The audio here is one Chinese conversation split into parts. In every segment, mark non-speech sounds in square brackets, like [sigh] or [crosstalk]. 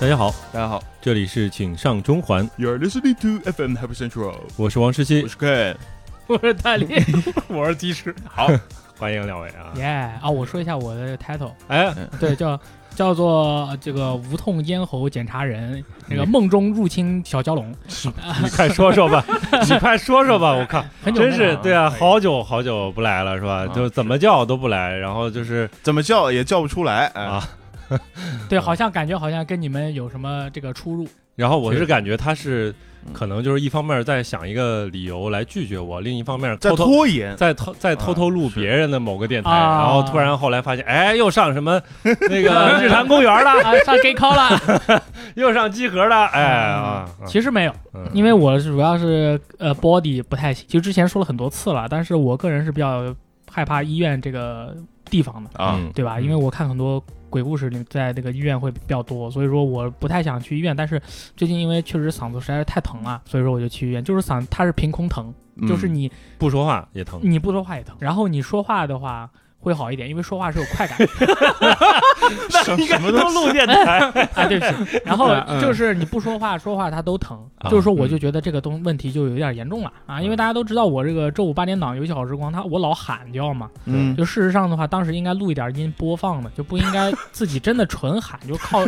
大家好这里是请上中环， You're listening to FM Happy Central，我是王石我 [laughs] 溪，是 Ken。我是大力，我是鸡 [laughs] 翅，欢迎两位啊！ [laughs] 耶啊！我说一下我的 title，哎，对，叫叫做呃这个无痛咽喉检查人，那个梦中入侵小蛟龙，你快说说 [laughs] 吧，你快说说吧，我靠，很久真没来是了哎对啊，好久好久不来了是吧？啊就怎么叫都不来，然后就是怎么叫也叫不出来哎啊，对，好像感觉好像跟你们有什么这个出入，然后我是对感觉他是嗯可能就是一方面在想一个理由来拒绝我，另一方面在偷偷。拖延。在偷在偷偷录是别人的某个电台，啊然后突然后来发现，哎，又上什 [laughs] 么那个日坛公园了，啊，上 gay call [laughs] 了， [laughs] 又上集合了，哎啊，啊其实没有，嗯因为我是主要是呃 body 不太行，其实之前说了很多次了，但是我个人是比较害怕医院这个地方的，啊嗯对吧？因为我看很多鬼故事里，在那个医院会比较多，所以说我不太想去医院。但是最近因为确实嗓子实在是太疼了，所以说我就去医院。就是嗓它是凭空疼，就 [laughs] 是嗯你不说话也疼，你不说话也疼，然后你说话的话。会好一点，因为说话是有快感 [laughs] 什什么都录电 [laughs] 台，啊，对不起。然后嗯就是你不说话，说话它都疼啊，就是说我就觉得这个东问题就有点严重了啊，嗯因为大家都知道我这个周五八点档《游戏好时光》，它我老喊叫嘛， [laughs] 嗯就事实上的话，当时应该录一点音播放的，就不应该自己真的纯喊，就靠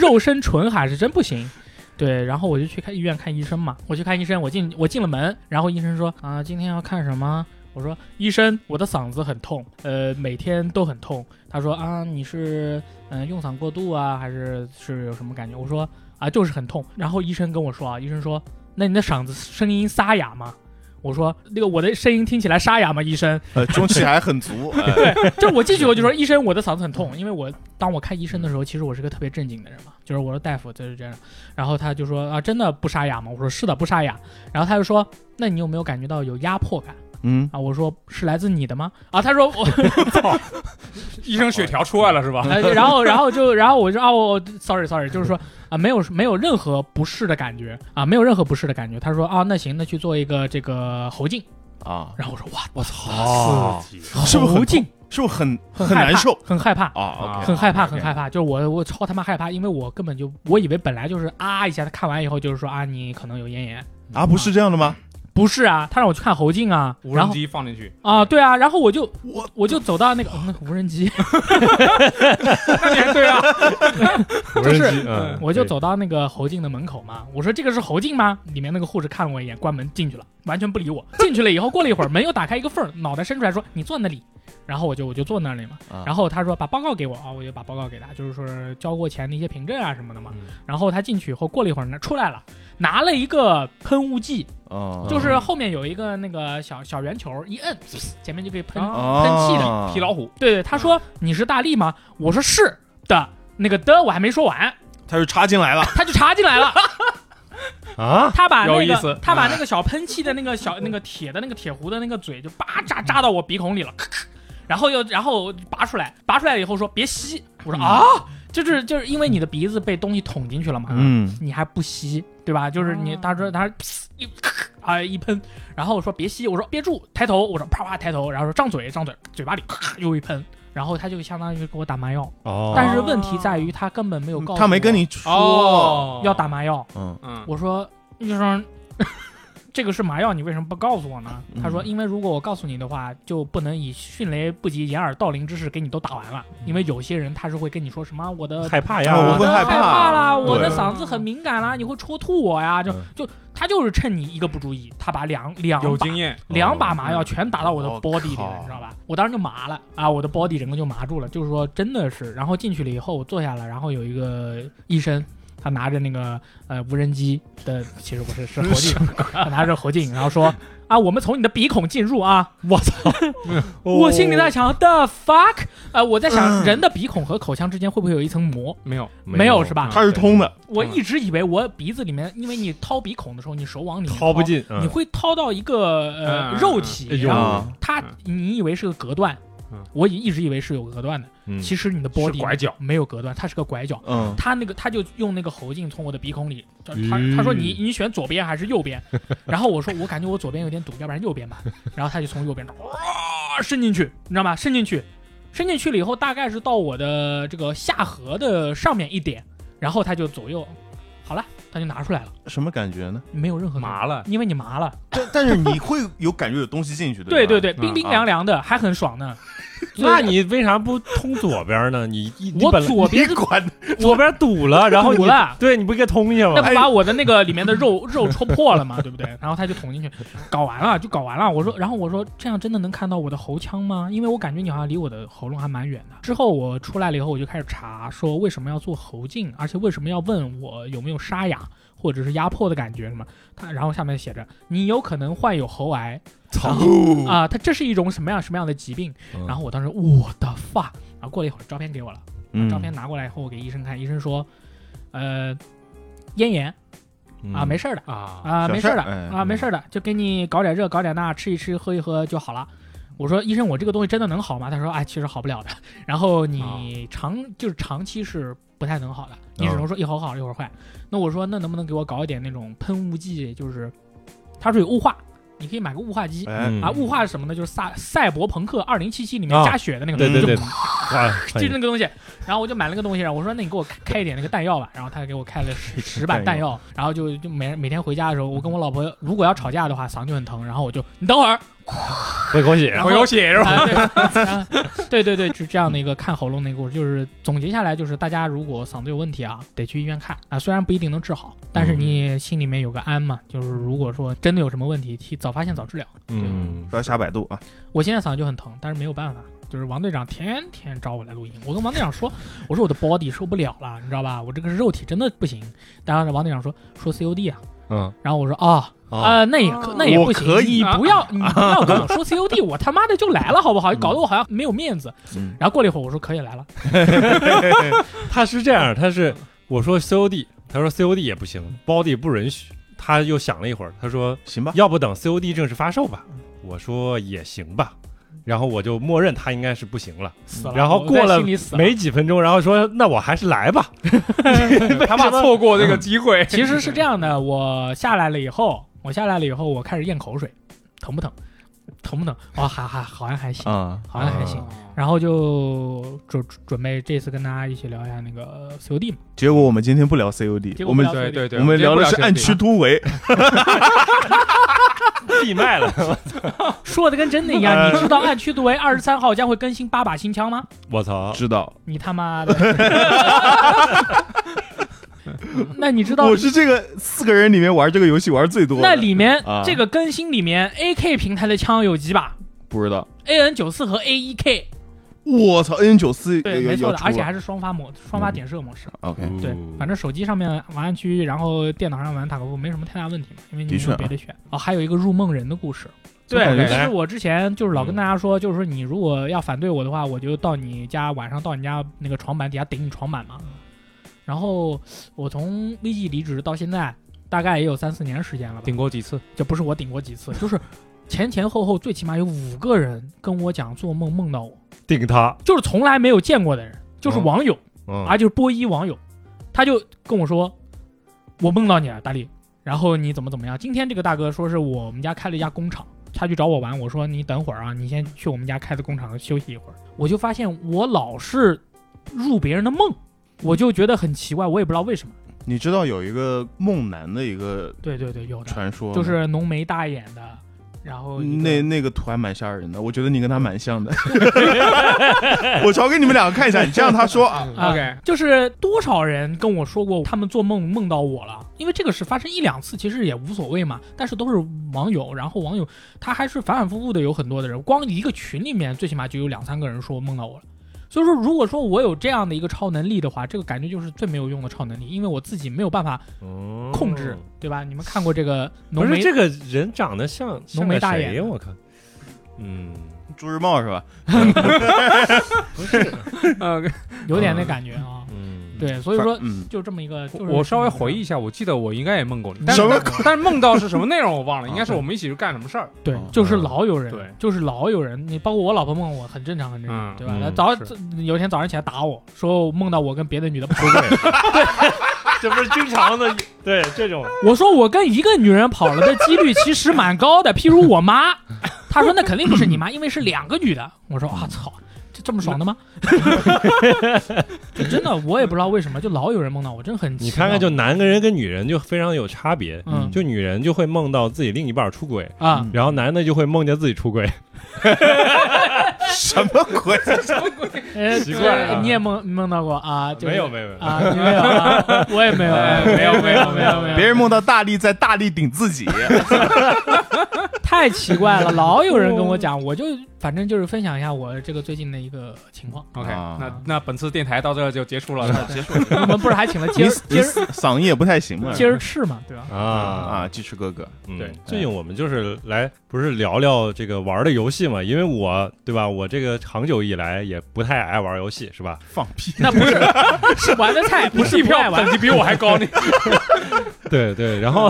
肉身纯喊是真不行。对，然后我就去看医院看医生嘛，我去看医生，我进我进了门，然后医生说啊，今天要看什么？我说医生，我的嗓子很痛，呃，每天都很痛。他说啊，你是嗯、呃用嗓过度啊，还是是有什么感觉？我说啊，就是很痛。然后医生跟我说啊，医生说那你的嗓子声音沙哑吗？我说那个我的声音听起来沙哑吗？医生，呃中气还很足。 [laughs] 哎就是我进去我就说医生，我的嗓子很痛，因为我当我看医生的时候，其实我是个特别正经的人嘛，就是我说大夫就是这样，然后他就说啊真的不沙哑吗？我说是的不沙哑，然后他就说那你有没有感觉到有压迫感嗯，啊？我说是来自你的吗？啊他说 [laughs] 我，医生血条出来了是吧？呃然后然后就然后我就啊我 sorry sorry 就是说啊没有没有任何不适的感觉啊没有任何不适的感觉，他说啊那行那去做一个这个喉镜，啊，然后我说哇我操，是不是喉很镜是不是很很很害难怕受很害怕啊？很害怕， OK 很害怕，就是我我超他妈害怕，因为我根本就我以为本来就是啊一下，他看完以后就是说啊你可能有咽炎，啊，不是这样的吗？不是啊，他让我去看喉镜啊，无然人后机放进去，啊对啊，然后我就我我就走到那个、嗯、无人机， [laughs] 对啊，无就人是机嗯 [laughs] 我就走到那个喉镜的门口嘛，我说这个是喉镜吗？里面那个护士看了我一眼，关门进去了，完全不理我。进去了以后，过了一会儿门又打开一个缝儿，脑袋伸出来说你坐那里，然后我就我就坐那里嘛，啊然后他说把报告给我啊，我就把报告给他，就是说交过钱的一些凭证啊什么的嘛。嗯然后他进去以后，过了一会儿呢，出来了，拿了一个喷雾剂，啊就是后面有一个那个小小圆球，一摁，前面就可以喷。啊啊气皮老虎，对对，他说你是大力吗？我说是的，那个的我还没说完，他就插进来了。他就插进来了，啊， [laughs] 他把有那意思个他把那哎个小喷气的那个小那个铁的那个铁壶的那个嘴就叭扎扎到我鼻孔里了，咳咳然后又然后拔出来，拔出来以后说别吸，我嗯说啊，就是就是因为你的鼻子被东西捅进去了嘛，嗯你还不吸，对吧？就是你，啊他说他噗一咳啊一喷，然后我说别吸，我说憋住，抬头，我说啪啪抬头，然后说张嘴张嘴，嘴巴里咔又一喷，然后他就相当于给我打麻药，哦但是问题在于他根本没有告诉嗯我他没跟你说。哦，要打，麻药，嗯嗯，我说医生。这个是麻药，你为什么不告诉我呢？他说，嗯因为如果我告诉你的话，就不能以迅雷不及掩耳盗铃之势给你都打完了。因为有些人他是会跟你说什么我的害怕啊呀，我我会的害害怕啦，我的对嗓子很敏感啦，你会戳吐我呀，就嗯就他就是趁你一个不注意，他把两两有把经验，两把麻药全打到我的我 body 里靠了，你知道吧？我当时就麻了啊，我的 body 整个就麻住了，就是说真的是，然后进去了以后我坐下了，然后有一个医生。他拿着那个呃无人机的，其实不是是喉镜，他拿着喉镜，然后说啊，我们从你的鼻孔进入啊，我操，哦我心里在想 the fuck，呃，我在想人的鼻孔和口腔之间会不会有一层膜？没有，没有是吧？他是通的，我一直以为我鼻子里面，因为你掏鼻孔的时候，你手往里面掏不，进，嗯你会掏到一个嗯呃嗯肉体，嗯然后啊它嗯你以为是个隔断嗯，我也一直以为是有个隔断的，嗯其实你的是 body 拐角，没有隔断，它是个拐角。嗯，他那个他就用那个喉镜从我的鼻孔里，他嗯他说你你选左边还是右边？ [laughs] 然后我说我感觉我左边有点堵，要不然右边吧。 [laughs] 然后他就从右边哇伸进去，你知道吗？伸进去，伸进去了以后大概是到我的这个下颌的上面一点，然后他就左右好了，他就拿出来了，什么感觉呢？没有任何麻了，因为你麻了，但但是你会有感觉有东西进去，对对对吧对，冰冰凉凉的，还很爽呢。那你为啥不通左边呢？你一你我本来左边你管左边堵了，然后你堵了对你不给通一下那吗？啊哎不把我的那个里面的肉肉戳破了嘛，对不对？然后他就捅进去，搞完了就搞完了。我说，然后我说这样真的能看到我的喉腔吗？因为我感觉你好像离我的喉咙还蛮远的。之后我出来了以后，我就开始查说为什么要做喉镜，而且为什么要问我有没有沙哑或者是压迫的感觉什么。他然后下面写着你有可能患有喉癌操哦啊、它这是一种什么样什么样的疾病？嗯然后我当时我的 fuck，然后过了一会儿照片给我了。嗯 [laughs] 照片拿过来以后，我给医生看，医生说，呃，咽炎嗯啊，没事儿的 [laughs] 啊，啊，嗯小没事事儿儿的哎啊，没事儿的，就给你搞点这搞点那，吃一吃喝一喝就好了。我说医生，我这个东西真的能好吗？他说，哎，其实好不了的。 [laughs] 然后啊你长就是长期是不太能好的，你嗯只能说一会儿好一会儿坏。那我说，那能不能给我搞一点那种喷雾剂？就是他说有雾化，你可以买个雾化机。哎，啊，雾化是什么呢？就是赛赛博朋克二零七七里面加血的那个东对西，对就对，啊就是那个东西。然后我就买了个东西，然后我说那你给我开开一点那个弹药吧。然后他给我开了十十板弹药，然后就就每每天回家的时候，我跟我老婆如果要吵架的话，嗓子就很疼，然后我就你等会儿，会口血然后会有血是吧？啊对然后对对对，就这样的一个看喉咙的一个故事，就是总结下来就是大家如果嗓子有问题啊，得去医院看啊，虽然不一定能治好，但是你心里面有个安嘛，就是如果说真的有什么问题，提早发现早治疗。嗯，不要瞎百度啊！我现在嗓子就很疼，但是没有办法，就是王队长天天找我来录音。我跟王队长说，我说我的 body 受不了了，你知道吧？我这个肉体真的不行。然后王队长说说 COD 啊，嗯，然后我说啊、哦呃，那也可那也不行，我可以你不 [laughs] 要你不要跟我说 COD，我他妈的就来了好嗯不好？搞得我好像没有面子。嗯然后过了一会儿，我说可以来了，他是这样，他是我说 COD，他说 COD 也不行，body 不允许。他又想了一会儿，他说 [laughs] 行吧，要不等 COD 正式发售吧。我说也行吧，然后我就默认他应该是不行了。死了。然后我过在了心里死了。没几分钟，然后说那我还是来吧。他怕错过这个机会，其实是这样的，我下来了以后，我下来了以后，我开始咽口水，疼不疼？疼不疼？哦，还还好像还行，啊，好像还行。然后就准准备这次跟大家一起聊一下那个 COD 嘛，结果我们今天不聊 COD，结我果不们聊对对对，我们聊的接是不了暗区突围，闭麦了， [laughs] 说的跟真的一 [laughs] 样。你知道暗区突围二十三号将会更新八把新枪吗？ [laughs] 我操！知道？你他妈 [laughs] 的！那你知道我是这个四个人里面玩这个游戏玩最多的，那里面、啊这个更新里面 AK 平台的枪有几把不知道。 ？AN 九四和 AEK，我操，N 九四对，嗯哦没错的，而且还是是双发模双发点射模式。 OK，对，反正手机上面玩暗区，然后电脑上玩塔科夫没什么太大问题嘛，因为你没的确有啊别的选。哦，还有一个入梦人的故事。对对，其来实我之前就是老跟大家说，就是说你如果要反对我的话，我就到你家晚上到你家那个床板底下顶你床板嘛。然后我从 VG 离职到现在，大概也有三四年时间了吧。顶过几次，这不是我顶过几次，就是前前后后最起码有五个人跟我讲做梦梦到我，顶他，就是从来没有见过的人，就是嗯网友。嗯啊，就是波一网友，他就跟我说，我梦到你啊了，大力，然后你怎么怎么样？今天这个大哥说是我们家开了一家工厂，他去找我玩，我说你等会儿啊，你先去我们家开的工厂休息一会儿。我就发现我老是入别人的梦，我就觉得很奇怪，我也不知道为什么。你知道有一个梦男的一个对对对，有的传说吗，就是浓眉大眼的，然后一个那那个图还蛮吓人的，我觉得你跟他蛮像 [laughs] 的。我朝给你们两个看一下，你这样他 [laughs] 说啊，啊 OK 就是多少人跟我说过他们做梦梦到我了，因为这个事发生一两次其实也无所谓嘛，但是都是网友，然后网友他还是反反复复的有很多的人，光一个群里面最起码就有两三个人说梦到我了。所以说，如果说我有这样的一个超能力的话，这个感觉就是最没有用的超能力，因为我自己没有办法控制，嗯对吧？你们看过这个不浓是眉这个人长得像浓眉大眼眼，我靠，嗯，朱日茂是吧？不是，有点那感觉啊？嗯，对，所以说嗯，就这么一个，就是我稍微回忆一下，我记得我应该也梦过你，但是什么但是梦到是什么内容我忘了，啊应该是我们一起去干什么事儿，对嗯，就是老有人，哦对就是老有人。你包括我老婆梦我，很正常，很正常，嗯对吧？嗯她早是有一天早上起来打我说我梦到我跟别的女的跑， [laughs] 这不是经常的， [laughs] 对这种，我说我跟一个女人跑了的几率其实嗯蛮高的，譬如我妈。她说那肯定不是你妈，因为是两个女的。我说啊操，这这这么爽的吗？ [laughs] 真的，我也不知道为什么，就老有人梦到我，真很奇你看看，妙就男跟人跟女人就非常有差别，嗯就女人就会梦到自己另一半出轨，啊，然后男的就会梦见自己出轨。什么 [laughs] 鬼？呃奇怪啊对你也梦梦到过啊？就是没有没有没有，啊，你没有啊， [laughs] 我也没有，哎没有没有没有没有别人梦到大力在大力顶自己，太奇怪了，老有人跟我 [laughs] 哦讲，我就反正就是分享一下我这个最近的一个情 [laughs] 况。 OK，啊那那本次电台到这儿就结束了。结束了。我们不是还请了你接儿你接儿嗓音也不太行嘛。接儿翅嘛，对吧？啊啊，鸡翅哥哥，嗯对最近我们就是来不是聊聊这个玩的游戏嘛，因为我对吧，我这个长久以来也不太爱玩游戏，是吧？ [laughs] 放屁！那不是是玩的菜， [laughs] 不是不爱玩等级比我还高呢。对对，然 [laughs] 后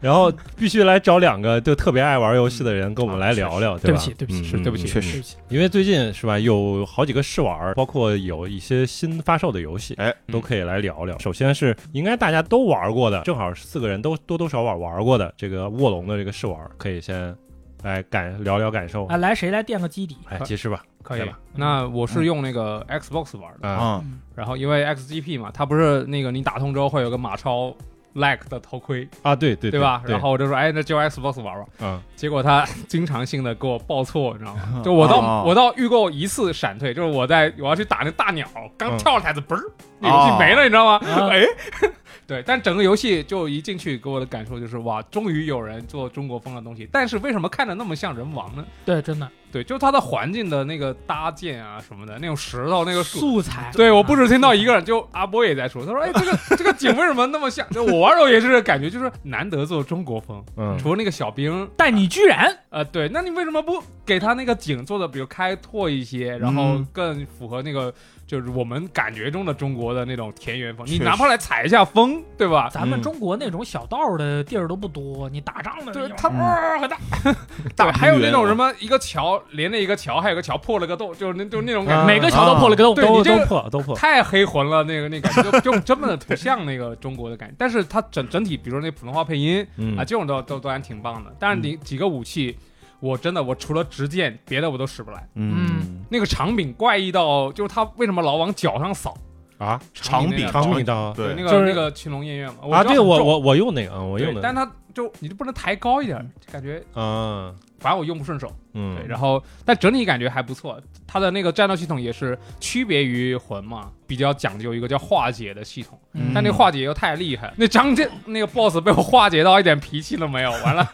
然后必须来找两个就特别爱玩游戏的人跟我们来聊聊，对不吧？起对不起嗯是对不起嗯确对不起因为最近是吧，有好几个试玩，包括有一些新发售的游戏，哎，都可以来聊聊。首先是应该大家都玩过的，正好四个人都多多少少玩过的这个卧龙的这个试玩，可以先来感聊聊感受。啊！来谁来垫个基底？哎，其实吧，可以以吧吧？ [laughs] 那我是用那个 Xbox 玩的，啊，啊，然后因为 XGP 嘛，它不是那个你打通之后会有个马超 lag 的头盔，啊，对对对吧？然后我就说，哎，那就 Xbox 玩吧。嗯，结果他 [laughs] 经常性的给我报错，你知道 [laughs] 吗？就我到、哦我到预购一次闪退，就是我在我要去打那大鸟，刚嗯哦跳台子，嘣、儿，那游戏没了，你知道吗？啊 [laughs] 哎，对，但整个游戏就一进去给我的感受就是，哇，终于有人做中国风的东西，但是为什么看着那么像人王呢？对，真的对，就它的环境的那个搭建啊什么的，那种石头那个树。素材。 [laughs] 对，我不止听到一 [laughs] 个人，就阿波也在说，他说：“哎，这个这个景为什么那么像？”就我玩的时候也是感觉，就是难得做中国风，嗯除了那个小兵但你居然呃，对，那你为什么不给他那个景做的，比如开拓一些，然后嗯更符合那个就是我们感觉中的中国的那种田园风？确你实哪怕来踩一下风，对吧？咱们嗯中国那种小道儿的地儿都不多，你打仗的地对，方它嗯哇很大，大对，还有平原那种啊什么一个桥连着一个桥，还有个桥破了个洞，就是那就那种感觉，啊每个桥都破了个洞，对都你这都个破都破，太黑魂了，那个那感觉就就真的挺像那个中国的感觉。但是它整整体，比如说那普通话配音，嗯啊，这种都都都还挺棒的。但是你几个武器，我真的我除了直剑，别的我都使不来。嗯，那个长柄怪异到，就是他为什么老往脚上扫？啊，长柄那个长柄杖啊对，那对，个、就是那个群龙夜月嘛。啊，知道对很我重我我用那个，嗯，我对用的，但他就你就不能抬高一点儿，感觉啊，反正我用不顺手。对，嗯，然后但整体感觉还不错，它的那个战斗系统也是区别于魂嘛，比较讲究一个叫化解的系统，嗯但那化解又太厉害，那张这那个 boss 被我化解到一点脾气都没有，完了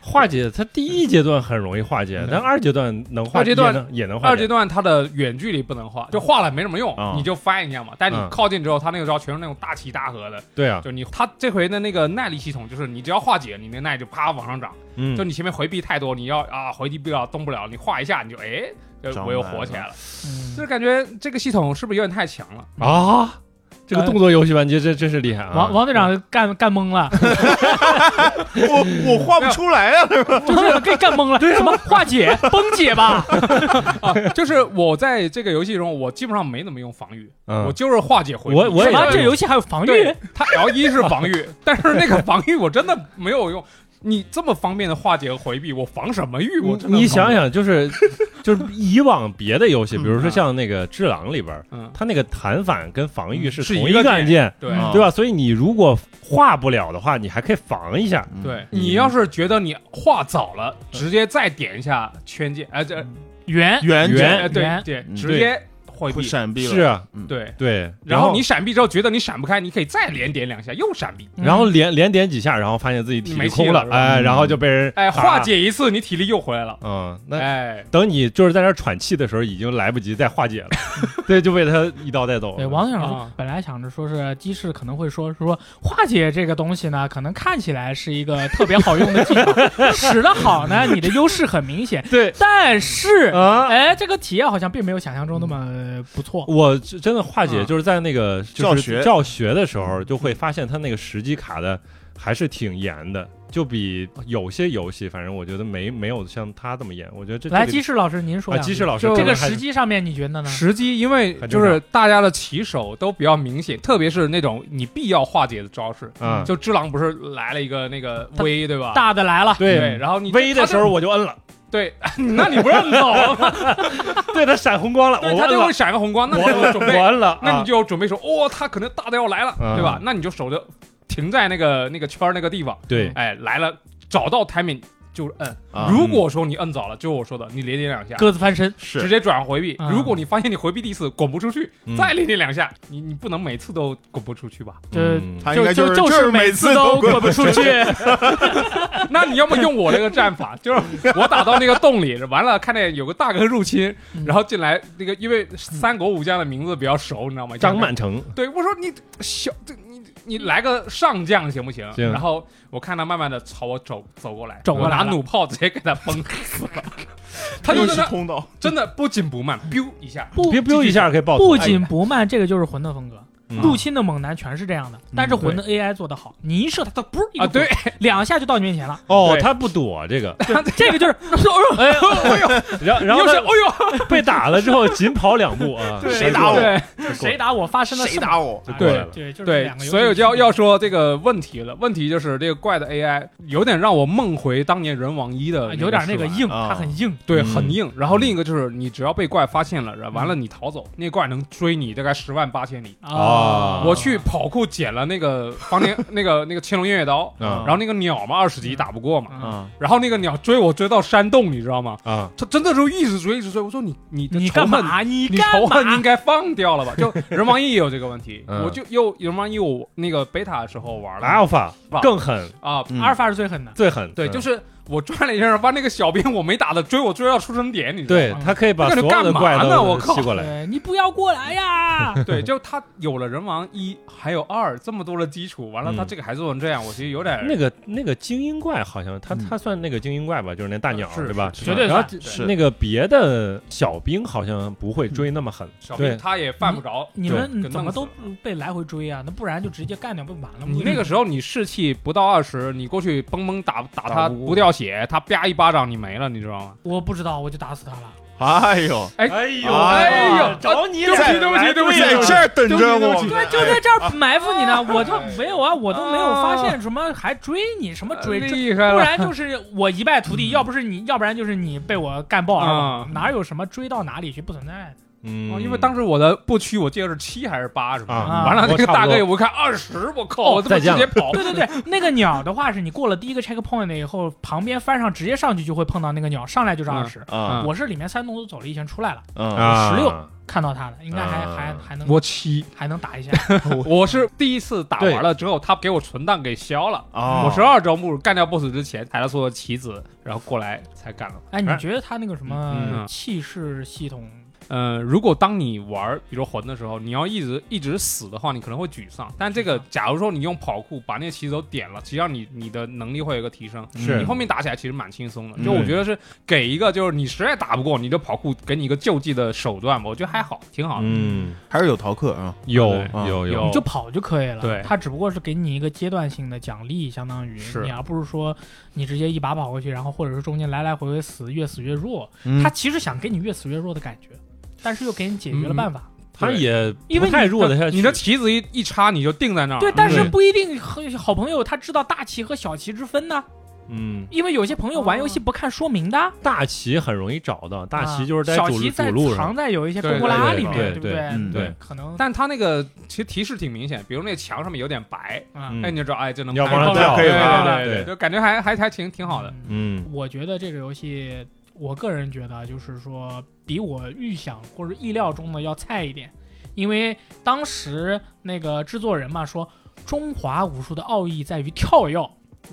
化解它第一阶段很容易化解，但嗯二阶段能化二阶段也能也能化二阶解，段它的远距离不能化，就化了没什么用，啊你就翻一下嘛，但你嗯靠近之后，它那个招全是那种大起大合的。对啊，就你他这回的那个耐力系统，就是你只要化解，你那耐力就啪往上涨。嗯就，你前面回避太多，你要啊回避不了，动不了，你化一下你就哎，就长我又满活了起来了。嗯就是感觉这个系统是不是有点太强了？ [laughs] 啊，这个动作游戏玩家真真是厉害啊！王王队长干干懵了， [laughs] 我我画不出来啊，就是给干懵了，什么化解崩解吧？啊，就是我在这个游戏中，我基本上没怎么用防御，嗯我就是化解回避。我我什也么是这游戏还有防御？对啊它 L 一是防御，但是那个防御我真的没有用。你这么方便的化解和回避，我防什么御？我真的你防不想了，想，就是就是以往别的 [laughs] 游戏，比如说嗯像那个《只狼》里边儿，嗯，它那个弹反跟防御嗯是是同一个个按键，对嗯对吧？所以你如果画不了的话，你还可以防一下。对。嗯你要是觉得你画早了，直接再点一下圈键，哎嗯这圆圆圆哎对圆对，嗯直接回会避。闪避了，是啊，对，对。然后后你闪避之后觉得你闪不开，你可以再连点两下，又闪避。然后连连点几下，然后发现自己体力嗯没空气了了，是吧哎，嗯然后就被人哎，打化。解一次，你体力又回来了。嗯，那哎，等你就是在那儿喘气的时候，已经来不及再化 [laughs] 解了，对，就被他一刀带走了。对，王队长说啊本来想着说是鸡翅可能会说说化解这个东西呢，可能看起来是一个特别好用的技能，使得好呢，你的优势很明显，对但是。啊，哎，这个体验好像并没有想象中那嗯么呃不错。我是真的化解嗯就是在那个就是教学教学的时候，就会发现他那个时机卡的还是挺严的，就比有些游戏，反正我觉得没没有像他这么严。我觉得这来，这个鸡翅老师，您说啊，两句鸡翅老师就这个还时机上面你觉得呢？时机，因为嗯很就正是大家的起手都比较明显，特别是那种你必要化解的招式。啊，就只狼不是来了一个那个他威，对吧？大的来了，对然后你嗯 [laughs] 微的时候我就摁了，对，那你不让 [laughs] 走吗？对他闪红光了，对我他完就会了，闪个红光，那你就有我准备，完了，啊那你就就有准备说，哦，他可能大的要来了，嗯对吧？那你就守着停在那个那个圈儿那个地方，对哎，来了找到 timing 就摁。啊如果说你摁早了，就我说的，你连连两啊下。鸽子翻身，直是接转回避。嗯如果你发现你回避第一次滚不出去，嗯再连连两下，你你不能每次都滚不出去吧？这嗯他应呃就该就是是每次都滚滚不出去， [laughs] [laughs] 那你要么用我那个战法，就是我打到那个洞里，完了看见有个大哥入侵，嗯然后进来那个，因为三国武将的名字比较熟，你知道吗？张满城，对我说你小这你你来个上将行不行？行然后我看他慢慢的朝我走走过来，走过来我拿了弩炮直接给他崩死了。他就又真是的通道，真的不紧不慢，biu 一下，不别 biu 一下可哎以爆头，不紧不慢，这个就是魂的风格。嗯入侵的猛男全是这样的，但是魂的 AI 做得好，你一射他，他嘣一个嗯啊对火两下就到你面前 [laughs] 了。哦，对他不躲这 [laughs] 个，这个就是， [laughs] 哎呦，然后然后又是哎他呦， [laughs] 被打了之后紧跑两步啊，对谁谁打我 [laughs] 对就是谁打我发生了谁什么打我？就过来对了，对，就是这对两，个游戏所以我就要要说这个问题了。问题就是这个怪的 AI 有点让我梦回当年人王一的，啊有点那个硬，硬，啊它很硬。对，嗯很硬。然后另一个就是你只要被怪发现了，然后完了你逃走，那怪能追你大概十万八千里。啊我去跑酷捡了那个 [laughs] 方天那个那个青龙偃月刀，啊然后那个鸟嘛二十级嗯打不过嘛，啊，啊，然后那个鸟追我追到山洞，你知道吗？啊，它真的就一直追一直追，我说你你的你仇干恨嘛？你你干仇嘛恨？应该放掉了吧？就人王一也有这个问题，嗯我就又人王一我那个贝塔的时候玩了啊阿尔法吧更狠，啊，嗯阿尔法是最狠的，最狠，对，就是是我转了一圈，把那个小兵我没打的追我追到出生点，你知对道吗？他可以把嗯那是所有的干嘛怪呢我都靠吸过来，对你不要过来 [laughs] 呀！ [laughs] 对就他有了人王一还有二这么多的基础，完了嗯他这个还做成这样，我其实有点那个那个精英怪好像他嗯他算那个精英怪吧，就是那大鸟是对吧？是嗯绝对然后算是那个别的小兵好像不会追那么狠，小兵对他也犯不着。你对们给怎么弄死都了被来回追啊？那不然就直接干掉不完了吗？你那个时候你士气不到二十，你过去嘣嘣打打他打不过不掉血，他啪一巴掌你没了，你知道吗？我不知道，我就打死他了。哎呦，哎呦哎呦找你对不起俩对不起对不起来在了这儿等着对不我啊起对不起们，对，就在这儿埋伏你呢，我就没有啊，我都没有发哎啊现什么还追你什么追，这厉害不了，嗯然就是我一败涂地，要不是你，要不然就是你被我干爆啊了，哪有什么追到哪里去不存在嗯哦因为当时我的步区我记得是七还是八什么的，啊完了那个我差不多大哥一我看二十，我靠，哦我他妈再直见接跑，对对对，那个鸟的话是你过了第一个 checkpoint 以后，旁边翻上直接上去就会碰到那个鸟，上来就是二十、嗯啊我是里面三栋都走了一圈出来了，啊啊16看到他了，应该还、啊还还能我七。还能打一下。我是第一次打完了之后，他给我存档给消了。啊！嗯我十二周目干掉 BOSS 之前踩了所有棋子，然后过来才干了。哎，你觉得他那个什嗯么嗯气势系统？嗯、如果当你玩比如魂的时候，你要一直一直死的话，你可能会沮丧。但这个，假如说你用跑酷把那个棋子都点了，实际上你你的能力会有一个提升。是你后面打起来其实蛮轻松的，嗯就我觉得是给一个就是你实在打不过，你就跑酷给你一个救济的手段吧，我觉得还好，挺好的。嗯还是有逃课啊，有对有有你就跑就可以了，对他只不过是给你一个阶段性的奖励，相当于是你而不是说你直接一把跑过去，然后或者是中间来来回回死，越死越弱。嗯他其实想给你越死越弱的感觉，但是又给你解决了办法。他也因不为你太弱得下去，你的棋子一一插，你就定在那儿了。对，但是啊对不一定和好朋友他知道大棋和小棋之分呢，嗯因为有些朋友玩游戏不看说明的，大棋很容易找到，大棋就是在啊小主棋主在路上藏在有一些对冬瓜拉里面，对对不对嗯对可能但他那个其实提示挺明显，比如那墙上面有点白，啊，嗯哎，你就知道，哎，这能要拍往上到跳对可以对吧对对对就感觉还还还挺挺好的。。嗯我觉得这个游戏，我个人觉得啊就是说，比我预想或者意料中的要菜一点，因为当时那个制作人嘛说，中华武术的奥义在于跳跃。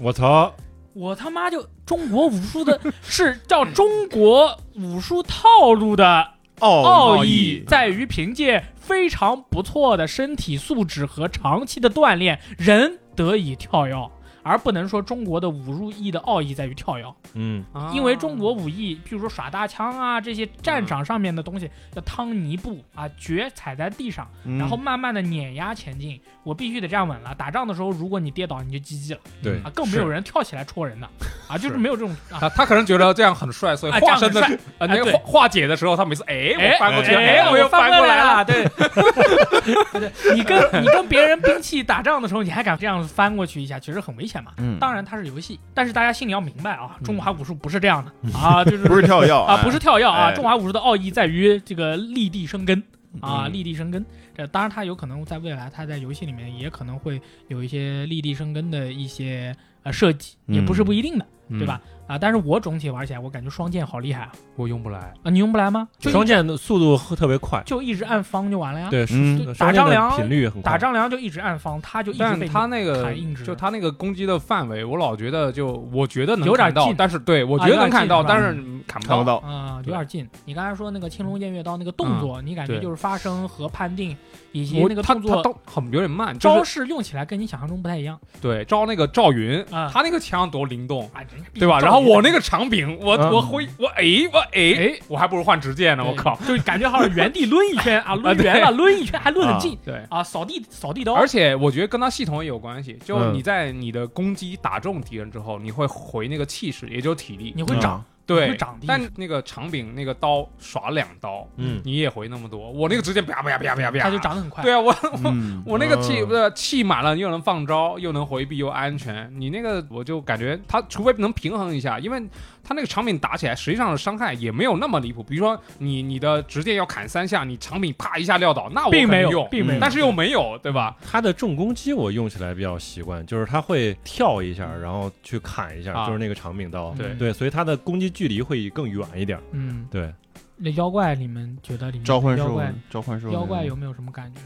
我操，我他妈就中国武术 [laughs] 的是叫中国武术套路的奥义，在于凭借非常不错的身体素质和长期的锻炼，人得以跳跃，而不能说中国的武术艺的奥义在于跳跃，嗯因啊为中国武艺，譬如说耍大枪啊这些战嗯场上面的东西，要趟泥步啊，脚踩在地上，嗯然后慢慢的碾压前进，我必须得站稳了。打仗的时候，如果你跌倒，你就 GG 了。对啊，更没有人跳起来戳人的啊，就是没有这种啊。他他可能觉得这样很帅，所以啊化身的这样呃那个对化化解的时候，他每次哎我翻过去了，哎哎我又翻过来了，了，对， [laughs] 对你跟你跟别人兵器打仗的时候，你还敢这样翻过去一下，其实很危险险嘛。嗯当然它是游戏，但是大家心里要明白啊，中嗯华武术不是这样的、 [laughs] 啊，就是不是跳跃啊，不是跳跃啊，哎中华武术的奥义在于这个立地生根啊，嗯立地生根。这当然，它有可能在未来，它在游戏里面也可能会有一些立地生根的一些呃设计，也嗯不是不一定的，对吧？啊，但是我总体玩起来，我感觉双剑好厉害啊！嗯？我用不来，啊，你用不来吗？就一双剑的速度特别快，就一直按方就完了呀。对，嗯双双打剑张的良频率很快，打丈量就一直按方，他就一直但被他那个砍硬直就他那个攻击的范围，我老觉得就我觉得能有点看到近，啊但是对我觉有得点能看近到，是吧但是嗯砍不看不到。到。啊、有哦对嗯点近。你刚才说那个青龙偃月刀那个动作，你感觉对就是发声和判定以及我那个他动他作都很有点慢，就招是式用起来跟你想象中不太一样对招那个赵云，啊他那个枪多灵动，啊，人家毕对吧？竟赵然后云啊我那个长柄，我嗯我挥我哎我哎哎，我还不如换直剑呢，我对靠！就感觉好像原地抡一圈啊，抡对 [laughs] 圆了，抡一圈还抡很近对，啊，扫地扫地刀，而且我觉得跟他系统也有关系，就嗯你在你的攻击打中敌人之后，你会回那个气势，也就是体力，你会长，对，你会长地但那个长柄那个刀耍两刀，嗯，你也回那么多，我那个直接啪啪啪啪啪，它就。长得很快。对啊，我嗯，我那个气不是气满了，又能放招，又能回避，又安全。你那个我就感觉他除非能平衡一下，因为他那个长柄打起来，实际上的伤害也没有那么离谱。比如说你你的直箭要砍三下，你长柄啪一下撂倒，那我并没有可能用并没有但是又没有，对吧？它的重攻击我用起来比较习惯，就是它会跳一下，然后去砍一下，啊就是那个长柄刀。对对，所以它的攻击距离会更远一点。嗯，对，那妖怪你们觉得里面召唤妖兽怪，召唤兽，妖怪有没有什么感觉？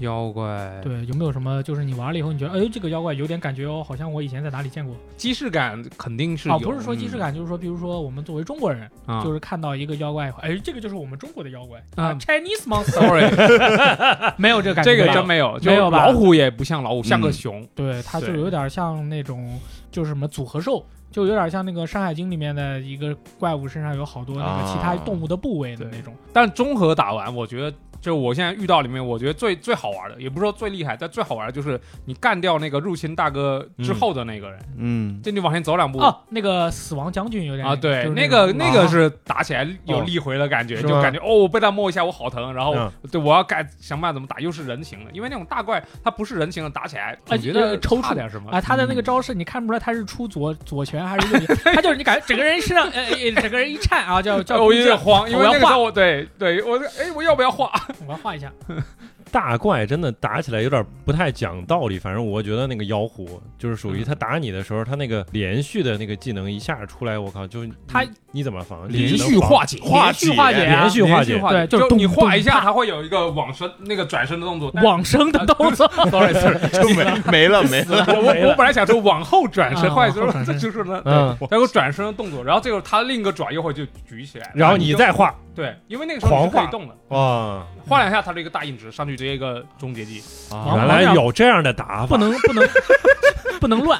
妖怪对，有没有什么就是你玩了以后你觉得，哎，这个妖怪有点感觉哦，好像我以前在哪里见过既视感肯定是啊？有，嗯不是说即视感，就是说，比如说我们作为中国人，嗯啊，就是看到一个妖怪以后，哎，这个就是我们中国的妖怪啊啊，Chinese [laughs] monster， sorry，没有这个感觉，这个真。没有，就没有吧嗯老虎也不像老虎，像个熊。对，它就对有点像那种就是什么组合兽，就有点像那个《山海经》里面的一个怪物身上有好多那个其他啊动物的部位的对那种。但综合打完，我觉得就我现在遇到里面，我觉得最最好玩的，也不是说最厉害，但最好玩的就是你干掉那个入侵大哥之后的那个人， [laughs] 嗯，这你往前走两步。哦，那个死亡将军有点啊，对，就是啊那个个那个是打起来有哦力回的感觉，是就吗感觉哦，我被他摸一下，我好疼，然后、嗯对我要该想办法怎么打，又是人形的，因为那种大怪它不是人形的，打起来我觉呃得抽搐差点什么啊，他的嗯那个招式你看不出来他是出左左拳还是右拳，他就是你感觉整个人身上呃呃整个人一颤啊，叫叫哦哎我空有气点慌，因为我要那个时画候我对对，我哎，我要不要画？我要画一下，大怪真的打起来有点不太讲道理，反正我觉得那个妖狐就是属于它打你的时候，它那个连续的那个技能一下出来，我靠，就是它嗯你你怎么防？连你只能续防化解，化连续化解啊连续化解，对就就是咚你画一咚下，啪它会有一个往身那个转身的动作。但往生的动作。 [laughs] [laughs] sorry sorry，就没没了没了，我我我本来想说往后转身，啊后来就往后是转这身就是呢，嗯，它有转身的动作，然后这个它另一个转又会就举起来，然后你就再画，对，因为那个时候你是可狂以画动的，哇，画两下它是一个大硬直上去直接一个终结技，啊原来有这样的打法，不能啊不能不能乱，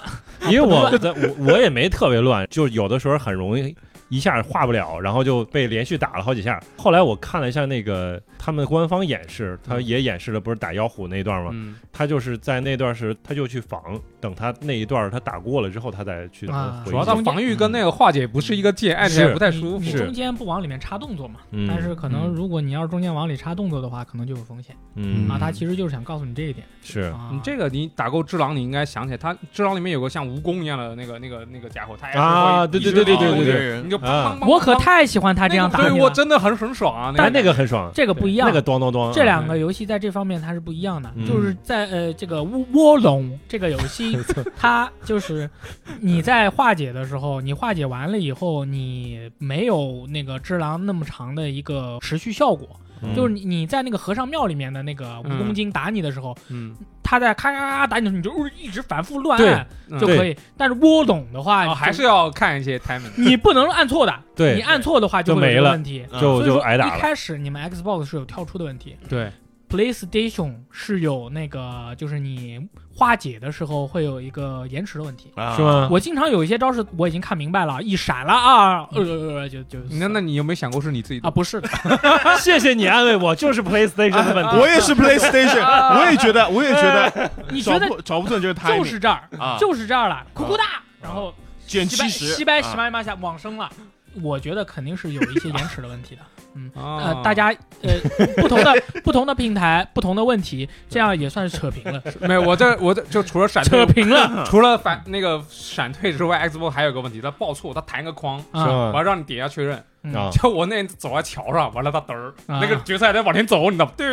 因为我在我我也没特别乱，就有的时候很容易一下画不了，然后就被连续打了好几下。后来我看了一下那个他们官方演示，他也演示了不是打妖虎那段吗？嗯，他就是在那段时他就去防，等他那一段他打过了之后，他再去啊回主要它击。防御跟那个化解不是一个界，按起来是不太你舒你服。中间不往里面插动作嘛？嗯但是可能嗯如果你要是中间往里插动作的话，可能就有风险嗯啊。他其实就是想告诉你这一点是啊。你这个你打过只狼，你应该想起来，它只狼里面有个像蜈蚣一样的那个那个那个家伙，它也是啊会对一对直对对往后对对卷对你就砰啊砰砰我可砰太喜欢他这样打那个你对我了，真的很很爽啊！但那哎那个个很爽，这个不一样那。个咚咚咚，这两个游戏在这方面它是不一样的，嗯 [laughs] 就是在呃这个《卧龙》这个游戏，它就是你在化解的时候，你化解完了以后，你没有那个只狼那么长的一个持续效果，嗯就是你你在那个和尚庙里面的那个蜈蚣精打你的时候，嗯，他在咔咔咔咔打你的时候，你就呃一直反复乱对按嗯就可以。但是窝拢的话，哦还就是要看一些 timing。你不能按错的，对你按错的话就会有没这个了问题。就所以说就挨打一了。开始你们 Xbox 是有跳出的问题对， ，PlayStation 是有那个就是你化解的时候会有一个延迟的问题。是？吗？我经常有一些招式我已经看明白了，一闪了啊，呃呃呃就就那那你有没有想过是你自己啊的？不是的，谢谢你安慰我，啊就是 PlayStation 的问题。我也是 PlayStation，我也觉得，我也觉得，你觉找得不找不准就是他，就是这儿，啊，就是这儿了，哭哭大，然后减西白七西十，白啊西白妈下往生了，我觉得肯定是有一些延迟的 [laughs] 问题的。嗯，啊呃，大家呃，不同的不同的平台，不同的问题，这样也算是扯 [laughs] 平了，没有，我这我这就除了闪扯退，平了。除了反那个闪退之外，Xbox 还有个问题，它报错，它弹一个框，啊我要让你点下确认。嗯啊就我那天走在桥上，完了他嘚儿，啊那个决赛得往前走，你知道吗？丢，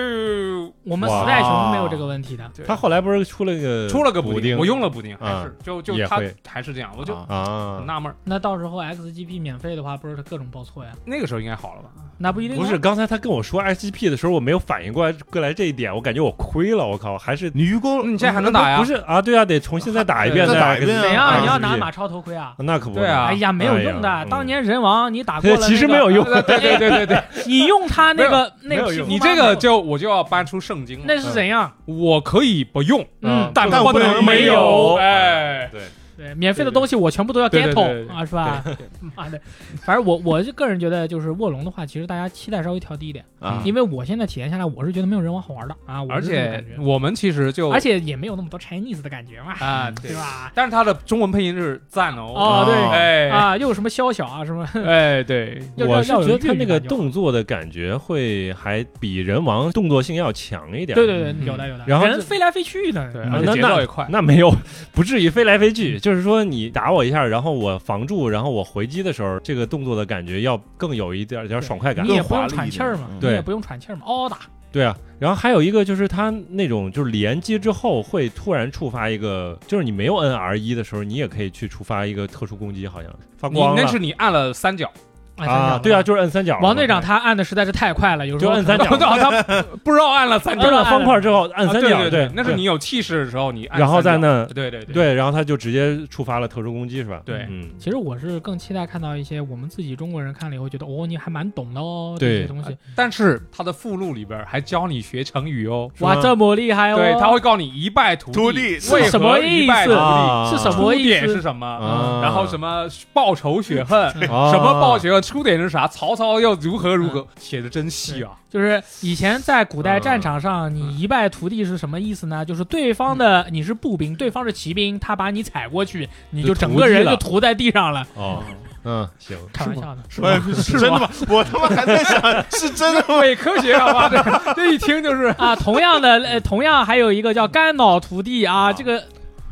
我们哇时代熊没有这个问题的。对他后来不是出了个出了个呃补补丁，我用了补丁，啊还是就就也他会还是这样，我就啊啊很，纳闷儿。那到时候 XGP 免费的话，不是各种报错呀？那个时候应该好了吧？那不一定啊。不是刚才他跟我说 SGP 的时候，我没有反应过来过来这一点，我感觉我亏了，我靠，还是你愚公，嗯你现在还能打呀不？是啊？对啊，得重新再打一遍，再打一遍啊怎再样打啊？个你要拿 SGP 马超头盔啊？那可不，对啊哎呀，没有用哎呀的。嗯当年人王 [laughs] 你打过这了，其实没有。用，对对对对对，你用他那个没那有个皮用肤你包这个头就我就要搬出圣经了，那是怎样？我可以不用，嗯嗯但但不不能能没没有，有嗯哎，对，对，免费的东西我全部都要对对 get 对对 o 啊，是吧？ [laughs] 妈的，反正我我就个人觉得，就是卧龙的话，其实大家期待稍微调低一点，啊，因为我现在体验下来，我是觉得没有人王好玩的啊，我而是这种且感觉我们其实就而且也没有那么多 Chinese 的感觉嘛，啊，嗯对？吧？但是它的中文配音是赞的哦，哦，对。哎啊，又有什么宵小啊，什么？哎对，要我是要有觉得他韵律那个感就好动作的感觉会还比人王动作性要强一点，对对嗯对，有的有的。然后人这飞来飞去的，嗯对，啊而且那节那奏也快，那没有，不至于飞来飞去，就是说你打我一下，然后我防住，然后我回击的时候，这个动作的感觉要更有一点点爽快感你。也更不华用丽喘一气点儿嘛嗯，你对也不用喘气儿嘛，哦嗷嗷打。对啊，然后还有一个就是它那种就是连击之后会突然触发一个，就是你没有摁 R 一的时候，你也可以去触发一个特殊攻击，好像发你光那了是你按了三角，哎啊，对啊，，就是摁三角。王队长他按的实在是太快了，有时就候摁可能三角， [laughs] 他不知道按了三摁角，了方块之后按啊三对角，对对，那是你有气势的时候你按三角，然后在那对对对对，然后他就直接触发了特殊攻击，是吧？对嗯，其实我是更期待看到一些我们自己中国人看了以后觉得哦，你还蛮懂的哦，对这些东西，但是它的附录里边还教你学成语哦，是哇，吗这么厉害哦！对，他会告你一败涂涂地地为是什何么一意败涂思地，啊是什么出意点是思？什么，啊然后什么报仇雪恨，什啊么报仇出点是啥，曹操又如何如何，写的真细啊，就是以前在古代嗯战场上，你一败涂地是什么意思呢？就是对方的你是步兵，对方是骑兵，他把你踩过去，你就就整涂个地人就了涂在地上了。哦，嗯，行，开玩笑的，哎是真的吗？我他妈还在想，是真 [laughs] 的吗？伪科学好吧？这这一听就是啊，同样的，呃，同样还有一个叫肝脑涂地啊，啊这个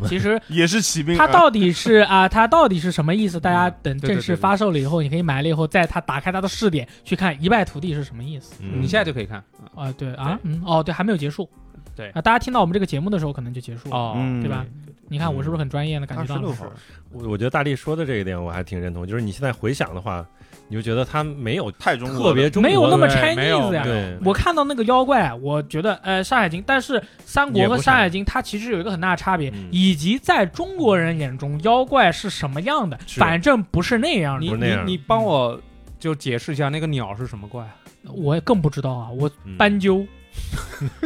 其实也是骑 [laughs] 兵，它到底是啊，它到底是什么意思？大家等对对正式发售了以后，你可以买了以后，在它打开它的试点去看一败涂地是什么意思嗯你现在就可以看啊？对啊，嗯，哦，对，还没有结束。对啊，大家听到我们这个节目的时候，可能就结束了。哦，嗯对吧？你看我是不是很专业的感二十觉到嗯六了？号，我我觉得大力说的这一点我还挺认同，就是你现在回想的话，你就觉得他没有太中国特别中国没有那么对 Chinese 没有呀对我看到那个妖怪，我觉得呃《山海经》，但是《三国》也和不《是山海经》它其实有一个很大的差别嗯，以及在中国人眼中妖怪是什么样的，是反正不是那样的。你不是那你样你帮我就解释一下那个鸟是什么怪啊？我也更不知道啊，我嗯斑鸠，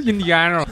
印第安人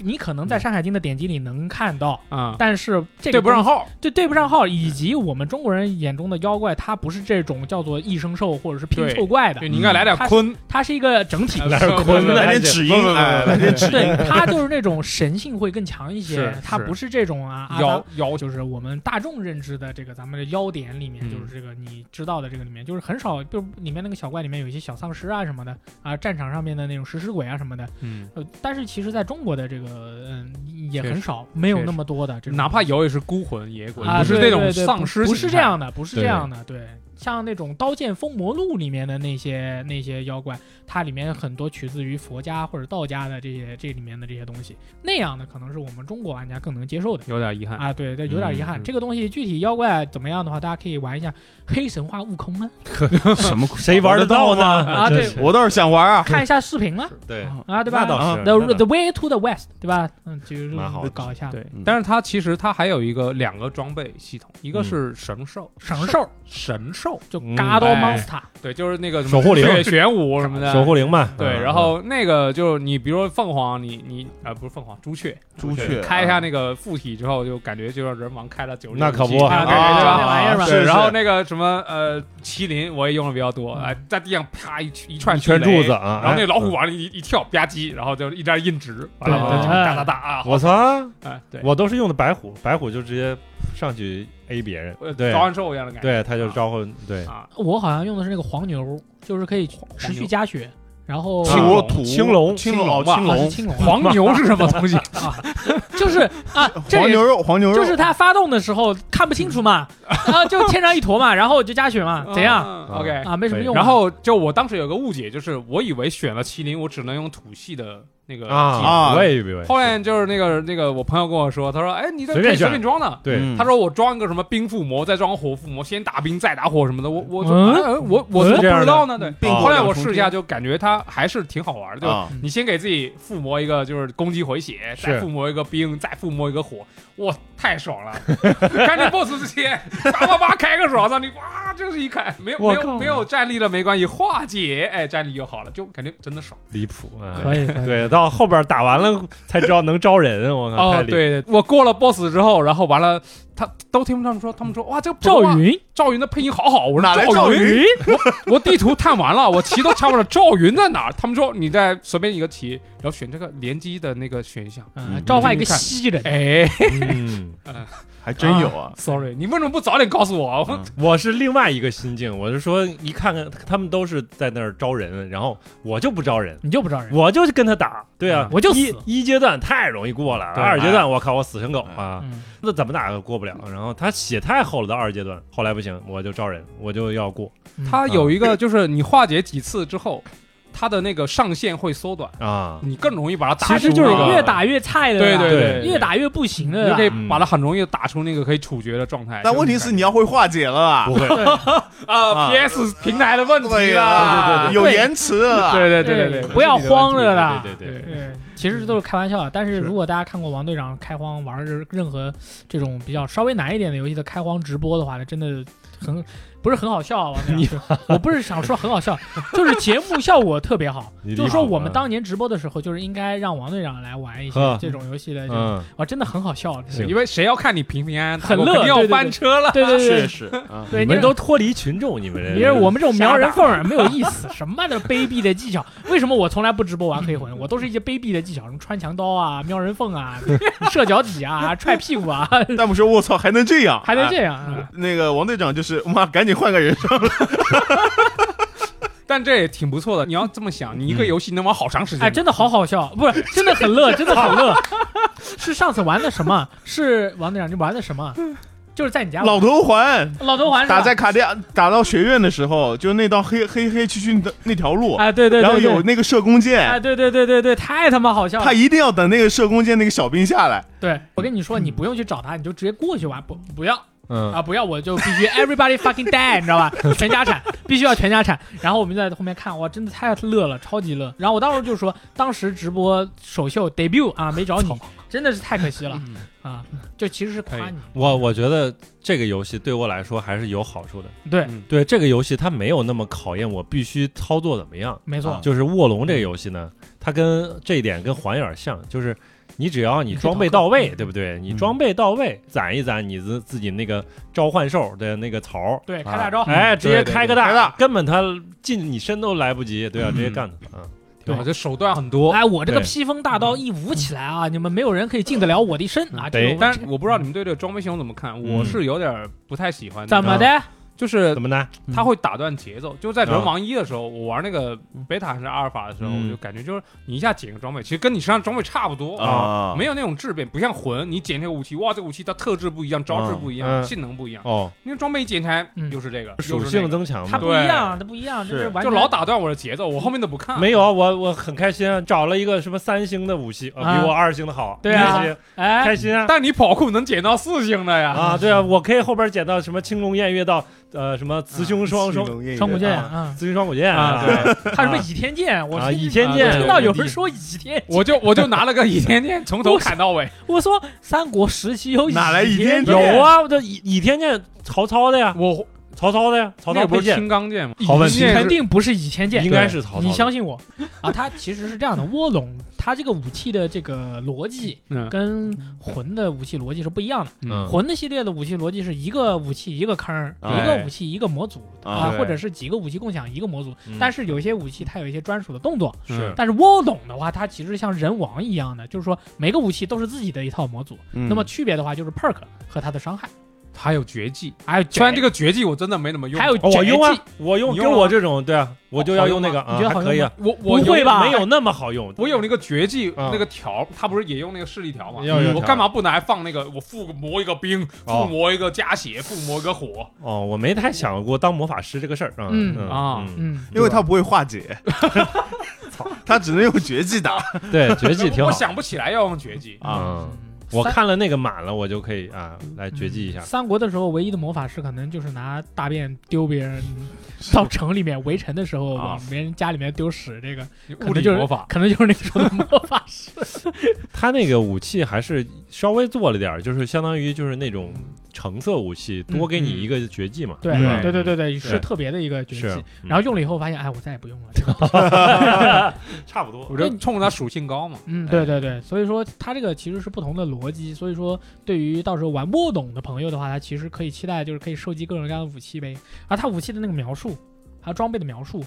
你可能在《山海经》的典籍里能看到，啊，但是这个嗯对不上号，对对不上号，以及我们中国人眼中的妖怪，它不是这种叫做异生兽或者是拼凑怪的对，，呃你应该来点它鲲，它是一个整体。 [laughs] [laughs] 来点鲲来点指音，哎，来点指音，对，它就是那种神性会更强一些是，它是不是这种啊阿妖达，妖就是我们大众认知的这个咱们的妖典里面，嗯就是这个你知道的这个里面，就是很少，就里面那个小怪里面有一些小丧尸啊什么的啊，战场上面的那种食尸鬼啊什么的，嗯，呃，但是其实在中国的这个嗯也确很实少，没有确那实么多的这种，哪怕有也是孤魂野鬼，啊，不是对那种对对丧不尸，不是这。样的，不是这对样的，对。像那种《刀剑封魔录》里面的那些那些妖怪，它里面很多取自于佛家或者道家的这些这里面的这些东西，那样的可能是我们中国玩家更能接受的有点遗憾，啊。对，对，有点遗憾。嗯这个东西具体妖怪怎么样的话，大家可以玩一下《黑神话：悟空》啊，什么？谁玩得到呢？啊真对是 [laughs] 我倒是想玩啊，看一下视频了对，啊，对吧那倒是？The 那倒 The Way to the West，对吧？嗯，就是蛮好的搞一下对嗯，但是它其实它还有一个两个装备系统，一个嗯是神兽，神兽，神兽，就嗯 God 哎 Monster，对，就是那个什么守护灵血玄武什么的，守护灵嘛。对，嗯然后那个就是你，比如说凤凰，你你啊、不是凤凰，朱雀，朱雀啊开一下那个附体之后，就感觉就让人王开了九十六嗯那可级不啊啊对对吧？吧对，是，然后那个什么呃，麒麟我也用的比较多，哎、在地上啪一一串嗯一圈地雷柱子，啊，然后那哎老虎嗯往里一一跳吧唧，然后就一张硬直，完了对就对哒哒哒啊，我操！哎对，我都是用的白虎，白虎就直接上去 A 别人呃，对召唤兽一样的感觉。对，他就招呼对啊，我好像用的是那个黄牛，就是可以持续加血，然后青我龙土青龙青青龙龙吧青啊是龙青龙啊黄牛是什么东西？就是啊，这黄也牛肉黄牛肉就是他发动的时候看不清楚嘛，然后就天上一坨嘛，然后我就加血啊嘛，怎样嗯？OK，啊？没什么用嘛。然后就我当时有个误解，就是我以为选了麒麟，我只能用土系的那个技能啊，啊我也以为后面就是那个那个我朋友跟我说，他说：“哎，你这随可以便随选便装的。”对嗯他说：“我装一个什么冰附魔，再装个火附魔，先打冰再打火什么的。我”我说：“嗯哎呃我我怎嗯么不这样的知道呢？”对，冰火后来我两重试一下，就感觉它还是挺好玩的。就啊，你先给自己附魔一个，就是攻击回血，是再附魔一个冰，再附魔一个火，哇，太爽了！ [laughs] 看你 BOSS 之前，叭叭叭开个爽，让你哇，就是一开，没有没我靠有没有战力了没关系，化解，哎，战力就好了，就感觉真的爽。离谱啊。可以，可 [laughs] 以对，到后边打完了才知道能招人，我啊靠！太哦，离谱对，我过了 BOSS 之后，然后完了，他都听他们说，他们说哇，这个普通话赵云，赵云的配音好好，我说哪来赵云？云？我地图探完了，我棋都查完了，赵云在哪儿？他们说你在随便一个棋，然后选这个联机的那个选项。啊嗯召唤一个西人。哎嗯，还真有啊， ，sorry，你为什么不早点告诉我？啊我嗯我是另外一个心境，我是说，一看看他们都是在那儿招人，然后我就不招人，你就不招人，我就跟他打，对啊嗯，我就一死哎一阶段太容易过了，对二阶段我靠，我死神狗啊，嗯那怎么打都过不了。然后他血太厚了，到二阶段，后来不行，我就招人，我就要过它有一个就是你化解几次之后，它的那个上限会缩短，啊。你更容易把它打其出那实个。就是啊越打越菜的啦，对对对越打越不行你的就啦可。以把它很容易打出那个可以处决的状态。嗯但问题是你要会化解了啊不，会，啊啊，PS 平台的问题对啦呀，，有延迟了啊，对对对对对，不要慌了啦。对对对对，对，其实这都是开玩笑，但是是如果大家看过王队长开荒玩儿任何这种比较稍微难一点的游戏的开荒直播的话呢，真的很不是很好笑啊。王队长，是我不是想说很好笑，就是节目效果特别好你。就是说我们理解当年直播的时候，就是应该让王队长来玩一些呵这种游戏的这种，嗯，哇，真的很好笑。真的嗯行因为谁要看你平平安安，很我乐肯定要对对对翻车了。对对对是对，是啊，对你你们都脱离群众，你们这呃你是我们这种瞄人缝儿没有意思，什么的卑鄙的技巧？为什么我从来不直播玩黑魂？我都是一些卑鄙的技巧，什么穿墙刀啊、瞄人缝啊、 [laughs] 射脚底啊、踹屁股啊，弹幕说我操还能这样，还能哎这样啊？那个王队长就是妈，赶紧换个人，但这也挺不错的。你要这么想，你一嗯个游戏能玩好长时间。哎，真的好好笑，不是真的很乐，真的很乐。是上次玩的什么？是王队长，你玩的什么？就是在你家老头 [laughs] 环。老头环是吧打在卡地亚，打到学院的时候，就是那道黑黑黑黢黢的那条路，哎，对对对，然后对有那个射弓哎，箭，对对对对对，太他妈好笑了他。一定要等那个射弓箭那个小兵下来。对我跟你说，你不用去找他，你就直接过去玩，不不要。嗯啊，不要，我就必须 [laughs] everybody fucking die，你知道吧？全家产， [laughs] 必须要全家产。然后我们就在后面看，哇，真的太乐了，超级乐。然后我当时就说，当时直播首秀 debut 啊，没找你，真的是太可惜了嗯啊！就其实是夸你，我我觉得这个游戏对我来说还是有好处的。对，嗯对这个游戏，它没有那么考验我必须操作怎么样。没错啊，就是卧龙这个游戏呢，它跟这一点跟环有点像，就是你只要你装备到你可以位逃，课对不对？你嗯装备到位，攒一攒你自自己那个召唤兽的那个槽儿，对，开大招，嗯哎，直接开个对对对开大大，根本他进你身都来不及，对啊，嗯直接干他啊！对，这手段很多。哎，我这个对嗯披风大刀一舞起来啊，你们没有人可以进得了我的一身啊！对这个但是我不知道你们对这个装备系统怎么看，我嗯是有点不太喜欢。怎么的？嗯就是怎么呢？它会打断节奏。就在人王一的时候，我玩那个贝塔还是阿尔法的时候，嗯我就感觉就是你一下捡个装备，其实跟你身上装备差不多啊没有那种质变，不像魂，你捡这个武器，哇，这武器它特质不一样，招式不一嗯样，嗯性能不一样。哦，那个装备一捡起来嗯又是这个属又是那性个增强它嘛。不一样，它不一样，这是是完就全老打断我的节奏，我后面都不看。没有，我我很开心啊，找了一个什么三星的武器，呃啊比我二星的好，对啊开心哎，开心啊！但你跑酷能捡到四星的呀。啊，对啊，我可以后边捡到什么青龙偃月刀，呃，什么雌雄双双，双股剑，剑啊 [laughs] 啊，雌雄双股剑啊对，还有什么倚天剑？我啊，是倚天啊剑，对听到有人说倚天剑，我就我就拿了个倚天剑，从头砍到尾。我说三国时期有哪来倚倚天剑？剑有啊，我这倚倚天剑，曹操的呀，我曹操的呀，曹那操个不配是剑青钢剑吗？好问题倚天剑是肯定不是倚天剑，应该是曹操的，你相信我啊！它其实是这样的，卧龙它这个武器的这个逻辑嗯跟魂的武器逻辑是不一样的。嗯啊魂的系列的武器逻辑是一个武器一个坑儿，哎一个武器一个模组啊啊，对或者是几个武器共享一个模组嗯。但是有一些武器它有一些专属的动作，是但是卧龙的话，它其实像人王一嗯样的，就是说每个武器都是自己的一套模组。那那么区别的话就是 perk 和它的伤害。还有绝技，还有虽然这个个绝技我真的没怎么用过，还有哦我宅用啊技，我用，你跟用我吗这种对啊，我就要用那个啊你觉，得还好可以用啊吗？，我我不有会吧没有那么好用，我有那个绝技嗯那个条，他不是也用那个视力条吗？嗯要有我条干嘛不拿来放那个？我附魔一个冰，哦附魔一个加血，附魔一个火，哦，我没太想过当魔法师这个事儿啊，嗯啊嗯，嗯，因为他不会化解，他只能用绝技打。对，绝技挺 [laughs] 我好想不起来要用绝技。啊。嗯嗯我三看了那个满了，我就可以啊来绝技一下嗯。三国的时候，唯一的魔法师可能就是拿大便丢 [laughs] 别人，到城里面围城的时候啊往别人家里面丢屎，这个可物能理就是魔法，可能就是那个时候的魔法 [laughs] 师。他那个武器还是稍微做了点儿，就是相当于就是那种橙色武器，嗯多给你一个绝技嘛。对嗯对对对对，对是特别的一个绝是技。，嗯然后用了以后发现，哎，我再也 [laughs] 不用了。这个差不多我这冲着它属性高嘛。嗯，对对对，所以说它这个其实是不同的逻辑。所以说，对于到时候玩不懂的朋友的话，他其实可以期待就是可以收集各种各样的武器呗。而它武器的那个描述，还有装备的描述，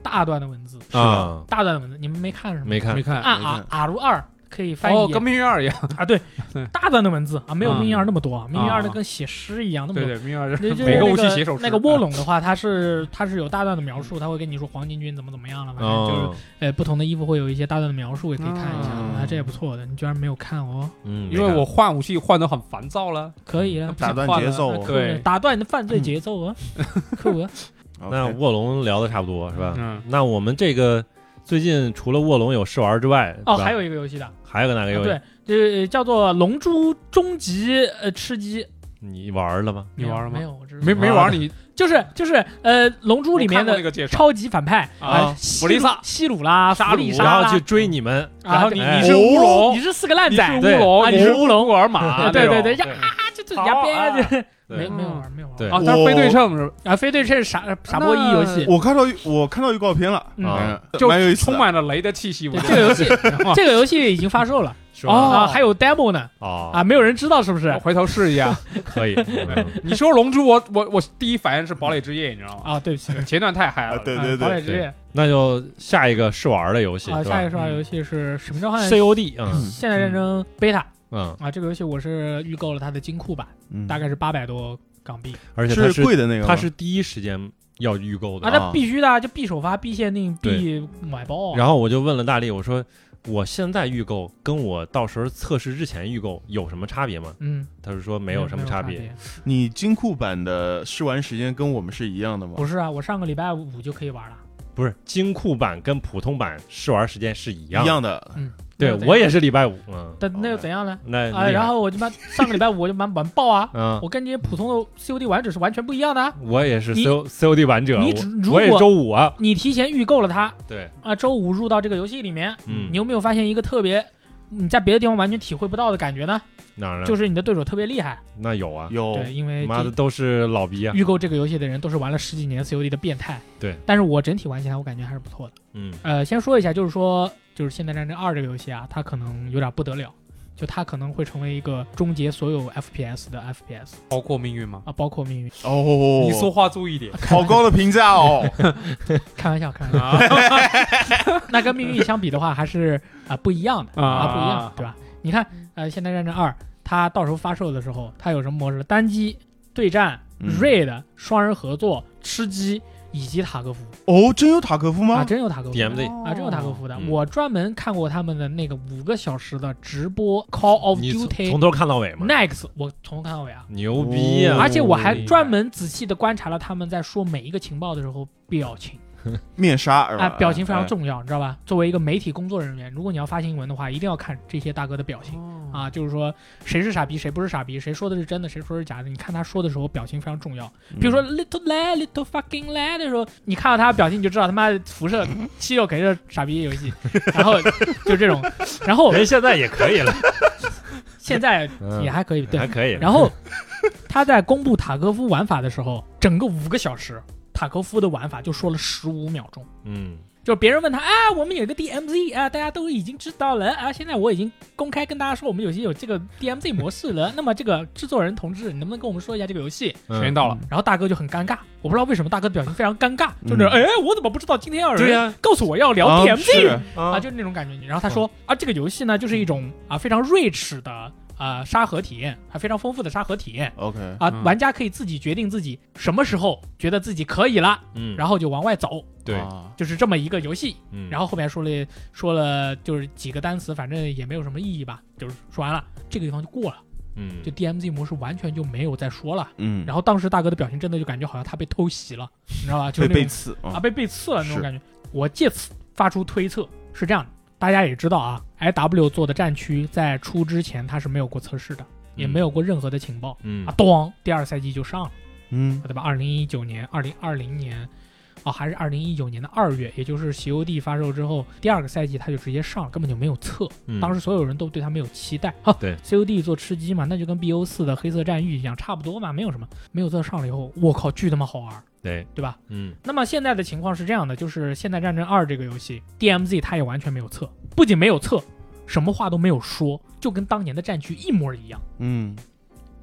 大段的文字，啊，大段的文字，你们没看是吗？没看嗯没看啊没啊看啊如二可以翻译、哦，跟命运二一样。啊，对对，大段的文字啊，没有嗯命运二那么多，啊，命运二那啊跟写诗一样那么对多。对，命运二那是就是每那个武器写手那个卧龙的话，它是它是有大段的描述，它会跟你说黄巾军怎么怎么样了，反正就是哦，呃不同的衣服会有一些大段的描述，也可以看一下，嗯啊这也不错的。你居然没有看哦，嗯，因为我换武器换的很烦躁了。可以嗯啊，打断节奏啊对哦，酷啊打断你的犯罪节奏 [laughs] 啊，酷没啊，看那卧龙聊的差不多是吧？嗯，那我们这个最近除了卧龙有试玩之外，哦，是吧还有一个游戏的，啊还有个哪个游戏对，这叫做《龙珠终极呃吃鸡》，你玩了吗？你玩了吗没有，我只是没没玩你就是就是呃，《龙珠》里面我看过的那个介绍，超级反派啊西弗利萨鲁西鲁拉、沙弗鲁利杀然沙后拉去，追你们，然啊后对你哎你是乌龙你，是四个烂仔你，是乌龙，对是啊你是乌龙乌尔玛，对对对对呀对。啊，这这呀好啊边这没对没有玩没有玩，对啊，但是非对称是吧啊，非对称傻傻波一游戏，我看到我看到预告片了，嗯啊嗯就蛮有意思充的。满了雷的气息。我对觉这个游戏得 [laughs] 这个游戏已经发售了是吧？哦啊，还有 demo 呢哦啊，没有人知道是不是我？回头试一下。可 [laughs] 以，嗯你说龙珠，我我我第一反应是堡垒之夜，你知道吗？啊，对不起，前段太嗨啊了，对啊对堡对垒之夜那就下一个试玩的游戏啊，是下一吧个嗯刷游戏是《使命召唤： ？COD，嗯现代战争 beta》嗯，啊，这个游戏我是预购了它的金库版，嗯大概是八百多港币。而且它是贵的那个吗，它是第一时间要预购啊，的。那必须的啊，就必首发、必限定、对必买爆啊。然后我就问了大力，我说我现在预购跟我到时候测试之前预购有什么差别吗？嗯，他就说没有什么差差别。。你金库版的试玩时间跟我们是一样的吗不？是啊，我上个礼拜五就可以玩了。不是金库版跟普通版试玩时间是一一样的。样的，嗯，对我也是礼拜五，嗯，但那又怎样呢？那啊，然后我 [laughs] 就把上个礼拜五我就把玩爆啊！嗯，我跟这些普通的 COD 玩者是完全不一样的啊。我也是你 C O C O D 玩者，你我只如我也果周五啊，你提前预购了它对，啊，周五入到这个游戏里面，嗯你有没有发现一个特别你在别的地方完全体会不到的感觉呢？哪儿呢？就是你的对手特别厉害，那有啊，有对，因为妈的这都是老逼啊，预购这个游戏的人都是玩了十几年 COD 的变态。对，但是我整体玩起来我感觉还是不错的。嗯呃，先说一下，就是说，就是《现代战争二》这个游戏啊，它可能有点不得了，就它可能会成为一个终结所有 FPS 的 FPS 包括命运吗？啊，包括《命运》哦，你说话注意点好高的评价 [laughs] 哦，开玩笑，开玩笑。啊！那跟《命运》相比的话，还是啊、不一样的啊啊，不一样的，对吧？你看，呃，《现代战争二》它到时候发售的时候，它有什么模式？单机、对战、嗯 raid、双人合作、吃鸡以及塔科夫哦，真有塔科夫啊，吗？真有塔科夫的。 ，DMZ，啊，真有塔科夫的，嗯我专门看过他们的那个五个小时的直播 Call of 你从 Duty 从头看到尾嘛， Next，我从头看到尾啊，牛逼啊！而且我还厉害专门仔细的观察了他们在说每一个情报的时候表情面纱是吧哎啊，表情非嗯常，重要，你知道吧？作为一个媒体工作人员，如果你要发新闻的话，一定要看这些大哥的表情嗯啊，就是说谁是傻逼，谁不是傻逼，谁说的是真的，谁说是假的。你看他说的时候表情非常重要，哎比如说嗯 little lie little fucking lie 的时候，你看到他的表情你就知道他妈辐射嗯肌肉肯定是傻逼游戏，然后就这种，然后人现在也可以 [laughs] 了，现在嗯也还可以，对还，可以。然后他在公布塔科夫玩法的时候，整个五个小时，塔科夫的玩法就说了十五秒钟。嗯，就是别人问他啊，我们有一个 DMZ 啊，大家都已经知道了啊。现在我已经公开跟大家说，我们有些有这个 DMZ 模式了。 [laughs] 那么这个制作人同志，你能不能跟我们说一下这个游戏？嗯时间到了，然后大哥就很尴尬，我不知道为什么大哥的表情非常尴尬，就是嗯哎，我怎么不知道今天要有对人呀告诉我要聊啊 DMZ 是啊，啊就是那种感觉。然后他说啊，这个游戏呢，就是一种啊非常睿智的啊沙盒体验，还非常丰富的沙盒体验 OK， [laughs] 啊，嗯玩家可以自己决定自己什么时候觉得自己可以了，嗯，然后就往外走，对，啊就是这么一个游戏。嗯，然后后面说了说了就是几个单词，反正也没有什么意义吧，就是说完了，这个地方就过了，嗯，就 DMZ 模式完全就没有再说了。嗯，然后当时大哥的表情真的就感觉好像他被偷袭了，你知道吧？被就是那被种刺啊啊，被被刺了那种是感觉。我借此发出推测，是这样的，大家也知道啊，I W 做的战区在出之前它是没有过测试的，也没有过任何的情报、嗯啊，咚，第二赛季就上了，嗯对吧？二零一九年、二零二零年。哦，还是二零一九年的二月，也就是 COD 发售之后第二个赛季，它就直接上了，根本就没有测。嗯当时所有人都对他没有期待。好、对，COD 做吃鸡嘛，那就跟 BO 四的黑色战域一样，差不多嘛，没有什么。没有测上了以后，我靠，巨他妈好玩，对，对吧？嗯那么现在的情况是这样的，就是《现代战争二》这个游戏，DMZ 它也完全没有测，不仅没有测，什么话都没有说，就跟当年的战区一模一样， [laughs] 嗯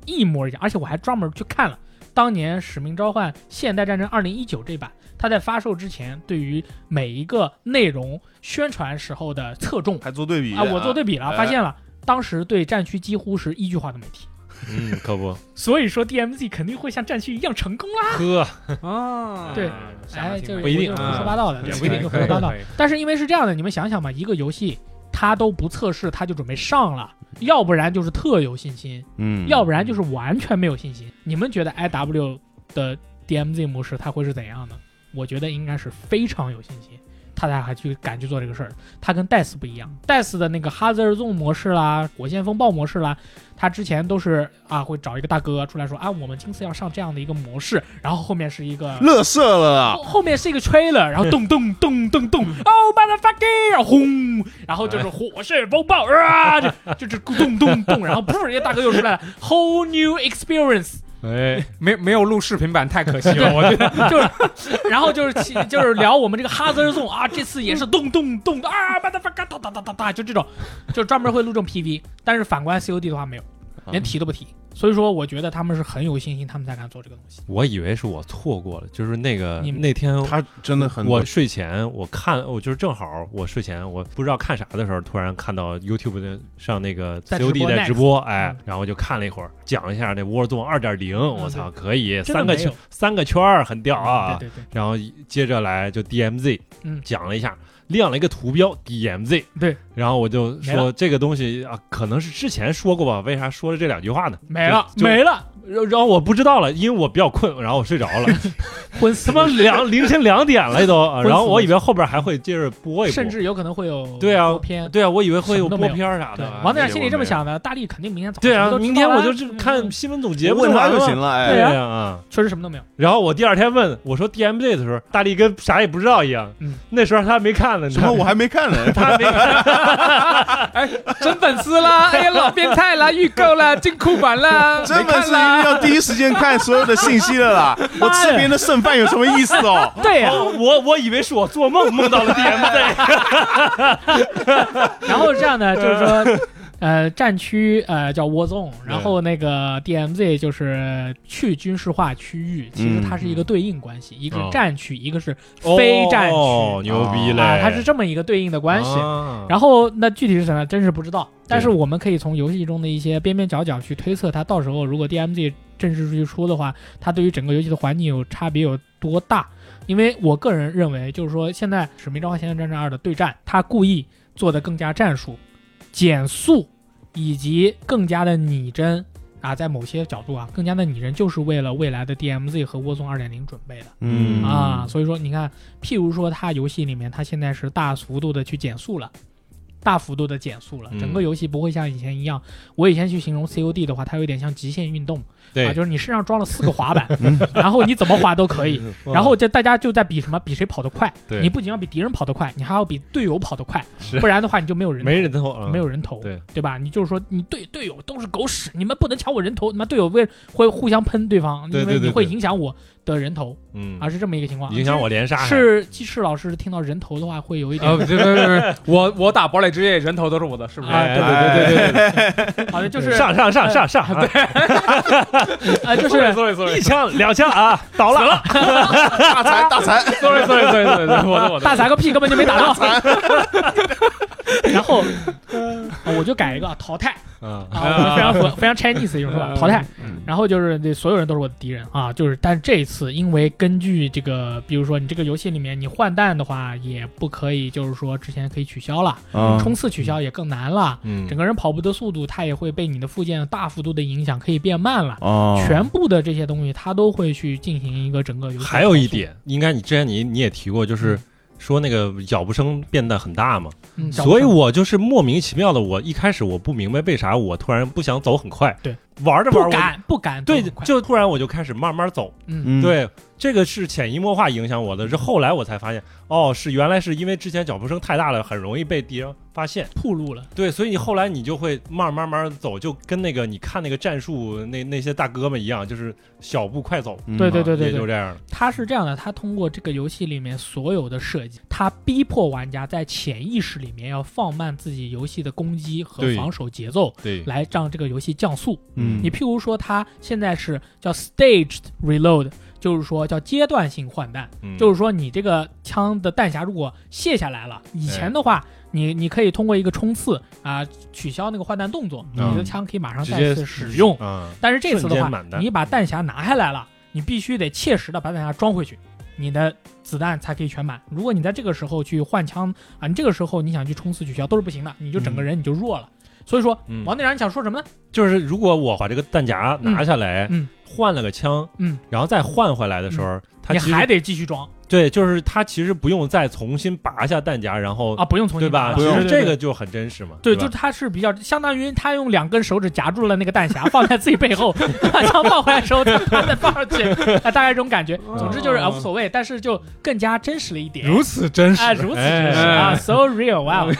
一模一样。而且我还专门去看了当年《使命召唤：现代战争2019》这版，它在发售之前对于每一个内容宣传时候的侧重还做对比啊，我做对比了，哎发现了当时对战区几乎是一句话都没提。嗯，可不， [laughs] 所以说 DMZ 肯定会像战区一样成功啦，呵，啊，对瞎哎，了这挺个美不一定我就啊胡说八道的，也这不一个定就胡可以说八道可。以 [laughs] 但是因为是这样的，你们想想吧，一个游戏它都不测试，它就准备上了，要不然就是特有信心，嗯，要不然就是完全没有信心。你们觉得 I W 的 D M Z 模式它会是怎样呢？我觉得应该是非常有信心，他才还去敢去做这个事儿。它跟 DICE 不一样，DICE 的那个 Hazard Zone 模式啦、火线风暴模式啦，它之前都是啊会找一个大哥出来说啊，我们今次要上这样的一个模式，然后后面是一个乐色了啊啦啊后，后面是一个 trailer，然后 [laughs] 咚咚咚咚咚，Oh motherfucker，轰，然后就是火势风暴 [laughs] 啊，就就就咚咚咚，然后噗，人家大哥又出来了，whole new experience， [laughs] 哎，没没有录视频版太可惜了，我觉得就是，然后就是起就是聊我们这个哈兹尔颂啊，这次也是咚咚咚的啊，motherfucker，哒哒哒哒哒，就这种，就专门会录这种 PV，但是反观 COD 的话没有，啊连提都不提，所以说我觉得他们是很有信心，他们才敢做这个东西。我以为是我错过了，就是那个你那天他真的很我睡前我看，我就是正好我睡前我不知道看啥的时候，突然看到 YouTube 的上那个在直播 COD 在 Next 直播，哎嗯，然后就看了一会儿，讲一下那 Warzone 二点零，我操，可以三个真的没圈有三个圈儿很屌啊，对对然后接着来就 DMZ，嗯讲了一下，亮了一个图标 DMZ，对，然后我就没说这个东西啊，可能是之前说过吧，为啥说了这两句话呢？对，没了就没了，然后然后我不知道了，因为我比较困，然后我睡着 [laughs] 了，昏死他妈 [laughs] 两凌晨两点了 [laughs] 都，啊昏死然后我以为后边还会接着播一播，甚至有可能会有对啊播片。对啊，我以为会什有么都播没有片儿啥对的，啊，王队长心里这么想的，大力肯定明天早上对什啊么，都知道嗯明天我了就是看，新闻总结不问他完就了行吗？了，对哎，呀啊，确实什么都没有。然后我第二天问我说 DMZ 的时候，大力跟啥也不知道一样嗯，那时候他还没看呢，你什知道么吗我还没看呢， [laughs] 他没看，真粉丝啦，哎呀，老变态啦，预购啦，进库版啦，真没的是看啦。要第一时间看所有的信息了啦，我吃别人的剩饭有什么意思哦？对呀、哦我我以为是我做梦梦到了 DMZ， [laughs] 然后这 [laughs] 样的就是说，呃，战区呃叫 War Zone，然后那个 DMZ 就是去军事化区域，其实它是一嗯个对应关系，一个是战区，一个是 [laughs] 非战区、哦牛逼嘞，啊，它是这么一个对应的关系。啊然后那具体是什么，真是不知道。但是对我们可以从游戏中的一些边边角角去推测，它到时候如果 DMZ 正式去出的话，它对于整个游戏的环境有差别有多大？因为我个人认为，就是说现在《使命召唤：现代战争二》的对战，它故意做的更加战术、减速，以及更加的拟真啊，在某些角度啊，更加的拟真，就是为了未来的 DMZ 和 Warzone 2.0准备的。嗯啊，所以说你看，譬如说它游戏里面，它现在是大幅度的去减速了，大幅度的减速了，整个嗯游戏不会像以前一样。我以前去形容 COD 的话，它有点像极限运动，啊，对，嗯就是你身上装了四个 [laughs] 滑板，然后你怎么滑都可以。哎然后这大家就在比什么，比谁跑得快。对你不仅要比敌人跑得快，你还要比队友跑得快是，不然的话你就没有人没人头啊，没有人头，对吧？你就是说，你队队友都是狗屎，你们不能抢我人头，你们队友为会互相喷对方，对因对为对你会对影响我的人头嗯啊，，是这么一个情况。影响我连杀还是鸡翅老师听到人头的话，会有一呃，点不不不不，我我打堡垒之夜人头都是我的，是不是？啊哎对对对对 [laughs] 对，好的，就是嗯上上上上上，啊呃，就 sorry 是 sorry [laughs] sorry 一枪两枪啊，倒了了，大财大财， sorry sorry sorry sorry，我的我的，大傻傻个屁根本就没打到。然后啊我就改一个啊淘汰啊啊，我就非常符合非常 Chinese 一种说法，淘汰。嗯然后就是这所有人都是我的敌人啊，就是但这次因为根据这个，比如说你这个游戏里面你换弹的话，也不可以就是说之前可以取消了，啊，冲刺取消也更难了，嗯整个人跑步的速度它也会被你的附件大幅度的影响，可以变慢了。哦，全部的这些东西，它都会去进行一个整个游戏。还有一，点，应该你之前你你也提过，就是说那个脚步声变得很大嘛，嗯、小所以朋友我就是莫名其妙的，我一开始我不明白为啥我突然不想走很快，对，玩着不玩着我敢不敢对动，快就突然我就开始慢慢走，嗯嗯，对，这个是潜移默化影响我的，是后来我才发现，哦，是原来是因为之前脚步声太大了，很容易被敌人发现，铺路了。对，所以你后来你就会慢慢慢慢走，就跟那个你看那个战术那那些大哥们一样，就是小步快走，嗯对对啊也就这样了，它是这样的，它通过这个游戏里面所有的设计，它逼迫玩家在潜意识里面要放慢自己游戏的攻击和对防守节奏，对，来让这个游戏降速。嗯，你譬如说，它现在是叫 staged reload，就是说叫阶段性换弹，嗯就是说你这个枪的弹匣如果卸下来了，以前的哎话，你你可以通过一个冲刺啊、取消那个换弹动作，嗯你的枪可以马上直再接次使用。嗯，但是这次的瞬话间满，弹你把弹匣拿下来了，你必须得切实的把弹匣装回去，你的子弹才可以全满。如果你在这个时候去换枪啊，你这个时候你想去冲刺取消都是不行的，你就整个人你就弱了。所以说，嗯王队长，你想说什么呢？就是如果我把这个弹夹拿下来，嗯嗯换了个枪，嗯，然后再换回来的时候，它你其实还得继续装对，就是它其实不用再重新拔下弹夹，然后、啊，不用重新对吧？装其不用了实对这个就很真实嘛，对，吧就是他是比较相当于他用两根手指夹住了那个弹匣，放在自己背 [laughs] 后，把枪放回来的时候，他把它再放上去，啊，大概这种感觉。总之就是啊，无所谓，但是就更加真实了一点。哦如此真实啊，，如此真实啊哎，so real，哇、 [laughs] 哦！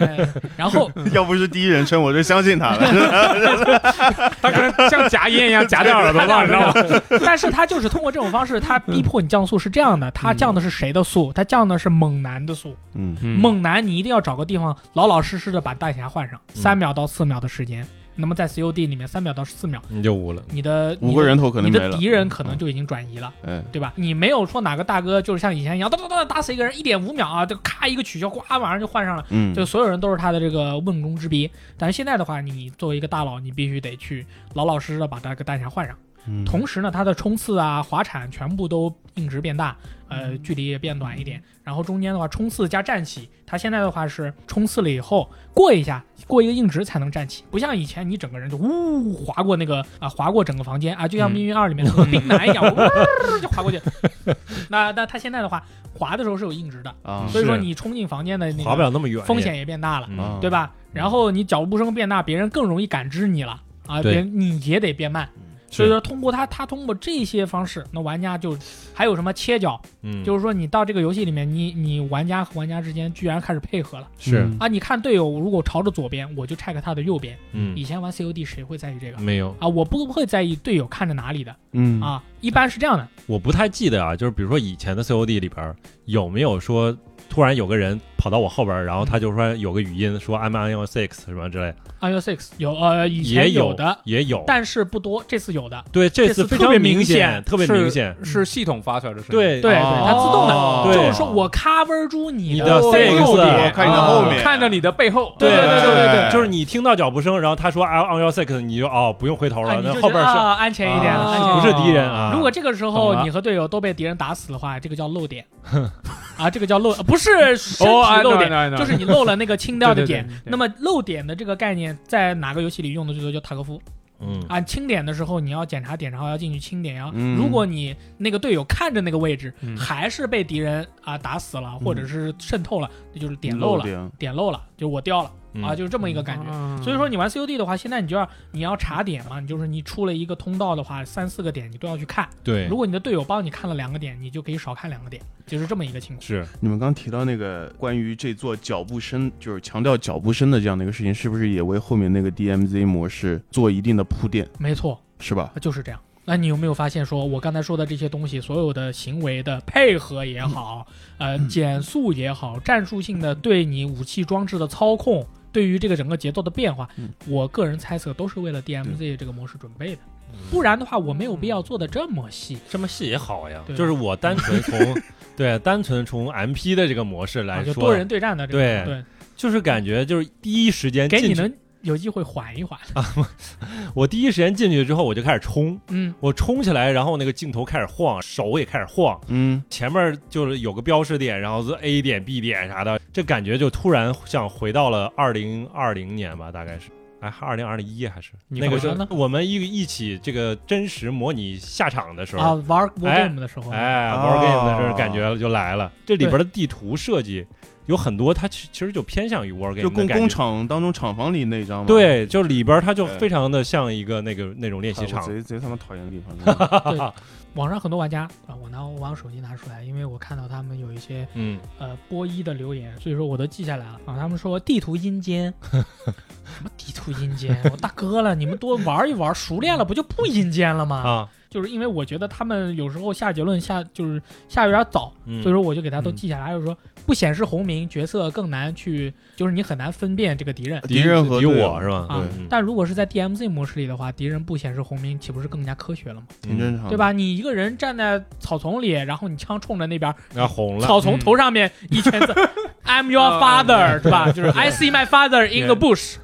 哎然后要不是第一人称，我就相信他了。他可能像夹烟一样夹在耳朵 [laughs] 上，你知道吗？但是他就是通过这种方式，他逼迫你降速是这样嗯的，他降的是谁的速？他降的是猛男的速。 [laughs] 嗯，梦猛男，你一定要找个地方老老实实的把弹匣换上，嗯三秒到四秒的时间。那么在 COD 里面，三秒到四秒， [laughs] 你就无了。你的五个人头可能你没的了。嗯敌人可能就已经转移了，哎，对吧？你没有说哪个大哥就是像以前一样，哒哒哒哒打死一个人一点五秒啊，就咔一个取消，呱马上就换上了。嗯，就所有人都是他的这个瓮中之鳖。但是现在的话，你作为一个大佬，你必须得去老老实实的把这个弹匣换上。嗯同时呢，它的冲刺啊、滑铲全部都硬直变大，呃，嗯距离也变短一点。然后中间的话，冲刺加站起，它现在的话是冲刺了以后过一下，过一个硬直才能站起，不像以前你整个人就呜划过那个啊、划过整个房间啊，就像嗯《命运二》里面那个冰男一样，呜 [laughs] 就划过去。那那它现在的话，滑的时候是有硬直的，啊，所以说是你冲进房间的那滑不个了那么远，嗯风险也变大了。啊嗯对吧？然后你脚步声变大，别人更容易感知你了啊，对别人你也得变慢嗯。所以说，通过他，他通过这些方式，那玩家就还有什么切角，嗯，就是说你到这个游戏里面，你你玩家和玩家之间居然开始配合了是啊！你看队友如果朝着左边，我就 check 他的右边。嗯以前玩 COD 谁会在意这个没有，啊？我不会在意队友看着哪里的嗯，啊，一般是这样的，我不太记得啊，就是比如说以前的 COD 里边儿有没有说突然有个人跑到我后边儿，然后嗯他就说有个语音说 I'm on your six 什么之类的，啊，有 six 有呃以也前有的，也有，但是不多，这次有的。对这这次次非特常别明明显，显特别明显，是系统发出来的声音，对嗯对对，哦它自动的，对就是说我 cover 住你你的的哦 six，右边看你的后面啊哦看着你的背后，呃对对对对对就是你听到脚步声，然后他说 I'm on your six，你就哦不用回头啊了，你那就后觉得边是啊安全一点，啊安全哦一不点。是敌人啊？如果这个时懂候了你和队友都被敌人打死的话，这个叫 [laughs] 漏点，啊，这个叫漏，呃不是身哦体，I know，漏 I know，I 点， know 就是你漏了那个清掉的对对对点对。对那么漏点的这个概念在哪个游戏里用的最多？叫塔科夫嗯啊，清点的时候你要检查点，然后要进去清点，然后嗯如果你那个队友看着那个位置嗯还是被敌人啊打死了，或嗯者是渗透了，那就是点漏了，点点漏了，就我掉了嗯啊，就是这么一嗯个感觉。觉所以说你玩 COD 的话，现在你就要你要查点嘛，你就是你出了一个通道的话，三四个点你都要去看。对如果你的队友帮你看了两个点，你就可以少看两个点，就是这么一个情况。是你们刚提到那个关于这座脚步声，就是强调脚步声的这样的一个事情，是不是也为后面那个 DMZ 模式做一定的铺垫，没错，是吧？就是这样。那你有没有发现，说我刚才说的这些东西，所有的行为的配合也好，嗯呃，减速也好，战术性的对你武器装置的操控，对于这个整个节奏的变化，嗯我个人猜测都是为了 DMZ 这个模式准备的，不然的话我没有必要做的这么细。这么细也好呀，对就是我 [laughs] 单纯从对单纯从 MP 的这个模式啊，来就说，多人对战的这个，对对，就是感觉就是第一时 [laughs] 间给你进去，能有机会缓 [laughs] 一缓。我第一时间进去之后我就开始冲，嗯，我冲起来，然后那个镜头开始晃，手也开始晃，嗯，前面就是有个标识点，然后是 A 点、B 点啥的，这感觉就突然像回到了二零二零年吧，大概是。哎，二零二零一还是你那个干嘛呢就我们一一起这个真实模拟下场的时啊，候，玩 war 哎 game 的时候，哎玩哦 game 的这种感觉就来了。这里边的地图设计有很多，它其其实就偏向于 war game，就工的感工觉。厂当中厂房里那一张吗？对，就里边它就对非常的像一个那个那种练哎，习我场，贼贼他妈讨厌的地方。 [laughs] 网上很多玩家啊，我拿我把我手机拿出来，因为我看到他们有一些嗯，呃播一的留言，所以说我都记下来了啊。他们说地图 [laughs] 阴间，什么地图阴间？我大哥了，你们多玩一玩，熟练了不就不阴间了吗？啊，就是因为我觉得他们有时候下结论下就是下有点早，嗯所以说我就给他都嗯记下来，就是说不显示红名，角色更难去，就是你很难分辨这个敌人。敌人和敌队友我是吧？啊嗯，但如果是在 DMZ 模式里的话，敌人不显示红名，岂不是更加科学了吗？挺嗯正常，对？吧？你一个人站在草丛里，然后你枪冲着那边然后红了，草丛头上面一圈子，I'm your father，对吧？就是 I see my father in the bush，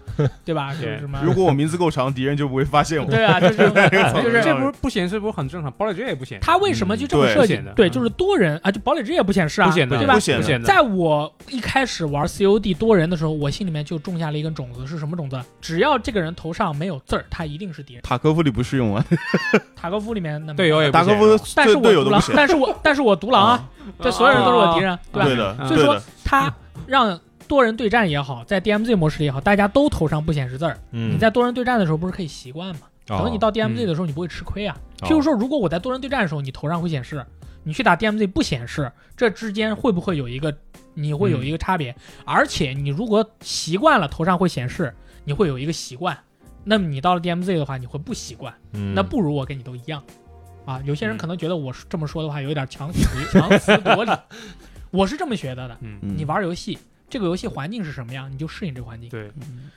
对吧？就是什么？如果我名字够长，敌人就不会发现我。对啊，就是就是这不是不显示不是很正常？堡垒之夜也不显示，他为什么就这么设计嗯对？对，就是多人啊，就堡垒之夜不显示啊，不显的，对不吧？显的不显的。在我一开始玩 COD 多人的时候，我心里面就种下了一根种子，是什么种子？只要这个人头上没有字儿，他一定是敌人。塔科夫里不适用啊，塔科夫里面那么队友也不塔科显夫的，但是队我队友独都不狼行，。但 [laughs] 是我但是我独狼啊，这所有人都是我敌人，对吧？对的，嗯所以对说的，他让多人对战也好，在 DMZ 模式里也好，大家都头上不显示字儿。嗯，你在多人对战的时候不是可以习惯吗？哦等你到 DMZ 的时候，你不会吃亏啊。嗯哦譬如说，如果我在多人对战的时候，你头上会显示，你去打 DMZ 不显示，这之间会不会有一个你会有一个差嗯别？而且你如果习惯了头上会显示，你会有一个习惯，那么你到了 DMZ 的话，你会不习惯。嗯那不如我跟你都一样，啊，有些人嗯可能觉得我是这么说的话有点强词强词夺 [laughs] 理，我是这么觉得的。嗯，嗯你玩游戏，这个游戏环境是什么样，你就适应这个环境。对，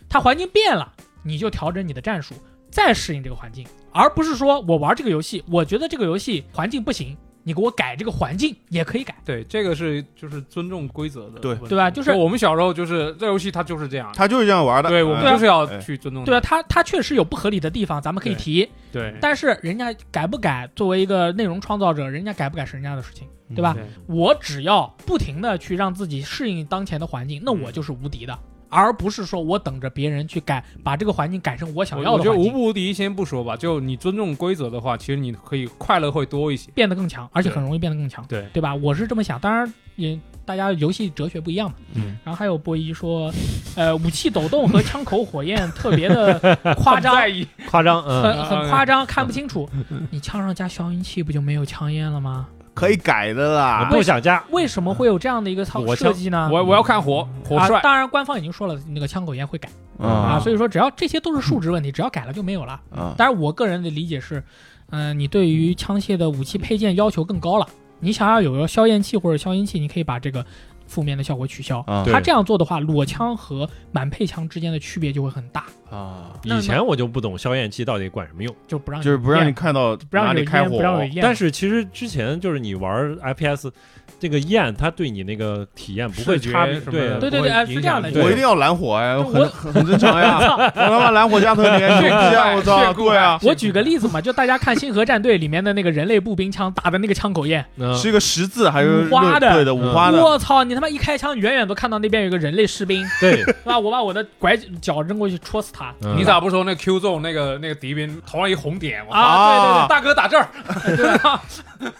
它环境变了，你就调整你的战术，再适应这个环境，而不是说我玩这个游戏，我觉得这个游戏环境不行，你给我改这个环境也可以改，对，这个是就是尊重规则的对问题，对吧就是我们小时候就是这游戏它就是这样，他就是这样玩的。对我们哎就是要哎去尊重它。啊对吧？啊它它确实有不合理的地方，咱们可以嗯对提，对但是人家改不改，作为一个内容创造者，人家改不改是人家的事情，对吧？对我只要不停的去让自己适应当前的环境，那嗯我就是无敌的，而不是说我等着别人去改，把这个环境改成我想我要我的觉得环无境，不无敌先不说吧，就你尊重规则的话，其实你可以快乐会多一些。变得更强，而且很容易变得更强，对，对吧？我是这么想，当然也大家游戏哲学不一样嘛。嗯。然后还有波一说，呃，武器抖动和枪口火焰特别的夸 [laughs] 张，在意夸张，嗯，很很夸张，看不清楚。你枪上加消音器不就没有枪烟了吗？可以改的啦我。不想加，为什么会有这样的一个操我设枪计呢？我我要看火火啊，帅，当然官方已经说了，那个枪口烟会改。啊，所以说只要这些都是数值问题，只要改了就没有了。啊，当然，我个人的理解是，嗯、你对于枪械的武器配件要求更高了。你想要有个消焰器或者消音器，你可以把这个负面的效果取消。啊对他这样做的话，裸枪和满配枪之间的区别就会很大，啊，那以前我就不懂消焰器到底管什么用，就不让就是不让你验看到不让哪你里有开烟，火不，让有烟。但是其实之前就是你玩 FPS，这个焰它对你那个体验不会视觉差别，什么对的对对对哎是这样的我一对定要蓝火哎，就很我 [laughs] 很正常 [laughs] 呀。我他妈蓝火加特林，炫这酷样我操，炫酷对啊，我举个例子嘛，就大家看《星河战队》里面的那个人类步兵枪打的那个枪口焰，嗯是一个十字还是五花的对的五花的，我操！你他妈一开枪，远远都看到那边有个人类士兵，对， [laughs] 是吧？我把我的拐脚扔过去戳死他，嗯你咋不说那 Q zone 那个那个敌兵头上一红点？我操啊啊，大哥打 [laughs] 这儿，对对对，对啊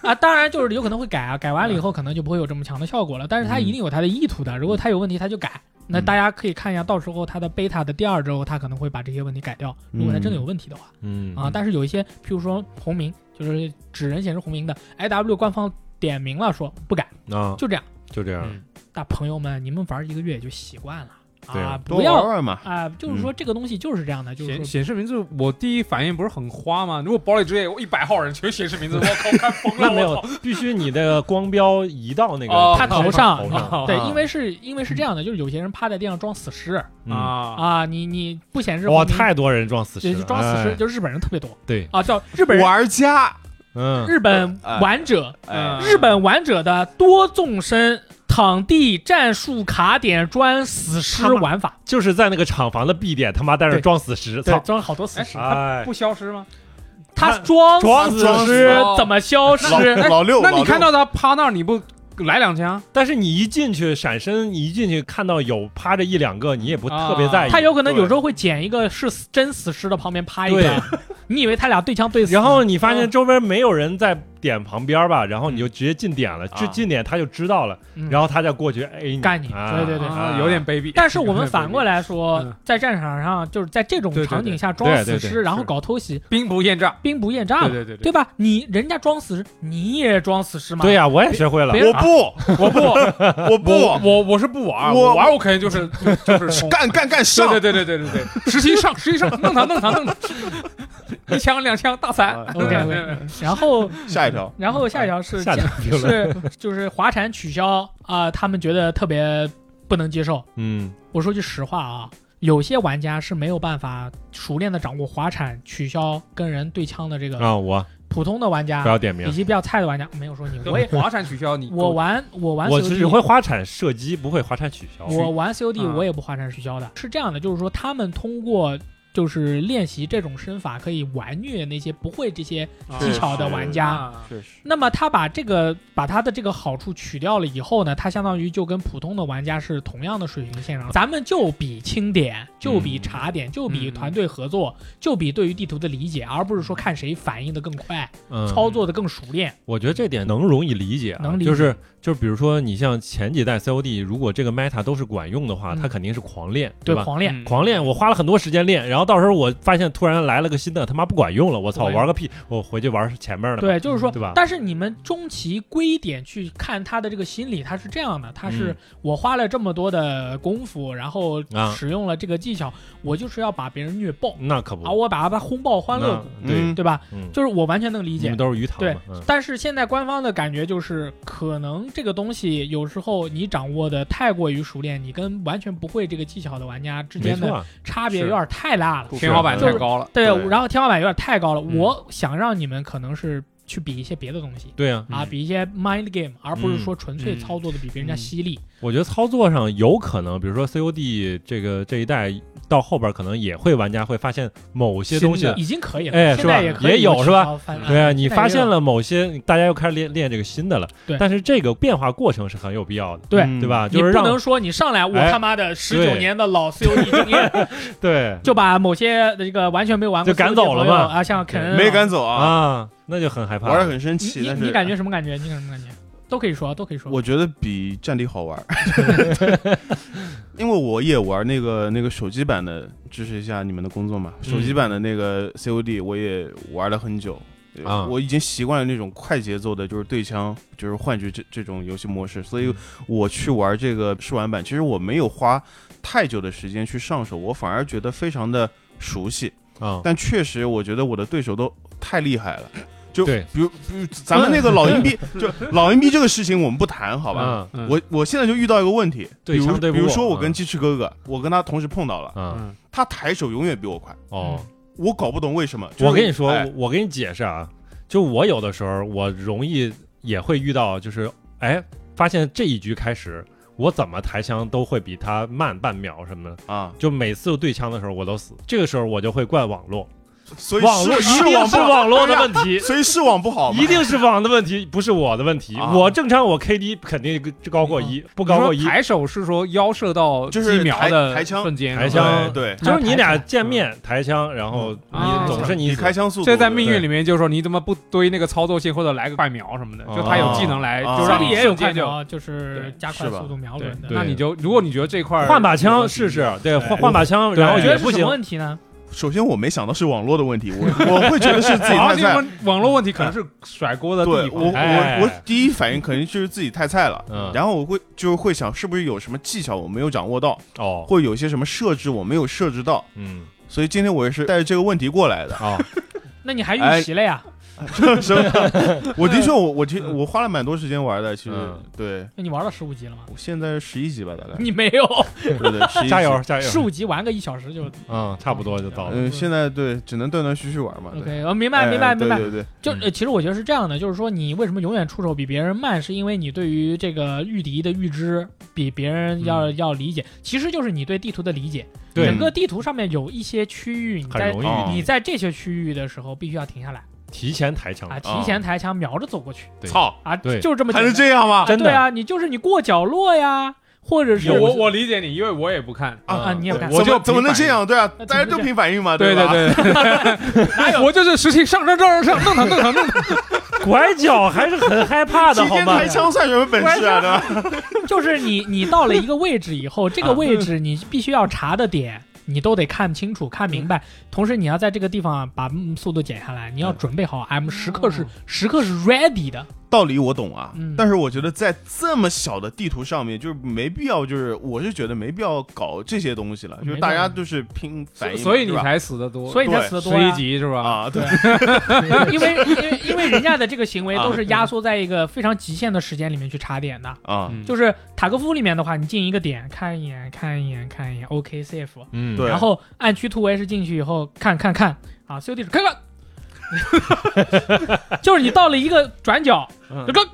啊，当然就是有可能会改啊，改完了以后可能就不会有这么强的效果了，但是它一定有它的意图的，如果它有问题它就改。那大家可以看一下，到时候它的贝塔的第二周，它可能会把这些问题改掉。如果它真的有问题的话嗯啊，但是有一些，譬如说红名，就是指人显示红名的，I W 官方点名了说不改，啊就这样。就这嗯样，大朋友们，你们玩一个月也就习惯了对啊啊，多玩不要玩嘛。啊，就是说这个东西就是这样的，就是显说显示名字，我第一反应不是很花吗？如果堡垒之夜有一百号人全显示名字，我靠，看疯那了，没我有操！，必须你的光标移到那哦个他头头上上对啊，因为是因为是这样的，就是有些人趴在地上装死尸，啊，啊，啊，你你不显示哇，红名太多人撞死尸对了，就装死尸，哎就日本人特别多对，啊，叫日本人玩家，嗯，日本玩者，哎嗯日本玩者的多纵深躺地战术卡点装死尸玩法，就是在那个厂房的 B 点，他妈在那对装死尸，对，操！装了好多死尸，哎，不消失吗？他装装死装尸死哦怎么消失？老老六，那老你六看到他趴那儿，你不来两枪？但是你一进去闪身，你一进去看到有趴着一两个，你也不啊特别在意。他有可能对有时候会捡一个是死真死尸的旁边趴一对个，你以为他俩对枪对死？然后你发现周边没有人在点旁边吧，然后你就直接进点了，啊这进点他就知道了，嗯然后他再过去哎你干你啊对对对啊啊有点卑鄙。但是我们反过来，来说嗯，在战场上就是在这种对对对场景下装对对死对尸，然后是搞偷袭，兵不厌诈。兵不厌诈对嘛，对对对吧？你人家装死尸，你也装死尸嘛？对呀，我也学会了别，我不，我 [laughs] 不，我我不，我我是不玩儿，我我玩儿我肯定就是就就是干干干上对！对对对对对对，实习上实习上，弄他弄他弄 [laughs] 他，一枪两枪大散。啊 OK，OK 对对对嗯然后下一条，然后下一条是下加条评论，是就是华产取消啊、他们觉得特别不能接受。嗯，我说句实话啊，有些玩家是没有办法熟练的掌握华产取消跟人对枪的这个啊，我普通的玩家、不要点以名，及比较菜的玩家，没有说 [laughs] 你，对我也华山取消你，我玩我玩我 COD 只会嗯花产射击，不会花产取消。我玩 COD 啊我也不华产取消的，是这样的，就是说他们通过。就是练习这种身法，可以玩虐那些不会这些啊技巧的玩家。啊确实，那么他把这个把他的这个好处取掉了以后呢，他相当于就跟普通的玩家是同样的水平线上。咱们就比清点，就比嗯查点，就比团队合作，就比对于地图的理解，而不是说看谁反应的更快，嗯操作的更熟练。我觉得这点能容易理解、啊，能理解就是就是比如说你像前几代 COD，如果这个 meta 都是管用的话，嗯它肯定是狂练，对，吧？狂练。嗯狂练，我花了很多时间练，然后到时候我发现突然来了个新的，他妈不管用了，我操，不管用玩个屁！我回去玩前面的吧。对，就是说，嗯对吧但是你们终其归点去看他的这个心理，他是这样的，他是嗯我花了这么多的功夫，然后啊使用了这个技巧，我就是要把别人虐爆，那可不，啊，我把他轰爆欢乐谷，那对，嗯对吧？嗯，就是我完全能理你解们。都是鱼塘对嘛，嗯但是现在官方的感觉就是，可能这个东西有时候你掌握的太过于熟练，你跟完全不会这个技巧的玩家之没间错的啊，差别有是点太大了。不嗯天花板就太是高了。对，对然后天花板有点太高了。嗯我想让你们可能是去比一些别的东西对啊，啊，嗯比一些 mind game，而不是说纯粹嗯操作的比别人家犀利。我觉得操作上有可能，比如说 COD 这个这一代到后边，可能也会玩家会发现某些东西新的嗯已经可以了，哎现在是吧也可以也有是吧取消翻？对啊，现你在发也现有了某些，大家又开始练练这个新的了。对但是这个变化过程是很有必要的，对嗯对？吧？你就是不让能说你上来我哎他妈的十九对年的老 COD 经验， [laughs] 对就把某些这个完全没有玩过就赶 COD 走了的朋友嘛啊，像嗯肯恩没啊赶走啊，啊，那就很害怕。玩的很生你气，你但你是感觉什么感觉？你感觉什么感觉？都可以说，都可以说。我觉得比战地好玩儿， [laughs] 因为我也玩那个那个手机版的，支持一下你们的工作嘛。手嗯机版的那个 COD 我也玩了很久。对啊我已经习惯了那种快节奏的，就是对枪，就是换局这这种游戏模式，所嗯以我去玩这个试玩版，其实我没有花太久的时间去上手，我反而觉得非常的熟悉。啊，但确实，我觉得我的对手都太厉害了。就对比如，比如咱们那个 [laughs] 老硬币，就老硬币这个事情，我们不谈，好吧？嗯嗯我我现在就遇到一个问题，比对如枪对不比如过说我跟嗯鸡翅哥哥，我跟他同时碰到了，啊嗯他抬手永远比我快，哦，我搞不懂为什么。就是我跟你说，哎我我给你解释啊，就我有的时候我容易也会遇到，就是哎，发现这一局开始。我怎么抬枪都会比他慢半秒什么的，啊，就每次对枪的时候我都死。这个时候我就会怪网络，所以网络是一是定网是不好，网络的问题，所以是网不 [laughs] 好嘛一。定是网的问题，不是我的问题。啊我正常我 KD 肯定高过一，不高过你一说。抬手是说腰射到就是几秒抬的抬枪瞬间，抬是吧枪对，[laughs] 对就是你俩见面抬枪，然后啊你总是你你死开枪速度，这在命对运里面就是说你怎么不堆那个操作性或者来个快瞄什么的，就他有技能来，哦就这让里你也有瞬快间就瞄，就是加快是吧速度瞄对准，的。对那你就如果你觉得这块儿换把枪试试，对，换换把枪，对然后我觉也得哎不是什行么。问题呢？首先我没想到是网络的问题，我我会觉得是自己然后太这菜个。网络问题可能是甩锅呃的对地我方。哎我我第一反应肯定就是自己太菜了，嗯然后我会就是会想是不是有什么技巧我没有掌握到，哦，或者有些什么设置我没有设置到，嗯， [laughs] 所以今天我也是带着这个问题过来的。哦，哎那你还预习了呀？什么？ [laughs] 我的确，我我听我花了蛮多时间玩的，其实嗯对。那你玩了十五级了吗？ [laughs] 我现在十一级吧，大概你没有，对对，十 [laughs] 一加油哎加油，十五级玩个一小时就嗯，差不多就到了。嗯，现在对，只能断断续续玩嘛。对 OK。我明哦白，明白，哎明白。对对对，就嗯呃，其实我觉得是这样的，就是说你为什么永远出手比别人慢，是因为你对于这个御敌的预知比别人要、要理解，其实就是你对地图的理解。嗯对整个地图上面有一些区域，你很在容易哦你在这些区域的时候必须要停下来提前抬枪啊，，提前抬枪瞄着走过去对操，啊，哦对就是这么还简能单这样吗？啊，真的对啊，你就是你过角落呀，或者是我我我理解你，因为我也不看啊啊嗯你也不看我怎就么怎么能这？样？对啊，么大家都这样凭反应嘛，对啊吧？对 [laughs] 对， [laughs] 我就是实情上上上上上弄他弄他弄他，拐角还是很害怕 [laughs] 的，今好天吗？开枪算什么本事啊？对吧？ [laughs] 就是你你到了一个位置以后，这啊嗯个位置你必须要查的点。你都得看清楚、看明嗯白，同时你要在这个地方把嗯速度减下来，你要准备嗯好 M，时刻是时刻是 ready 的。道理我懂啊嗯，但是我觉得在这么小的地图上面，就是没必要，就是我是觉得没必要搞这些东西了，就是大家都是拼反应嘛，所以你是吧才死的多，所以才对死的多十呀、一级是吧？啊，对，因为因为因为人家的这个行为啊都是压缩在一个非常极限的时间里面去查点的。啊，嗯就是塔科夫里面的话，你进一个点看一眼，看一眼，看一眼，OK safe，嗯，对然后按区突围是进去以后看看看啊，COD 是看看， [laughs] 就是你到了一个转角，嗯就看，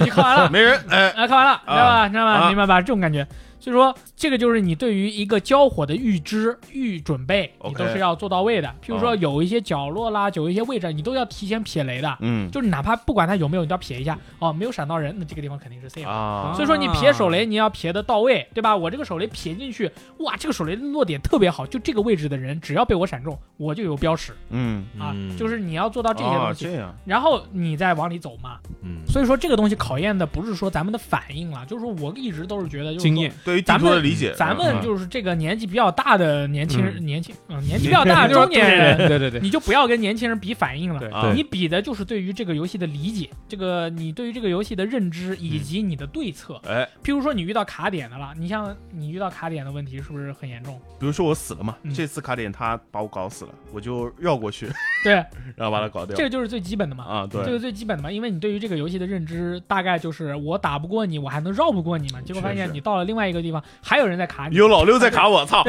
你 [laughs] 看完了，没人 [laughs] 哎，哎，看完了，知道吧？知道吧？啊明白吧？这种感觉。所以说，这个就是你对于一个交火的预知、预准备，你 OK 都是要做到位的。譬如说，啊有一些角落啦，有一些位置，你都要提前撇雷的。嗯就是哪怕不管它有没有，你都要撇一下。哦，没有闪到人，那这个地方肯定是 safe 的。啊所以说你撇手雷，你要撇的到位，对吧？我这个手雷撇进去，哇，这个手雷落点特别好，就这个位置的人只要被我闪中，我就有标识嗯，啊，嗯就是你要做到这些哦啊东西，这样，然后你再往里走嘛。嗯，所以说这个东西考验的不是说咱们的反应了，就是说我一直都是觉得就是说经验。，对于地图的理解，咱们就是这个年纪比较大的年轻人，嗯年轻嗯、年纪比较大的中年人， [laughs] 对对对，你就不要跟年轻人比反应了。对啊你比的就是对于这个游戏的理解，这个你对于这个游戏的认知以及你的对策。哎，譬如说你遇到卡点的了，你像你遇到卡点的问题是不是很严重？比如说我死了嘛嗯，这次卡点他把我搞死了，我就绕过 [laughs] 去，对，然后把他搞掉这个就是最基本的嘛。啊，这对，个最基本的嘛，因为你对于这个游戏的认知大概就是我打不过你，我还能绕不过你嘛。结果发确现实你到了另外一个地方，还有人在卡你。有老六在卡我，操，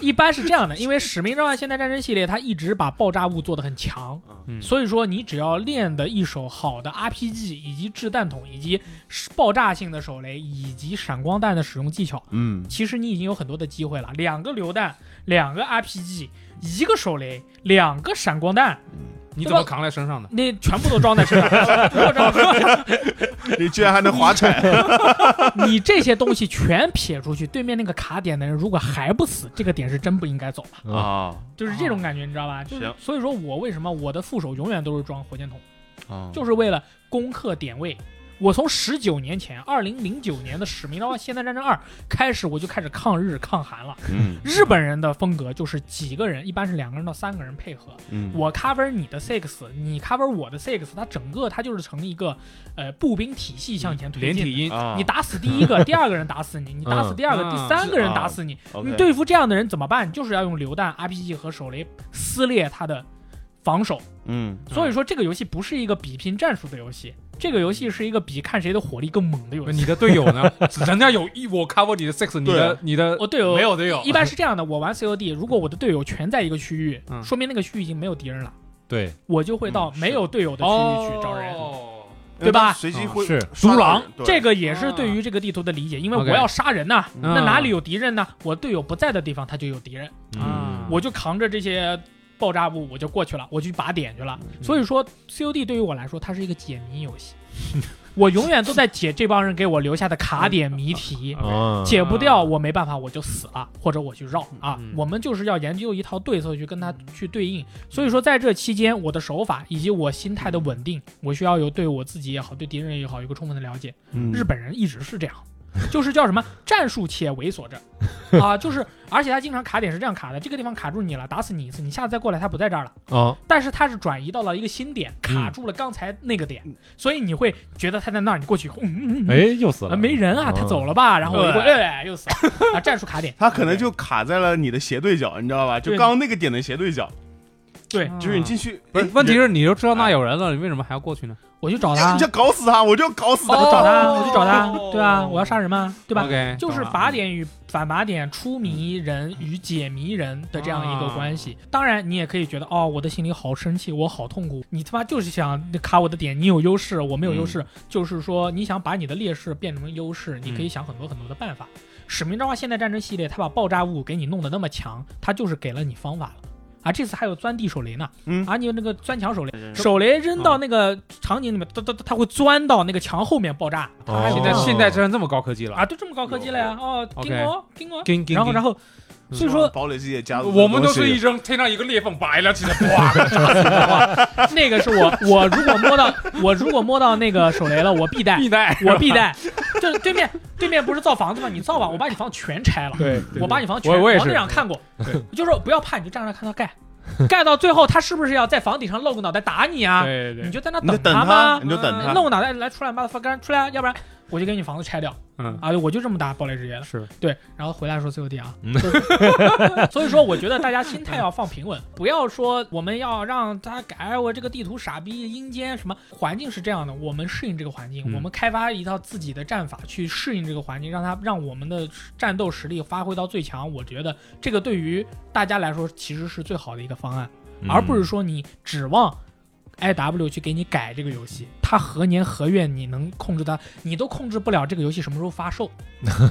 一般是这样的，因为《使命召唤：现代战争》系列它一直把爆炸物做得很强，嗯所以说你只要练的一手好的 RPG 以及掷弹筒以及爆炸性的手雷以及闪光弹的使用技巧，嗯，其实你已经有很多的机会了。两个榴弹，两个 RPG，一个手雷，两个闪光弹，嗯你怎么扛在身上的？那全部都装在身上，全部装在身上 [laughs] [laughs] 你居然还能划船，你这些东西全撇出去，对面那个卡点的人如果还不死，这个点是真不应该走了，啊，啊就是这种感觉，你知道吧？就是行所以说我为什么我的副手永远都是装火箭筒。啊就是为了攻克点位。我从十九年前，二零零九年的《使命召唤：现代战争二》开始，我就开始抗日抗韩了。嗯日本人的风格就是几个人，一般是两个人到三个人配合，嗯，我 cover 你的 six，你 cover 我的 six，它整个它就是成一个呃步兵体系向前推嗯连体进。婴，啊你打死第一 [laughs] 个，第二个人打死你；你打死第二个，嗯第三个人啊打死你。 OK 你对付这样的人怎么办？就是要用榴弹、RPG 和手雷撕裂他的防守。嗯所以说这个游戏不是一个比拼战术的游戏，这个游戏是一个比看谁的火力更猛的游戏。你的队友呢？人家有一我 cover 你的 six，你对的啊你的我队友没有队友，一般是这样的，我玩 COD，如果我的队友全在一个区域，嗯说明那个区域已经没有敌人了，对，我就会到嗯是没有队友的区域去找人。哦对吧随机会是刷到狼人对啊这个也是对于这个地图的理解，因为 OK 我要杀人呐、嗯那哪里有敌人呢？我队友不在的地方，他就有敌人，嗯啊我就扛着这些。爆炸物我就过去了，我去靶点去了。嗯所以说，COD 对于我来说，它是一个解谜游戏。 [laughs] 我永远都在解这帮人给我留下的卡点谜 [laughs] 题。啊，解不掉，我没办法，我就死了，或者我去绕啊嗯。我们就是要研究一套对策去跟它去对应。所以说，在这期间，我的手法以及我心态的稳定，我需要有对我自己也好，对敌人也好，有个充分的了解。嗯日本人一直是这样，就是叫什么战术且猥琐着啊，就是而且他经常卡点是这样卡的，这个地方卡住你了，打死你一次，你下次再过来他不在这儿了。啊，但是它是转移到了一个新点，卡住了刚才那个点，所以你会觉得他在那儿，你过去以后，嗯嗯嗯，哎，哦又死啊，了，没人啊，他走了吧？然后我就会，哎，又死了啊，战术卡点，他可能就卡在了你的斜对角，你知道吧？就对嗯刚刚那个点的斜对角，对，就是你进去，嗯不是哎问题人是你就知道那有人了，你为什么还要过去呢？我去找哎他你，就搞死他，我就搞死他。我找他，哦我去找他，对啊，我要杀人嘛，对吧？ ？OK，就是靶点与反靶点、出谜人与解谜人的这样一个关系。当然，你也可以觉得，哦，我的心里好生气，我好痛苦。你他妈就是想卡我的点，你有优势，我没有优势。就是说，你想把你的劣势变成优势，你可以想很多很多的办法。使命召唤：现代战争系列，它把爆炸物给你弄得那么强，它就是给了你方法了。啊，这次还有钻地手雷呢，嗯啊，你有那个钻墙手雷，人手雷扔到那个场景里面，它它它会钻到那个墙后面爆炸。它还有现在这样现在真的这么高科技了啊，就这么高科技了呀！哦， OK 盯我，盯我，叮叮叮然后然后，嗯所以说堡垒机也加入，我们都是一扔，天上一个裂缝，拔一亮起来，哇！那个是我，我如果摸到我如果摸到那个手雷了，我必带，必带，我必带。就是对面对面不是造房子吗？你造吧，我把你房子全拆了，对，我把你房子我全。我也王队是长看过，就是说不要怕，你就站着看他盖，盖到最后他是不是要在房顶上露个脑袋打你啊？对对你对，就在那你就等等他他，吗？你就等他嗯。露个脑袋来出来，妈的 f 干出来啊，要不然我就给你房子拆掉嗯，啊！我就这么打堡垒之夜了。是对，然后回来说 COD 啊嗯，所以说我觉得大家心态要放平稳，不要说我们要让他改我这个地图傻逼阴间什么环境是这样的，我们适应这个环境，嗯我们开发一套自己的战法去适应这个环境，让它让我们的战斗实力发挥到最强。我觉得这个对于大家来说其实是最好的一个方案，嗯嗯而不是说你指望。I W 去给你改这个游戏，它何年何月你能控制它？你都控制不了这个游戏什么时候发 [laughs] 售，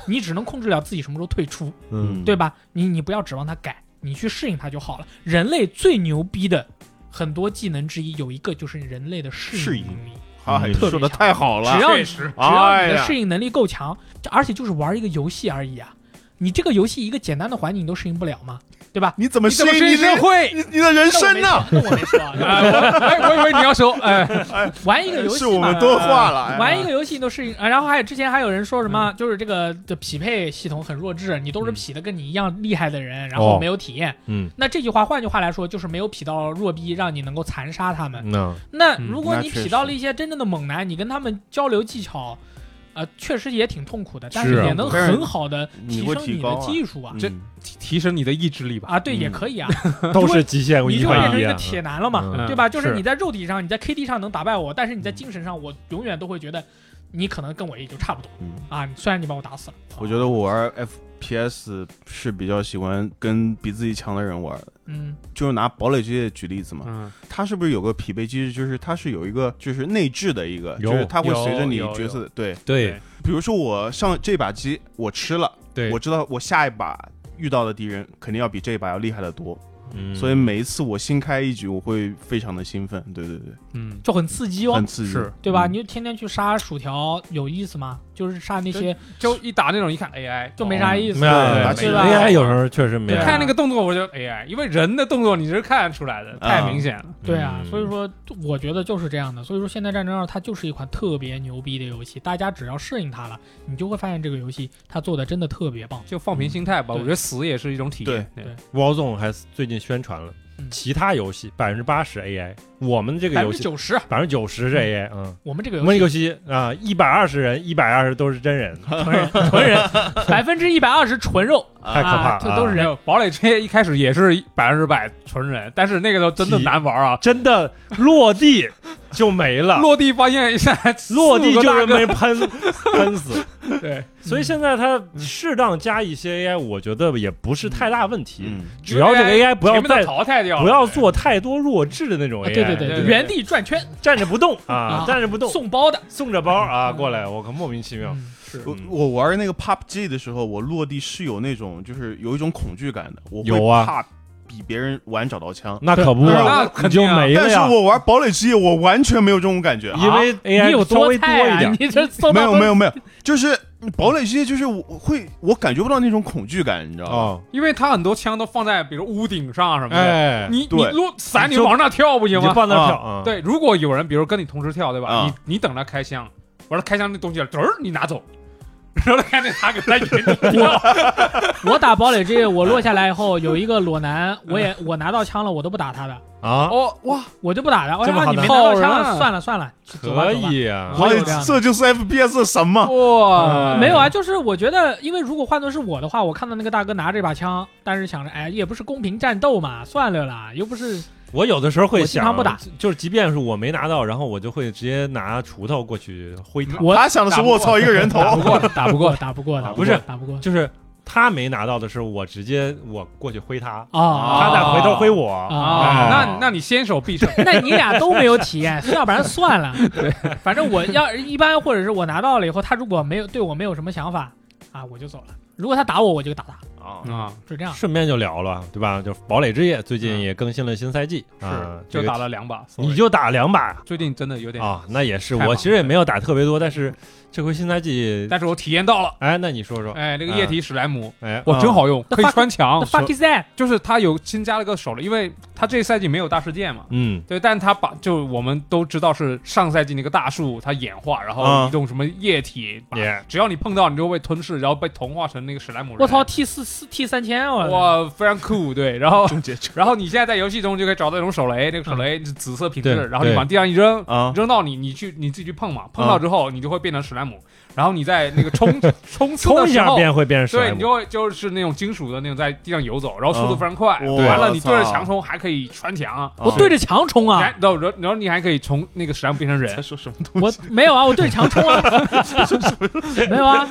你只能控制了自己什么时候退出。嗯对吧？你你不要指望它改，你去适应它就好了。人类最牛逼的很多技能之一，有一个就是人类的适适应应能力。哎，特别说的强太好只了，要确你实只要哎你的呀适应能力够强，这而且就是玩一个游戏而已啊。你这个游戏一个简单的环境你都适应不了吗？对吧？你怎么你怎么你是社这会？你你的人那我生没呢？说那我没说啊，哎，我哎我以为你要说，哎，玩一个游 [laughs] 戏是我嘛们多话了，哎嗯玩一个游戏都适应，啊然后还有之前还有人说什么，就是这个的匹配系统很弱智，你都是嗯匹的跟你一样厉害的人，然哦后没有体验。嗯，那这句话换句话来说，就是没有匹到弱逼，让你能够残杀他们。那那嗯如果那你确匹到实了一些真正的猛男，你跟他们交流技巧，呃，确实也挺痛苦的，但是是啊也能但是很好的你提会升提你高的啊技术啊。这嗯提提升你的意志力吧。啊，对，也嗯可 [laughs] 以啊，都是极限你一就变换成一一个啊，铁男了嘛，嗯对吧？就是是你在肉体上，你在 KD 上能打败我，但是你在精神上，我永远都会觉得你可能跟我也就差不多嗯啊。虽然你把我打死了，啊我觉得我玩 FPS 是比较喜欢跟比自己强的人玩的。嗯就是拿堡垒之夜举例子嘛，嗯，它是不是有个匹配机制？就是它是有一个就是内置的一个，有就是它会有随着你有角色对，对比如说我上这把机我吃了，对我，知道我下一把遇到的敌人肯定要比这一把要厉害得多，嗯所以每一次我新开一局，我会非常的兴奋，对对对，嗯，就很刺激哦很，刺激，是对吧？嗯你就天天去杀薯条有意思吗？就是杀那些就一打那种一看 AI 就没哦啥意思没有对没打有起来 AI 有时候确实没对有啊看那个动作我就 AI，因为人的动作你是看得出来啊的，太明显了。对啊，嗯所以说我觉得就是这样的。所以说《现代战争二》它就是一款特别牛逼的游戏，大家只要适应它了，你就会发现这个游戏它做的真的特别棒。就放平心态吧，嗯我觉得死也是一种体验。对 Warzone 还最近宣传了嗯其他游戏百分之八十 AI，我们这个百游分之戏九十，百分之九十是 AI，嗯。我们这个我们游游戏戏啊，一百二十人，一百二十都是真人，纯人，纯人，百分之一百二十纯肉，太可怕啊这了，都是没人有堡垒之夜一开始也是百分之百纯人，但是那个时候真的体难玩啊！真的落地就没了，落地发现一下 [laughs] 落地四就五个大是哥被喷 [laughs] 喷 [laughs] 死，对，所以现在它适当加一些 AI，我觉得也不是太大问题，嗯，只要这个 AI 不要前面再的淘汰掉了，不要做太多弱智的那种嗯啊 AI，对对对对，对原地转圈站着不动啊，站着不动，送包的，送着包啊嗯过来，我可莫名其妙，是我嗯我玩那个 PUBG 的时候，我落地是有那种就是有一种恐惧感的，我有会啊怕比别人晚找到枪。那可不对啊，那你肯就定啊没但了是呀，我玩堡垒之夜，我完全没有这种感觉。因为啊你有 AI 稍微多菜一啊？点， [laughs] 嗯你这 [laughs] 送没到有没有没有，就是堡垒之夜，就是我我会我感觉不到那种恐惧感，你知道吗？哦，因为他很多枪都放在比如屋顶上什么的，哎，你你对落伞你你就往那跳不行你就吗？放那儿跳啊，对，如果有人比如跟你同时跳，对吧？啊你你等他开枪，完了开枪那东西了，嘚儿你拿走， [laughs] 然后他看见他给他引 [laughs] 我我打堡垒之夜，我落下来以后有一个裸男，我也我拿到枪了，我都不打他的，啊，哦哇，我就不打他。我这么说好你的没拿到枪好人了，算了算了，走吧可走吧以啊，我堡有垒这样的这就是 FPS 什么？哎哇，没有啊，就是我觉得，因为如果换作是我的话，我看到那个大哥拿着一把枪，但是想着，哎，也不是公平战斗嘛，算了啦，又不是我有的时候会我经想，常不打就是即便是我没拿到，然后我就会直接拿锄头过去挥他。我他想的是我操一个人头，打 [laughs] 不过，打不过，打不过，打不是过打不过就是他没拿到的时候，我直接我过去挥他，啊他再回头挥我。啊啊！那那你先手必胜， [laughs] 那你俩都没有体验，要不然算了。对，反正我要一般，或者是我拿到了以后，他如果没有对我没有什么想法啊，我就走了。如果他打我，我就打他，啊，啊，就这样。顺便就聊了，对吧？就《堡垒之夜》最近也更新了新赛季，啊是，就这个打了两把，你就打两把最近真的有点，啊，那也是太忙我其实也没有打特别多，但是这回新赛季，但是我体验到了，哎，那你说说，哎，那个液体史莱姆。哎，哇，真好用，那可以 fuck- 穿墙 The。fuck is that？就是它有新加了个手了，因为它这赛季没有大事件嘛，嗯，对，但他把就我们都知道是上赛季那个大树它演化，然后嗯啊移动什么液体，把也只要你碰到你就会被吞噬，然后被同化成那个史莱姆人。我操，T 四四 T 三千，啊我哇，非常酷，对，然后 [laughs] 终结者然后你现在在游戏中就可以找到一种手雷，那个手雷是紫色品质对，然后你对往地上一扔， [laughs] 啊，扔到你，你去你自己去碰嘛，碰到之后你就会变成史莱姆，然后你在那 [laughs] 个冲冲刺冲的一时下候。变会变对神你，就会就是那种金属的那种在地上游走，然后速度嗯非常快，哇完了你对着操墙冲还可以穿墙，哎啊我对着墙冲啊！然后然后你还可以从那个史莱姆变成人在说什么我没有啊，我对着墙冲啊，没有啊，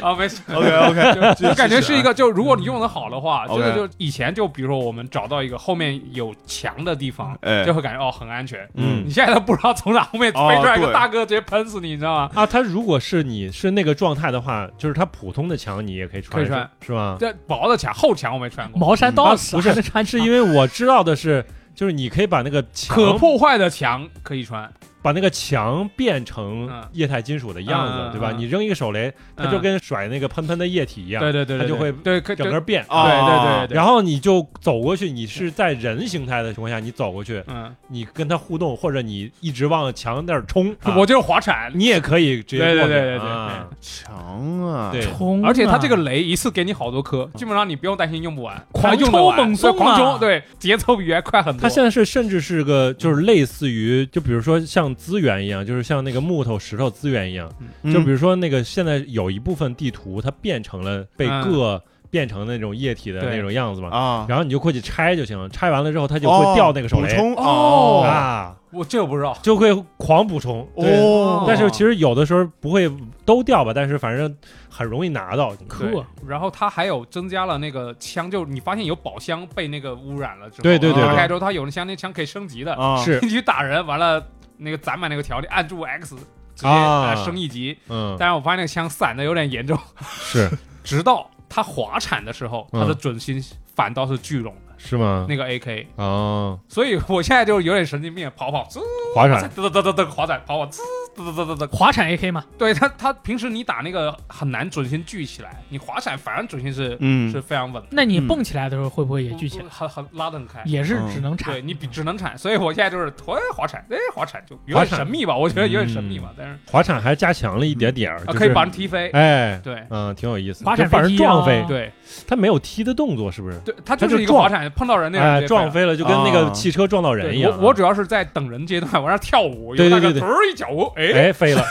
啊，没事。[laughs]？OK OK，我感觉啊是一个，就如果你用的好的嗯话，真 OK 的就以前就比如说我们找到一个后面有墙的地方，嗯哎就会感觉哦很安全。嗯你现在都不知道从哪后面飞哦出来一个对大哥，直接喷死你，你知道吗？啊，它如果是你是那个状态的话，就是它普通的墙你也可以穿，可以穿是吧？这薄的墙，厚墙我没穿过，茅山刀啊死不是还能穿是因为我知道的是，就是你可以把那个墙可破坏的墙可以穿，把那个墙变成嗯液态金属的样子，嗯嗯对吧？嗯你扔一个手雷，它就嗯跟甩那个喷喷的液体一样，对对对，对它就对会对可整个变。对对对啊对，然后后你就走过去，你是在人形态的情况下，你走过去，嗯，你跟他互动，或者你一直往墙那儿冲，啊我就是滑铲，你也可以直接对对过去对对对啊强啊，对冲啊，而且它这个雷一次给你好多颗，基本上你不用担心用不完，狂它用得完抽猛送啊对狂冲，对，节奏比原来快很多。它现在是甚至是个就是类似于就比如说像资源一样，就是像那个木头、石头资源一样，嗯就比如说那个现在有一部分地图它变成了被嗯各变成那种液体的对那种样子嘛，啊，然后你就过去拆就行了，拆完了之后它就会掉那个手哦补雷充哦哦啊，我这我不知道，就会狂补充。对哦但是其实有的时候不会都掉吧，但是反正很容易拿到。酷，然后它还有增加了那个枪，就你发现有宝箱被那个污染了之后，对对对打对开之后它有那枪，那枪可以升级的，啊是 [laughs] 你去打人，完了那个攒满那个条，你按住 X 直接啊呃升一级。嗯，但是我发现那个枪散的有点严重，是直到它滑铲的时候，它的准心反倒是聚拢的是吗？那个 AK，啊，所以我现在就有点神经病，跑跑，滋滑噔，噔噔噔噔滑铲，跑跑，滋噔噔噔噔噔。滑铲 AK 嘛，对他，他平时你打那个很难准心聚起来，你滑铲反而准心是嗯是非常稳的。那你蹦起来的时候会不会也聚起来？嗯很很拉得很开。也是嗯只能铲对你比只能铲，所以我现在就是哎滑铲，哎滑铲就有点神秘吧，我觉得有点神秘吧，但是滑铲还加强了一点点儿，啊嗯啊就是可以把人踢飞，哎，对嗯，挺有意思。滑铲就把飞人踢啊撞飞，对它没有踢的动作，是不是？对，它它就就是一个撞滑铲，碰到人那哎，样撞飞飞了就跟那个啊汽车撞到了人一对样啊。我我主要是在等人阶段，我让跳舞，对有那对对个腿儿一脚，哎，哎飞了，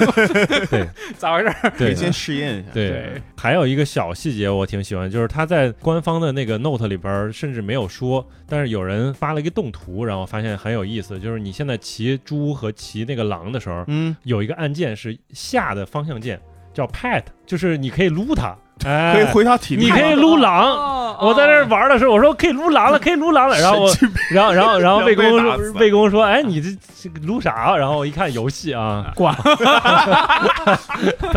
咋回事儿？可以对先试验 [laughs] 一下，对对。还有一个小细节我挺喜欢，就是他在官方的那个 Note 里边儿甚至没有说，但是有人发了一个动图，然后发现很有意思，就是你现在骑猪和骑那个狼的时候， [laughs] 嗯，有一个按键是下的方向键，叫 pat，就是你可以撸它，哎，可以回他体力你吗，可以撸狼。哦我在那儿玩的时候，我说可以撸狼了，可以撸狼了，然后我神，经病然后， [laughs] 然后，然后魏公两倍打死魏公说：“哎，你这这个撸啥？”啊然后我一看游戏啊，管，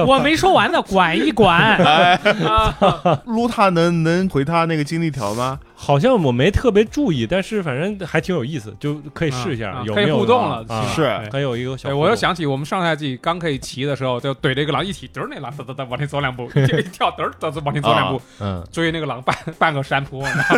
我没说完呢，管一管。哎， [laughs] 啊撸他能能回他那个精力条吗？好像我没特别注意，但是反正还挺有意思，就可以试一啊下啊有可没以有互动了啊其实是对还有一个小对，互动，我又想起我们上赛季刚可以骑的时候，就怼着一个狼一起，嘚儿那狼嘚嘚嘚往前走 [laughs] 两步，一跳一跳嘚儿嘚嘚往前走两步，嗯，追那个狼半半个山 [laughs] 坡，然后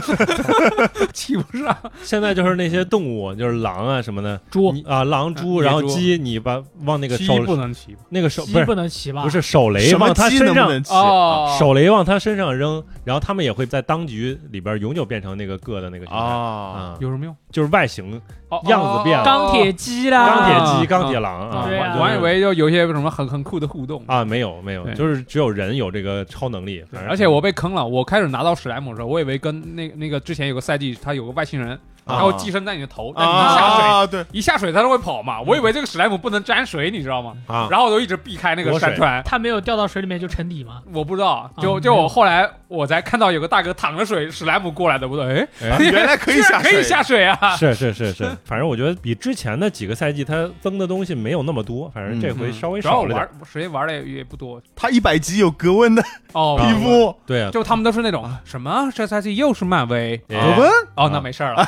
[laughs] 骑不上。现在就是那些动物，就是狼啊什么的，猪你啊，狼、猪，嗯啊然后野猪鸡，你把往那个鸡手不能骑那个手不鸡是不能骑吧？不是手雷什么往它鸡身能不上能骑？哦手雷往它身上扔，然后它们也会在当局里边永久变成那个个的那个形态哦啊，啊，有什么用？就是外形哦样子变了钢铁鸡啦，钢铁啊鸡、钢铁狼啊啊，对啊我还以为就有一些什么很很酷的互动。啊，没有没有，对就是只有人有这个超能力，反正而且我被坑了。我开始拿到史莱姆的时候，我以为跟那那个之前有个赛季，他有个外星人，啊它会寄生在你的头，但你一下水啊，对，一下水它就会跑嘛。我以为这个史莱姆不能沾水，你知道吗？啊，然后我就一直避开那个躲水嗯山川，它没有掉到水里面就沉底吗？我不知道，就啊就没我有后来我才看到有个大哥躺着水史莱姆过来的，我说哎，哎 [laughs] 原来可以居然下水可以下水啊！是是是是，反正我觉得比之前的几个赛季他增的东西没有那么多，反正这回嗯稍微主要少我了点玩儿。时间玩的也也不多他一百级有格温的哦。皮肤，对啊，就他们都是那种什么这赛季又是漫威哎格温哦啊，那没事儿了。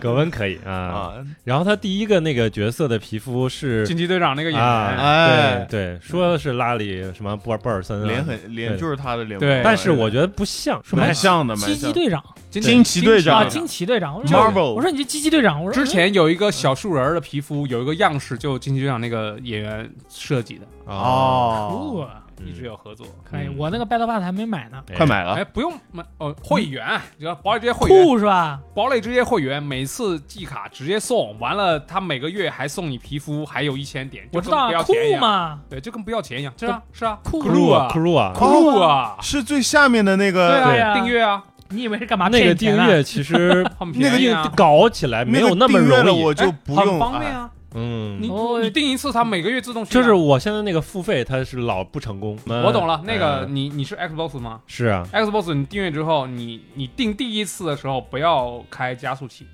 格温可以啊。啊，然后他第一个那个角色的皮肤是啊惊奇队长那个演员，对哎，对，说是拉里什么布尔布尔森啊脸，很脸对就是他的脸部，对但是我觉得不像，是蛮像的，蛮狙击像。队长惊惊奇队长啊，惊奇队长，我说 Marvel，我说你这狙击队长，我说之前有一个小树人儿的皮肤，有一个样式，就惊奇队长那个演员设计的，啊哦，酷哦，，嗯一直有合作。可以，哎我那个 Battle Pass 还没买呢，哎快买了哎，不用买哦，会员，你知道堡垒之夜会员，酷是吧？堡垒之夜会员每次季卡直接送，完了他每个月还送你皮肤，还有一千点，就我知道跟不啊，要酷钱一样？嘛，对，就跟不要钱一样，是啊，是啊，酷酷啊， ，crew 啊，酷啊，是最下面的那对个啊，对啊订阅啊，你以为是干嘛那骗个你钱啊订呢？阅其实很那个 [laughs] 便宜啊，搞起来哎没有那么个订阅了容易我，就不哎用很方便啊。嗯，你哦你订一次，他每个月自动续就是啊我现在那个付费，它是老不成功。我懂了，那个嗯你你是 Xbox 吗？是啊， Xbox 你订阅之后，你你订第一次的时候不要开加速器，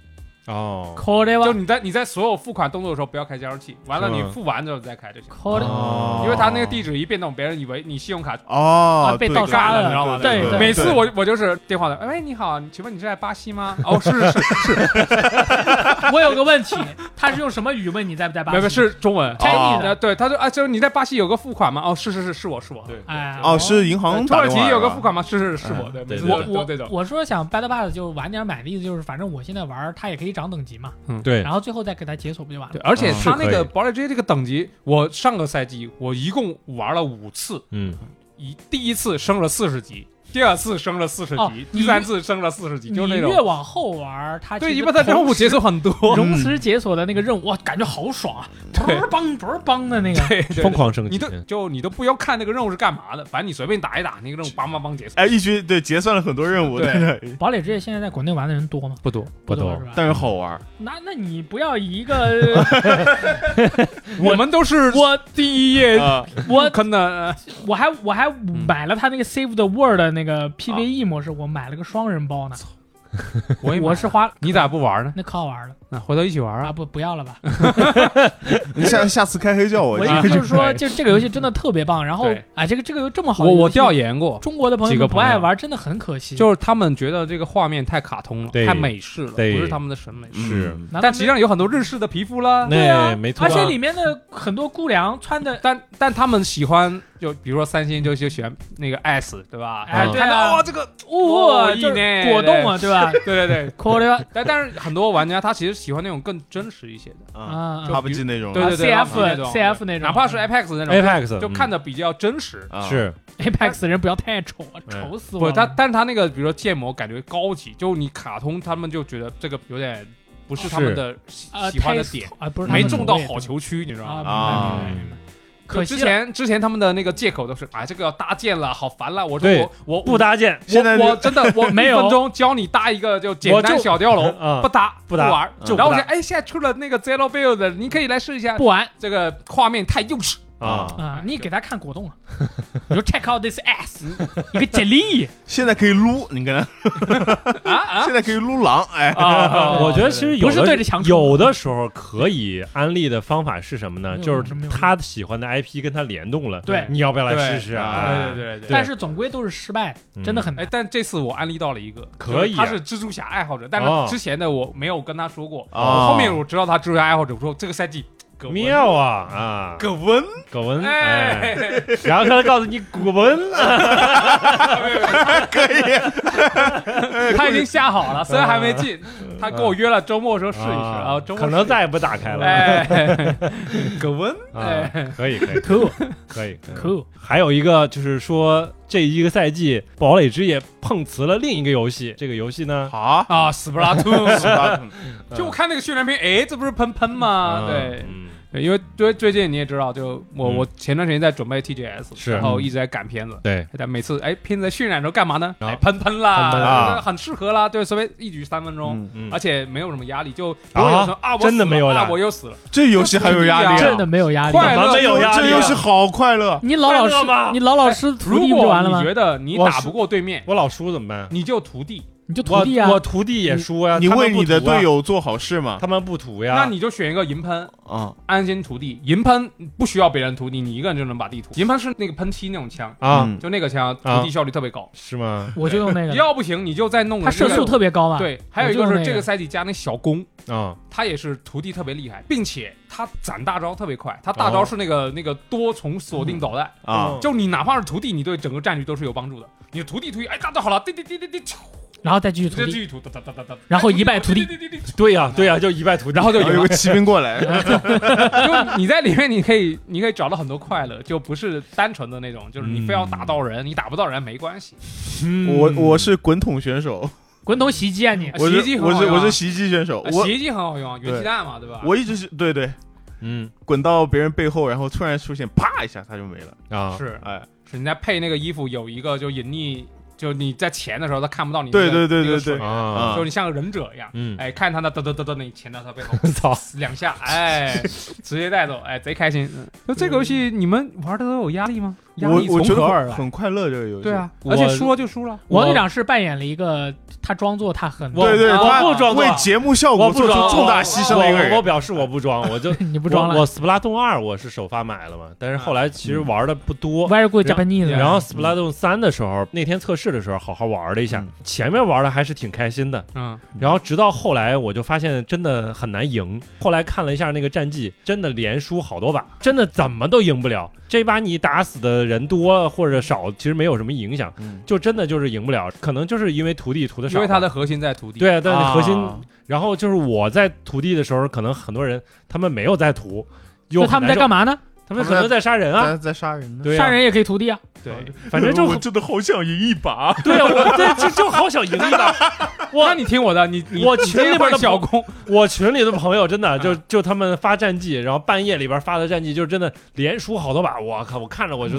哦，これ就は你在你在所有付款动作的时候不要开加速器，完了是你吗付完之后再开就行。これ哦因为他那个地址一变动，别人以为你信用卡哦啊，被对盗刷了，你知道吗？对对每次我我就是电话的，哎，你好，请问你是在巴西吗？哦，是是是，我有个问题，他是用什么语问你在不在巴西？没有没有是中文。 [laughs] 哦翻译呃，的，对，他说啊，就是你在巴西有个付款吗？哦，是是是，是我是我。呃对哎，哦，是银行嗯土打耳电其话啊有个是吧付款吗？是是是我的，每对次对都我都这我种。我说想 Battle Pass 就是晚点买的意思，就是反正我现在玩儿它也可以涨等级嘛，对，然后最后再给它解锁不就完对，了？而且嗯他是可那个以堡垒之夜这个等级，我上个赛季我一共玩了五次，嗯，一第一次升了四十级，第二次升了四十级，哦第三次升了四十级，你就是那越种往后玩儿，它对，其因实为它任务同时解锁很多，同时解锁的那个任务，哇，感觉好爽啊！嗯 [laughs] 对嘣嘣嘣嘣的那个，对，对疯。狂升你级都，就你都不要看那个任务是干嘛的，反正你随便打一打，那个任务帮帮帮解锁哎，一局对结算了很多任务，对但是堡垒之夜现在在国内玩的人多吗？不多。不多懂是吧？但是好玩，那那你不要以一个 [laughs] 我们都是我第一页啊我坑的，我还我还买了他那个 Save the World 的那嗯个 PVE 模式，我买了个双人包呢。 [laughs] 我我是花你咋不玩呢？那可好玩了那回头一起玩啊！啊！不不要了吧。你下下次开黑叫我我去，啊就是说，就这个游戏真的特别棒。然后对啊，这个这个有这么好我的游戏，我调研过，中国的朋几友个们朋不爱友玩，真的很可惜。就是他们觉得这个画面太卡通了，对太美式了，不对是他们的审美。嗯是难道但实际上有很多日式的皮肤啦，那对啊，没错而且啊里面的很多姑娘穿的但但他们喜欢，就比如说三星就就喜欢那个 S，对吧？哎他对啊哦，这个，哇，哦就是いいね果冻啊，对吧？对对对。これは但但是很多玩家他其实喜欢那种更真实一些的，啊，啊他不进那种，对对对啊拉皮那种 CF 嗯 CF 那种嗯哪怕是 Apex 那种， ，Apex 就看着比较真实。啊是 Apex 人不要太丑啊，哎丑死我不，了！他但他那个比如说建模感觉高级，就你卡通他们就觉得这个有点不是他们的喜啊喜欢的太点，啊，不是他没们中到口味好球区，你知道吗？啊啊明白明白明白，就可之惜前之前他们的那个借口都是啊，这个要搭建了，好烦了。我说对我我不搭建，现在我就我真的我 [laughs] 没有一分钟教你搭一个就简我单就小碉楼，啊不搭不搭玩儿。就不搭然后我想，哎，现在出了那个 Zero Build，你可以来试一下不。玩这个画面太幼稚，啊，啊，你给他看果冻了，你说 check out this ass，一个简历现在可以撸，你看啊啊现在可以撸狼，哎，啊！我觉得其实有不是对着的墙冲有的时候可以安利的方法是什么呢？没有就没有是没有他喜欢的 IP 跟他联动了，对你要不要来对试试对啊？对对对。但是总归都是失败的，嗯真的很哎难，。但这次我安利到了一个，可以啊就是他是蜘蛛侠爱好者，但哦是之前的我没有跟他说过。哦后面我知道他蜘蛛侠爱好者，我说这个赛季葛温，妙啊啊！葛温葛文，哎，哎，然后他告诉你古文，可以，他已经下好了，虽然还没进，他跟我约了周末的时候试一试啊啊，周末可能在再也不打开了。哎，葛温啊，可以可以 cool 可以。 cool，还有一个就是说，这一个赛季《堡垒之夜》碰瓷了另一个游戏，这个游戏呢，啊，啊，斯普拉 t 是吧 [laughs] 就我看那个宣传片，哎，这不是喷喷吗？嗯对，嗯对，因为最最近你也知道，就我、嗯我前段时间在准备 TGS，是然后一直在赶片子。对，但每次哎，片子在渲染的时候干嘛呢？啊哎，喷喷啦，喷喷啦很适合啦，对，随便一举三分钟，嗯嗯，而，且没有什么压力，就不会有什么啊，我真的死没了有啊压，力我又死了，这游戏还有压力这啊样真的没有压力。快乐怎么没有压力啊这游戏好快乐，你老老快乐吗实，你老老实徒哎如弟不就果完了你吗？觉得你我打是不过对面，我老输怎么办？你就徒弟，你就徒我弟啊，我徒弟也输呀，你他们为不你的图啊队，友做好事嘛？他们不图呀，那你就选一个银喷，啊，安心涂地。银喷不需要别人涂地，你一个人就能把地涂。银喷是那个喷漆那种枪，啊，嗯就那个枪涂地效率特别高。是吗？我就用那个，要不行你就再弄个他射速特别高嘛。，对，还有一个我就是那个这个赛季加那小弓，啊，他也是涂地特别厉害，并且他攒大招特别快。他大招哦是那个那个多重锁定导弹，啊嗯就你哪怕是涂地，你对整个战局都是有帮助的。你涂地涂地，哎，大招好了，滴滴滴滴滴，啾然后再继续徒直接继弟，续涂，哒哒哒哒哒，然后一败涂地哎，滴滴滴滴滴对呀，对呀，就一败涂地，然后就然后有个骑兵过来，就你在里面，你可以你可以找到很多快乐，就不是单纯的那种，就是你非要打嗯到人，你打不到人没关系。我我是滚筒选手，滚筒袭击啊你！我洗是衣机很我好是用啊我是洗衣机选手，啊我洗衣机很好用，啊，元气弹嘛，对吧？我一直是对对，嗯滚到别人背后，然后突然出现，啪一下他就没了，啊，是哎，是你在配那个衣服有一个就隐匿，就你在前的时候他看不到你那对个，对对那个对对水啊，就你像个忍者一样。嗯，哎，看他那嘚嘚嘚嘚，你潜到他背后操，两下，哎，直接带走，哎，贼开心。嗯就这个游戏，你们玩的都有压力吗？压我力我从觉何而得来？很快乐这个游戏，对，啊，我而且输了就输了。王队长是扮演了一个他装作他很，对对，我他不装作为节目效我果不做出装，啊重大牺牲的一个我我人，表示我不装，我就 [laughs] 你不装我了嗯我 Splatoon 二我是首发买了嘛，但是后来其实玩的不多。 ，Very good Japanese。然后 Splatoon 三的时候，那天测试的时候好好玩了一下嗯，前面玩的还是挺开心的，嗯，然后直到后来我就发现真的很难赢。后来看了一下那个战绩，真的连输好多把，真的怎么都赢不了。这把你打死的人多或者少，其实没有什么影响，嗯就真的就是赢不了。可能就是因为徒弟涂的少因吧，为它的核心在土地。，对，但是核心啊然后就是我在涂地的时候，可能很多人他们没有在涂，又那他们在干嘛？嘛呢？他们可能在杀人啊，在在杀人呢，对啊杀人也可以徒弟啊。对，反正我就真的好想赢一把， [laughs] 对我对就就好想赢一把。 [laughs] 那我你听我的，你你我你群里直接边的换小朋工，我群里的朋友真的就嗯就他们发战绩，然后半夜里边发的战绩，就真的连输好多把。我靠，我看着嗯我就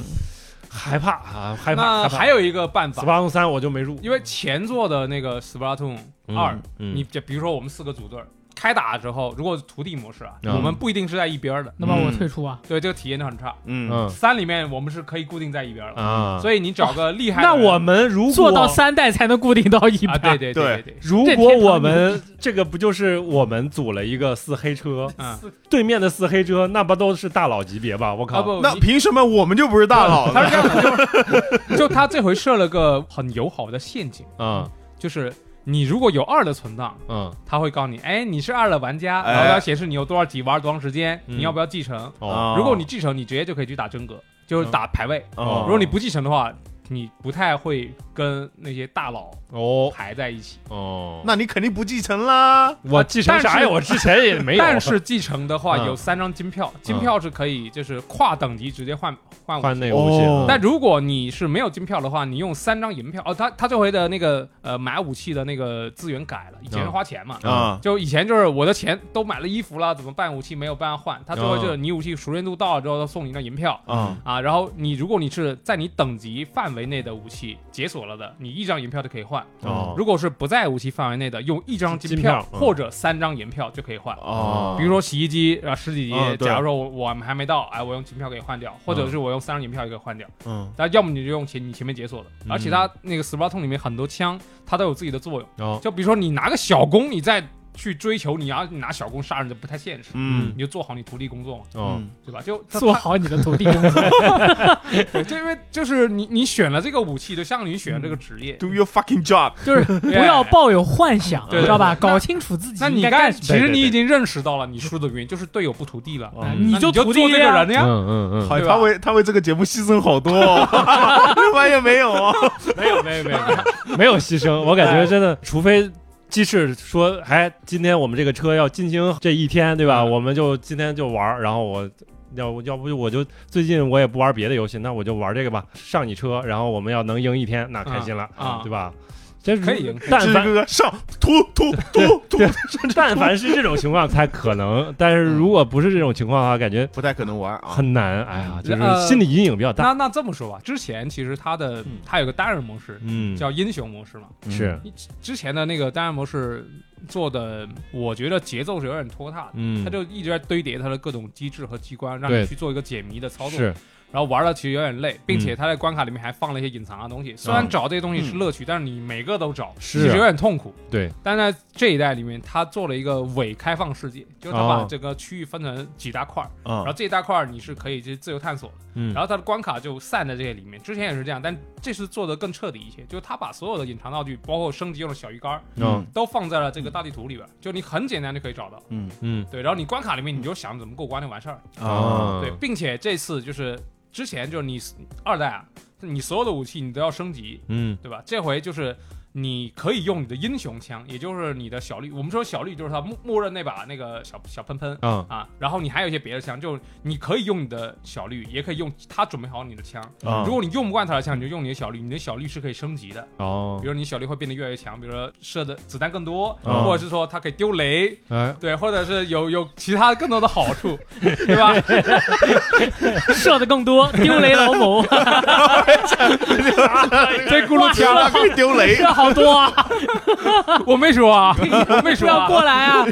害怕啊，害怕。那还有一个办死法，八公三我就没入因为前作的那个 Splatoon 二、，嗯你就比如说我们四个组队儿开打之后，如果是徒弟模式啊，嗯我们不一定是在一边儿的，那么我嗯退出啊。对这个体验就很差。嗯，嗯三里面我们是可以固定在一边儿的，啊，嗯所以你找个厉害的那人、我们如果做到三代才能固定到一啊，百。对对对对，如这果天堂我有们这个不就是我们组了一个四黑车，嗯对面的四黑车那不都是大佬级别吧？我啊靠，不，那你凭什么我们就不是大佬他呢？是这样的，就是 [laughs] 就他这回设了个很友好的陷阱，嗯就是你如果有二的存档，嗯他会告诉你，哎，你是二的玩家，哎然后要显示你有多少级，玩多长时间，嗯你要不要继承？啊哦，如果你继承，你直接就可以去打真格，就是打排位。哦，如果你不继承的话，你不太会跟那些大佬哦排在一起。哦，那你肯定不继承啦。我继承啥啊但呀？是我之前也没有，啊但是继承的话嗯有三张金票，金票是可以就是跨等级直接换换武器换那个啊武器哦，但如果你是没有金票的话，你用三张银票哦，他他这回的那个呃买武器的那个资源改了，以前嗯花钱嘛，啊，就以前就是我的钱都买了衣服了，怎么办？武器没有办法换，他最后嗯就是你武器熟练度到了之后，他送你一张银票啊啊。然后你如果你是在你等级范围内的武器解锁了的，你一张银票就可以换；哦如果是不在武器范围内的，用一张金金票嗯或者三张银票就可以换。哦，比如说洗衣机啊，十几级，嗯对假如说我我们还没到，哎，我用金票给换掉，或者是我用三张银票给换掉。嗯那要么你就用前你前面解锁的，而且它那个 Splatoon 里面很多枪，它都有自己的作用。哦就比如说你拿个小弓，你再去追求你要拿小弓杀人，就不太现实。嗯你就做好你徒弟工作嘛，哦，对吧？就 [laughs] 做好你的徒弟工作， [laughs] 对，就因为就是你你选了这个武器，就像你选了这个职业， ，Do your fucking job。就是不要抱有幻想，对知道吧？对对搞清楚自己那你应该该干什么。其实对对你对已经认识到了你输的原因就是队友不徒弟了，哦那嗯你就徒弟做这个呀人哎呀。嗯嗯好，对吧他为他为这个节目牺牲好多哦， [laughs] 他妈也没有啊。嗯，没有没有没 [laughs] 有没有牺牲，我哎感觉真的，除非。鸡翅说：“哎，今天我们这个车要进京这一天，对吧？嗯我们就今天就玩儿，然后我要不要不我就最近我也不玩别的游戏，那我就玩这个吧，上你车，然后我们要能赢一天，那开心了，啊对吧？这是可以，但志凡哥哥上突突突突，但凡是这种情况才可能，但嗯是如果不是这种情况的话，感觉不太可能玩啊。很难。哎呀，就是呃心理阴影比较大。那那这么说吧，之前其实它的嗯它有个单人模式嗯，叫英雄模式嘛，是，之前的那个单人模式做的，我觉得节奏是有点拖沓的。嗯，它就一直在堆叠它的各种机制和机关，让对你去做一个解谜的操作，是嗯然后玩的其实有点累，并且它在关卡里面还放了一些隐藏的东西。虽然找这些东西是乐趣，但是你每个都找，是啊其实有点痛苦。对，但在这一代里面，它做了一个伪开放世界，就是它把哦这个区域分成几大块儿，然后啊，这一大块儿你是可以去自由探索的，嗯然后它的关卡就散在这些里面。之前也是这样，但这次做的更彻底一些，就是它把所有的隐藏道具，包括升级用的小鱼干儿，嗯都放在了这个大地图里边儿，就你很简单就可以找到。嗯嗯对，然后你关卡里面你就想怎么过关就完事儿。啊，对，并且这次就是之前就是你二代啊，你所有的武器你都要升级，嗯对吧？这回就是你可以用你的英雄枪，也就是你的小绿，我们说小绿就是它默默认那把那个小小喷喷。啊啊，然后你还有一些别的枪，就是你可以用你的小绿，也可以用他准备好你的枪。啊如果你用不惯他的枪，你就用你的小绿，你的小绿是可以升级的。哦比，如你小绿会变得越来越强，比如说射的子弹更多，啊或者是说它可以丢雷，哎，对，或者是有有其他更多的好处， [laughs] 对吧？ [laughs] 射的更多，丢雷老 [laughs] 母， [laughs] 这咕噜天枪，啊，给丢雷这好多啊！ [laughs] 我没说 [laughs] 啊，我没不说要啊。过来啊！对，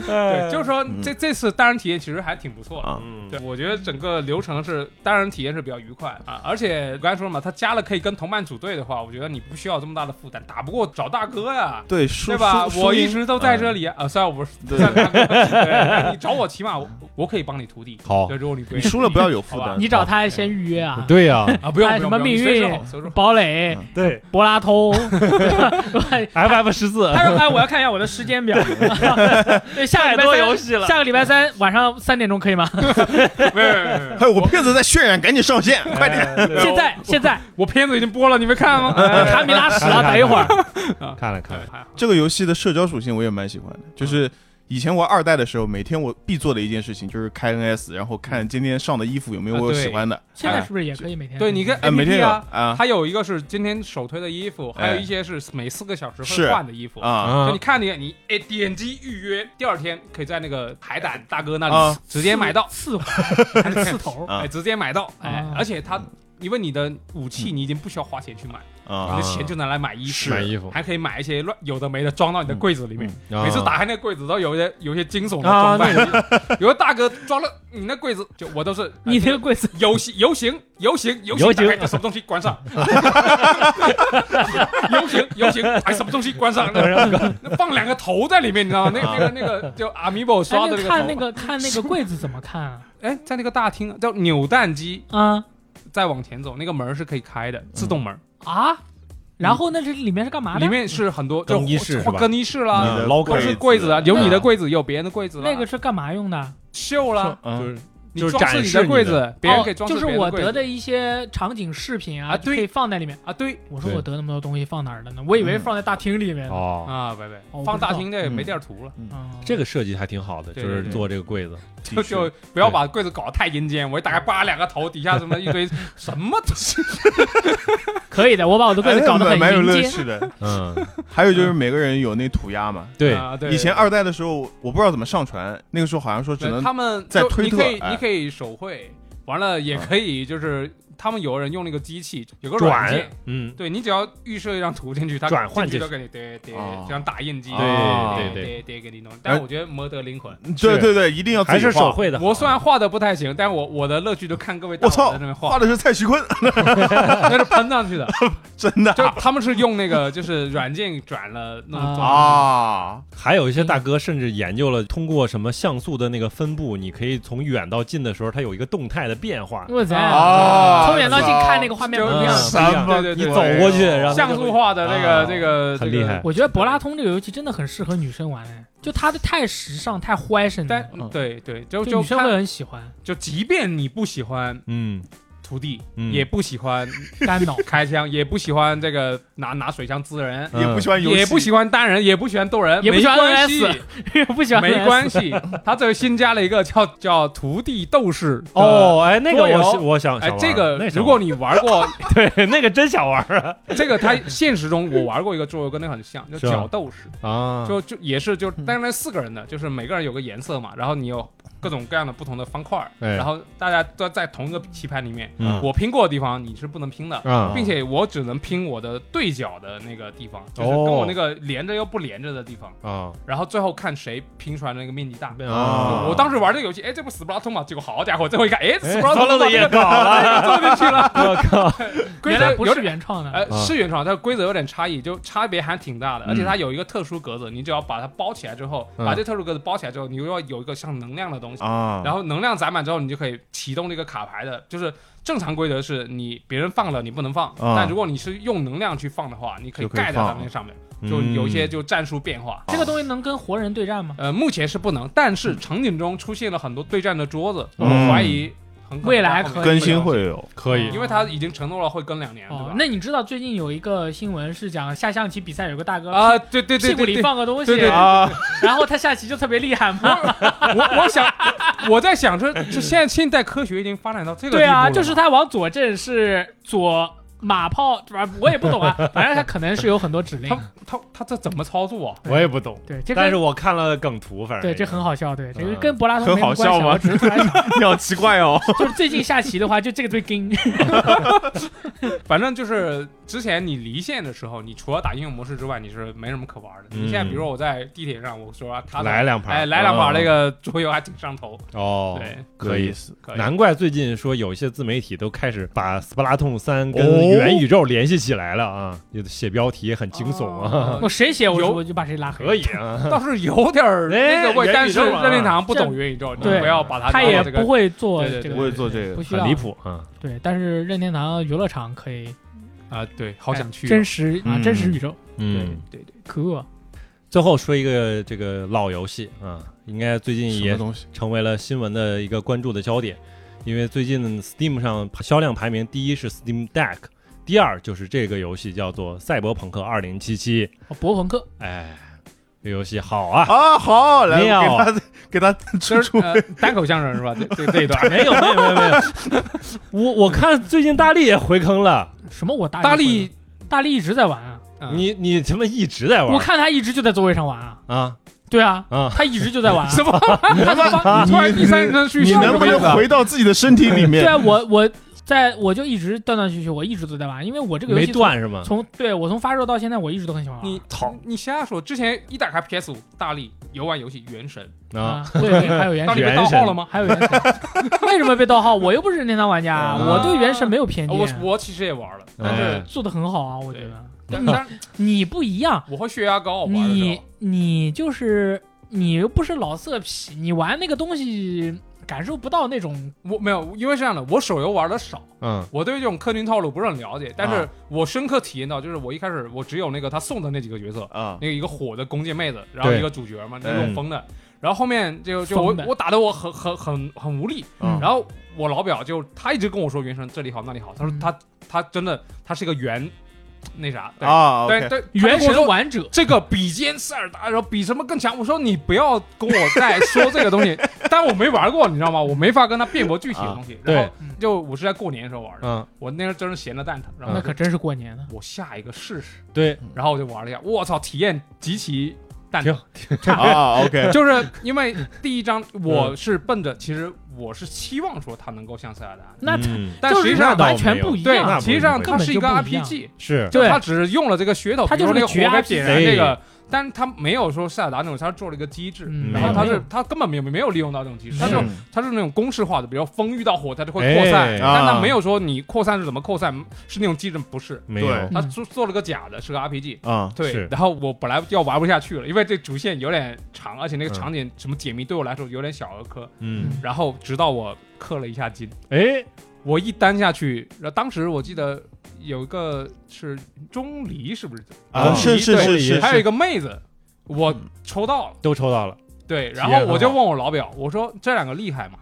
对就是说嗯这这次单人体验其实还挺不错的。啊！哎嗯对，我觉得整个流程是单人体验是比较愉快啊，而且我刚才说了嘛，他加了可以跟同伴组队的话，我觉得你不需要这么大的负担，打不过找大哥呀，对，输对吧？输我输一赢直都在这里啊，啊虽然我不是嗯对在大哥对你找我，起 [laughs] 码我我可以帮你徒弟。好对，，如果你不你输了不要有负好吧担。你找他先预约啊！对呀，啊，不用哎什不用么不用命随时运 [laughs] 好随时好堡垒、对柏拉通， ，F F 十四，[laughs] [laughs] 他说：“哎，我要看一下我的时 [laughs] 间表。对，下个礼太拜多三游戏了下个礼拜三晚上三点钟可以吗？没有没有没有没有还有我片子在渲染，赶紧上线，哎快点！对现 [laughs] 在现在，我片子已经播了，你没 [laughs] 看吗？哎卡米拉屎 [laughs] 了，等一会儿。啊看了看了，还好这个游戏的社交属性我也蛮喜欢嗯的，就是以前玩二代的时候，每天我必做的一件事情就是开 NS，然后看今天上的衣服有没有啊我对喜欢的。现在是不是也可以每天？对你跟哎，每天 APP 有啊，啊它有一个是今天首推的衣服，还有一些是每四个小时哎是会换的衣服。啊就啊嗯你看你你哎点击预约，第二天可以在那个海胆大哥那啊里直接买到，刺还是刺头，啊 [laughs] 哎直接买到，哎啊，而且它因为你的武器你已经不需要花钱去买，你啊的钱就拿来买衣是服，买衣服还可以买一些乱有的没的装到你的柜子里面嗯。啊每次打开那柜子都有一些有一些惊悚的啊装扮， [laughs] 有的大哥装了你那柜子，就我都是呃你这个柜子游戏游行游行游游行，行打开这什么东西关上， [laughs] 游行游行，哎，什么东西 [laughs] 关上？那那放两个头在里面，你知道吗？那啊那个那个就 Amiibo 哎刷的那那看那个头，个看 [laughs] 那个柜子怎么看啊？哎，在那个大厅叫扭蛋机，啊再往前走，那个门是可以开的，自动门，啊！然后那这里面是干嘛的？嗯里面是很多就更衣室是吧嗯更衣室啊啦你。的捞都柜是子柜啊子嗯啊，有你啊的柜子，有别人的柜子啦，那个是干嘛用的？秀啦，啊就是你就是装饰展你示的你柜的子，别人可以哦装饰就是别人我柜得子的一些场景饰品啊，啊对可以放在里面。啊，对嗯我说对我得那么多东西放哪儿了呢？我以为放在大厅里面。哦，啊，拜拜哦我，放不知大道厅这也没嗯地儿涂了，嗯这个设计还挺好的，就对是对对做这个柜子， [laughs] 就就不要把柜子搞得太阴间，我一打开叭两个头，底下什么 [laughs] 一堆什么东西，可以的，我把我的柜哎子搞得蛮很蛮有乐迎接。趣的。嗯，还有就是每个人有那涂鸦嘛，对，啊 [laughs] 对以前二代的时候我不知道怎么上传，那个时候好像说只对能他们在就推你特可以哎嗯你可以手绘，完了也可以就是他们有人用那个机器有个软转件，，嗯，对你只要预设一张图进去，它转换进去进都给你对对哦，就像打印机对哎对对对对给你弄，但我觉得没得灵魂。对对对，一定要自己还是画手。绘的好， [laughs] 我虽然画的不太行，但我我的乐趣就看各位大我佬操在那边，画 [laughs] 画，的是蔡徐坤， [laughs] 那是喷上去的。 [laughs] 真的就他们是用那个就是软件转了弄啊装啊！还有一些大哥甚至研究了，通过什么像素的那个分布，你可以从远到近的时候，它有一个动态的变化。我在啊从远到近看那个画面就不一是样。嗯什么对对你对走过去，然后它像就会素化的那啊个这个很这个厉害我觉得柏拉通这个游戏真的很适合女生玩，哎，就它的太时尚、太坏身了，但对对，就嗯就就女生会看很喜欢。就，即便你不喜欢嗯，徒弟，嗯也不喜欢干脑开枪，也不喜欢这个拿拿水枪 [laughs] 滋人，嗯也不喜欢游戏，也不喜欢单人，也不喜欢斗人，也不没喜欢关系 NS [laughs] 不喜欢没 NS [laughs] 关系， [laughs] 他最后新加了一个叫叫徒弟斗士。哦，哎，那个桌游我我想，哎想，玩这个那想如 [laughs] 果你玩过玩对那个真想玩啊 [laughs] 这个，它现实中我玩过一个桌游，跟那个很像，叫是吧角斗士， [laughs] 啊就就也是就嗯但是那四个人的，就是每个人有个颜色嘛，然后你有各种各样的不同的方块儿，哎然后大家都在同一个棋盘里面，嗯我拼过的地方你是不能拼的，啊，并且我只能拼我的对角的那个地方，就是哦跟我那个连着又不连着的地方，啊然后最后看谁拼出来那个面积大。啊，我当时玩这个游戏，哎，这不 Splatoon 吗？结果好家伙，最后一看，哎哎，Splatoon ，Splatoon 的也也搞 [laughs] 了做进去了。我靠，规原来则不有是点，原创的，呃，啊是原创，但规则有点差异，就差别还挺大的。嗯而且它有一个特殊格子，你只要把它包起来之后，嗯把这特殊格子包起来之后，你又要有一个像能量的东西。啊，然后能量攒满之后，你就可以启动这个卡牌的。就是正常规则是你别人放了你不能放，啊但如果你是用能量去放的话，你可以就可以盖在它放那上面，就有一些就战术变化。这个东西能跟活人对战吗？呃，目前是不能，但是场景中出现了很多对战的桌子，嗯我怀疑很可能未来在后可面以会更有新，会有，可以 [laughs] 因为他已经承诺了会更两哎年，对哦吧，？那你知道最近有一个新闻是讲下象棋比赛有个大哥啊，对对屁对股对里对，放个东西对，对啊啊，然后他下棋就特别厉害嘛。我我想我在想着，就现在现代科学已经发展到这个对地步啊，了就是他往左震是左马炮，反正我也不懂啊，反正他可能是有很多指令他。他他这怎么操作啊？我也不懂，对，这但是跟我看了梗图，反正对也这很好笑，对，这个嗯跟柏拉图很没什么好关笑系啊吗我只是突然 [laughs] 想，你好奇怪哦，就是最近下棋的话，就这个最跟。反正就是之前你离线的时候，你除了打应用模式之外，你是没什么可玩的。嗯你现在比如说我在地铁上，我说啊他来两盘，哎来两把嗯那个桌游还挺上头，哦，对，可有以意。思，可以。难怪最近说有一些自媒体都开始把《斯巴拉通三》跟哦元宇宙联系起来了啊，有的写标题也很惊悚啊，哦我谁写我有我就把谁拉黑。 [laughs] 可以啊，哦倒是有点儿那个味，哎但是元宇宙啊任天堂不懂元宇宙，你对不要把它他当也做这个不会做对对这对个，不会做这个不需很要离。谱啊。对，但是任天堂游乐场可以，哎啊，对，好想去哦，真实啊，嗯真实宇宙，嗯，对对，可恶。最后说一个这个老游戏啊，应该最近什么也东西？成为了新闻的一个关注的焦点，因为最近 Steam 上销量排名第一是 Steam Deck，第二就是这个游戏叫做《赛博朋克2077》，哦博朋克哎，这游戏好啊，啊，好，来妙，我给他给他就出是出呃单口相声是吧？这这这一段 [laughs] 没有没有没有 [laughs] 没有，我我看最近大力也回坑了，什么？我大呃大力力会，大力一直在玩啊，嗯你你他妈一直在玩我看他一直就在座位上玩啊。啊对啊，啊！他一直就在玩啊。 [laughs] 什么？他怎么突然第三人称叙你事？能不能回到自己的身体里对面？啊，我我在我就一直断断续续，我一直都在玩，因为我这个游没戏从断是吗？从对我从发售到现在，我一直都很喜欢玩。嗯你操你瞎说！之前一打开 PS 五，大力游玩游戏《原神啊啊，对，对还有》，原大力神，被盗号了吗？还有原神， [laughs] 为什么被盗号？我又不是任天堂玩家，啊我对原神没有偏嗯啊见。我我其实也玩了，但哎是做的很好啊，我觉得但但你不一样，我会血压高，我玩的时你候你就是你又不是老色批，你玩那个东西感受不到那种我没有，因为是这样的，我手游玩的少。嗯啊我对这种氪金套路不是很了解，但是啊我深刻体验到，就是我一开始我只有那个他送的那几个角色，啊，那个一个火的弓箭妹子，然后对一个主角嘛，那嗯种疯的，然后后面就就我疯的我打的我很很很很无力，嗯然后我老表就他一直跟我说原神这里好那里好，他说嗯他他真的他是一个原那啥，对啊对，OK，对，原他就跟我神说。玩者。这个比肩塞尔达，然后比什么更强？我说你不要跟我再说这个东西， [laughs] 但我没玩过，你知道吗？我没法跟他辩驳具体的东西。对然后就我是在过年的时候玩的，嗯，我那时候真是闲的蛋疼，然后那我就可真是过年啊的，我下一个试试，对，然后我就玩了一下，我操，体验极其蛋挺疼，啊，OK， [laughs] 就是因为第一章我是奔着，其实我是期望说它能够像塞尔达，那他嗯但就实是际上倒完全没有不一对那不样。是，实际上它根本是一就个不一样 RPG，是就对它只是用了这个噱头，它就是比如说个哎那个活 JRPG 该点啊燃这个，但是它没有说塞尔达那种，它是做了一个机制。嗯，然后它没有嗯是它根本没有没有利用到这种机制，它没是有那种嗯它是那种公式化的，比如说风遇到火它就会扩散哎，但它啊没有说你扩散是怎么扩散，是那种机制不是，没有对它嗯做做了个假的，是个 RPG，啊，对是，然后我本来要玩不下去了，因为这主线有点长，而且嗯那个场景什么解谜对我来说有点小儿科。嗯然后直到我氪了一下金，哎我一单下去，然后当时我记得有一个是钟离，是不是？啊，啊是是对是是，还有一个个妹子，我抽到了，都抽到了对，然体验后很我就好问我老表，我说这两个厉害吗？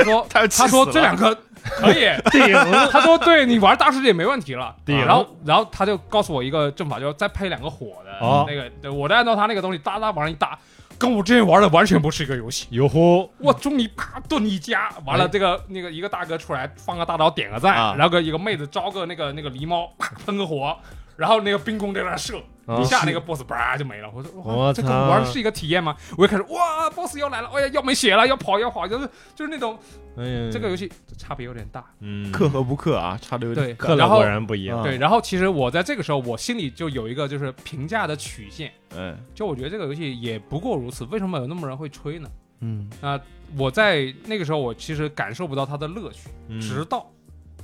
[laughs] 说他气他说死这了两个可以，顶他说对你玩大世界没问题了。顶然后然后他就告诉我一个阵法，就是再配两个火的、哦那个，对我就按照他那个东西哒哒往上一搭，跟我之前玩的完全不是一个游戏。哟呼，我终于啪盾一夹，完哎了这个那个一个大哥出来放个大招点个赞，啊然后个一个妹子招个那个那个狸猫，啪喷个火，然后那个冰弓在那射，啊一下那个 boss 叭就没了。我说哇，我这个操玩是一个体验吗？我一开始哇 boss 要来了，哎呀要没血了，要跑要跑，就是就是那种哎呀，这个游戏差别有点大。嗯，克和不克啊，差的有点。对，克然了后果然不一样，啊对，然后其实我在这个时候我心里就有一个就是评价的曲线，哎，就我觉得这个游戏也不过如此，为什么有那么多人会吹呢？啊嗯，我在那个时候我其实感受不到它的乐趣。嗯直到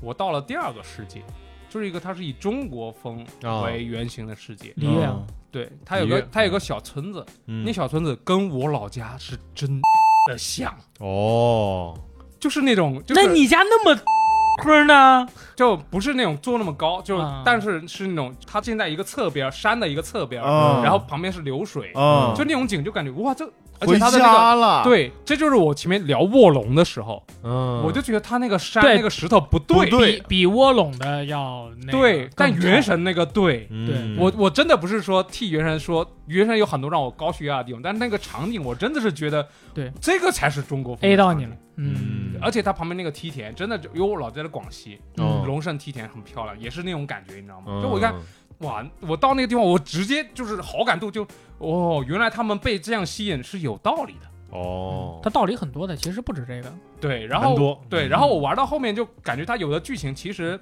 我到了第二个世界，就是一个它是以中国风啊为原型的世界。璃月，啊对，它有个音乐它有个小村子，那嗯小村子跟我老家是真的像，哦，就是那种就那是你家那么 [laughs] 坤呢？就不是那种做那么高，就啊但是是那种它建在一个侧边山的一个侧边，哦啊然后旁边是流水，啊，就那种景就感觉哇这，而且回它的那家个。啊了，，对，这就是我前面聊卧龙的时候，嗯，我就觉得它那个山对那个石头不不对，对比，比窝拢的要那个对，但更原丑神那个对，嗯我我真的不是说替原神说，原神有很多让我高血压的地方，但那个场景我真的是觉得，对，这个才是中国风 A 的到场你景了，。嗯，而且它旁边那个梯田真的就，因为我老家在广西，嗯哦嗯龙胜梯田很漂亮，也是那种感觉，你知道吗？嗯就我一看，哇，我到那个地方，我直接就是好感度就，哦，原来他们被这样吸引是有道理的。嗯哦，它道理很多的，其实不止这个。对，然很后多对，然后我玩到后面就感觉它有的剧情其实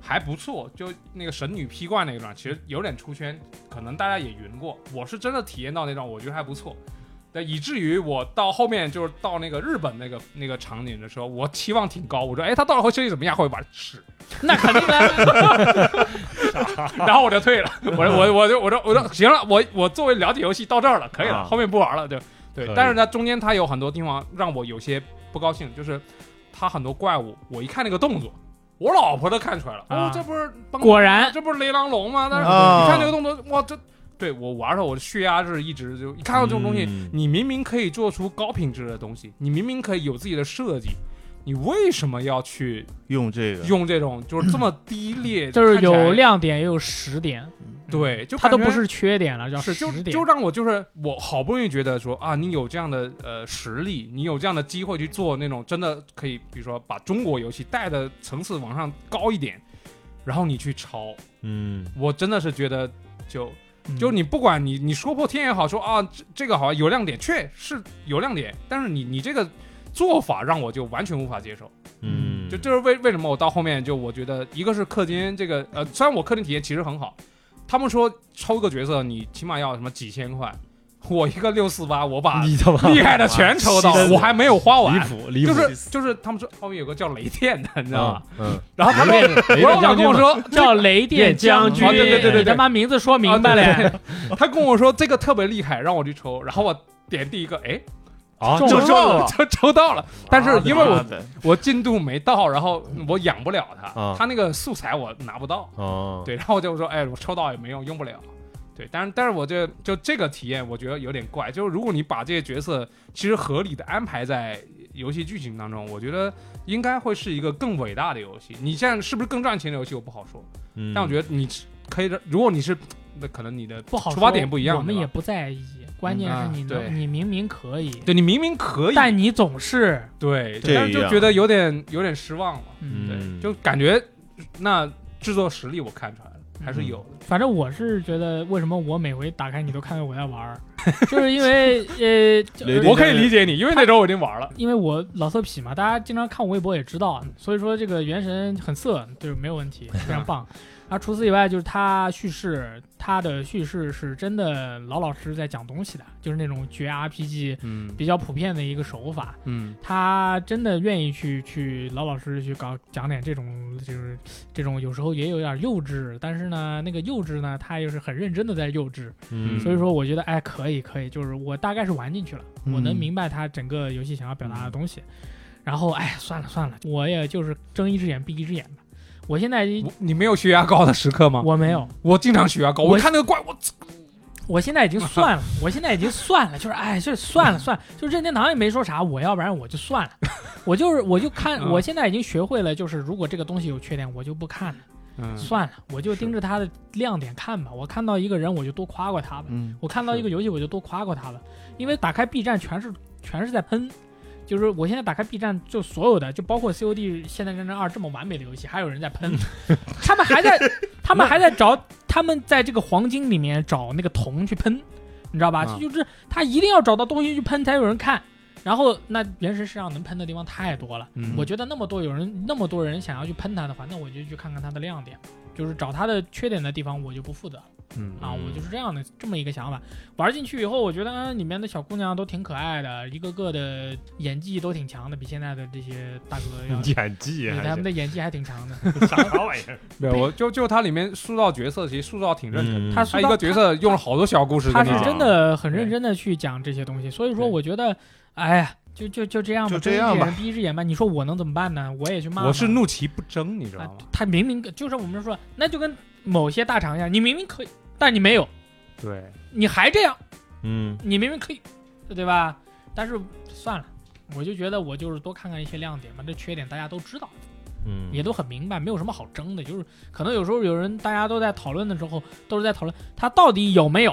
还不错，就那个神女劈挂那一段其实有点出圈，可能大家也云过，我是真的体验到那段，我觉得还不错。但以至于我到后面就是到那个日本那个那个场景的时候，我期望挺高，我说哎，他到了后休息怎么样？会玩屎，那肯定的， [laughs] 然后我就退了，我说我我就我说我说行了，我我作为了解游戏到这儿了，可以了，啊后面不玩了，就对可。以但是呢，中间它有很多地方让我有些不高兴，就是它很多怪物，我一看那个动作，我老婆都看出来了，啊哦，这不是帮果 [laughs] 然这不是雷狼龙吗？但是啊你看那个动作，哇，这对我玩的时候我的血压是一直就一看到这种东西，嗯你明明可以做出高品质的东西，你明明可以有自己的设计。你为什么要去用这个，用这种就是这么低劣，就是看起来有亮点也有实点，对，就它都感觉不是缺点了，叫是就实点就。让我就是我好不容易觉得说啊，你有这样的呃实力，你有这样的机会去做那种真的可以，比如说把中国游戏带的层次往上高一点，然后你去抄，嗯我真的是觉得就嗯就你不管你你说破天也好，说啊这这个好像有亮点，确是有亮点，但是你你这个做法让我就完全无法接受。嗯，就这是为为什么我到后面就我觉得一个是氪金这个呃，虽然我氪金体验其实很好，他们说抽个角色你起码要什么几千块，我一个六四八我把你他妈 [laughs] 厉害的全抽到哇，我还没有花离完，谱离就谱，是就是他们说后面有个叫雷电的，你知道吗？嗯，然后他们雷我电老板将跟军我嘛说 [laughs] 叫雷电将军，哦对对对对对你哦他妈名字说明白了，他跟我说这个特别厉害，让我去抽，然后我点第一个，哎，啊，中这中就抽到了就抽到了，但是因为我妈的我进度没到，然后我养不了他啊，他那个素材我拿不到。哦，对，然后我就说，哎，我抽到也没用，用不了。对，但是但是我这就这个体验，我觉得有点怪。就是如果你把这些角色其实合理的安排在游戏剧情当中，我觉得应该会是一个更伟大的游戏。你现在是不是更赚钱的游戏，我不好说。嗯，但我觉得你是可以让，如果你是，那可能你的 [laughs] 不好说。出发点不一样，我们对吧也不在意，关键是你嗯啊对能，你明明可以，对你明明可以，但你总是对，这但是就样觉得有点有点失望了。嗯对，嗯就感觉那制作实力我看出来了，还是有的。反正我是觉得，为什么我每回打开你都看到我在玩儿， [laughs] 就是因为呃，就雷电我可以理解你，因为那时候我已经玩了。因为我老色痞嘛，大家经常看我微博也知道，啊所以说这个《原神》很色，就是没有问题，非常棒。然后除此以外，就是它叙事，它的叙事是真的老老实实在讲东西的，就是那种绝 RPG 嗯比较普遍的一个手法。嗯，他真的愿意去去老老实实去搞讲点这种就是这种有时候也有点幼稚，但是呢，那个幼稚呢，他又是很认真的在幼稚，嗯，所以说我觉得哎可以可以，就是我大概是玩进去了，嗯我能明白他整个游戏想要表嗯达的东西，然后哎算了算了，我也就是睁一只眼闭一只眼吧。我现在我你没有血压高的时刻吗？嗯我没有，我经常血压高，我我看那个怪，我我现在已经算了，我现在已经算了，就是哎，就是算了算了，就任天堂也没说啥，我要不然我就算了，我就是我就看，嗯我现在已经学会了，就是如果这个东西有缺点，我就不看了，嗯，算了，我就盯着它的亮点看吧。我看到一个人，我就多夸夸他吧。嗯，我看到一个游戏，我就多夸夸他了，因为打开 B 站全是全是在喷，就是我现在打开 B 站，就所有的，就包括 COD 现代战争二这么完美的游戏，还有人在喷，他们还在，他们还在找，他们在这个黄金里面找那个铜去喷，你知道吧？嗯就是他一定要找到东西去喷才有人看。然后，那原神身上能喷的地方太多了。嗯我觉得那么多有人，那么多人想要去喷它的话，那我就去看看它的亮点，就是找它的缺点的地方，我就不负责了。嗯啊，嗯我就是这样的这么一个想法。玩进去以后，我觉得啊，里面的小姑娘都挺可爱的，一个个的演技都挺强的，比现在的这些大哥要，演技对还嗯他们行的演技还挺强的。啥玩意儿？对，我就就它里面塑造角色，其实塑造挺认真的。嗯他他是一个角色用了好多小故事他跟你是讲，真的很认对真的去讲这些东西，所以说对我觉得，哎呀，就就就这样吧，就这睁一样只吧眼闭一只眼吧。你说我能怎么办呢？我也去骂吧。我是怒其不争，你知道啊吗？，他明明就是我们说，那就跟某些大厂一样，你明明可以，但你没有，对，你还这样。嗯，你明明可以，对吧？但是算了，我就觉得我就是多看看一些亮点嘛，这缺点大家都知道，嗯也都很明白，没有什么好争的。就是可能有时候有人大家都在讨论的时候，都是在讨论它到底有没有，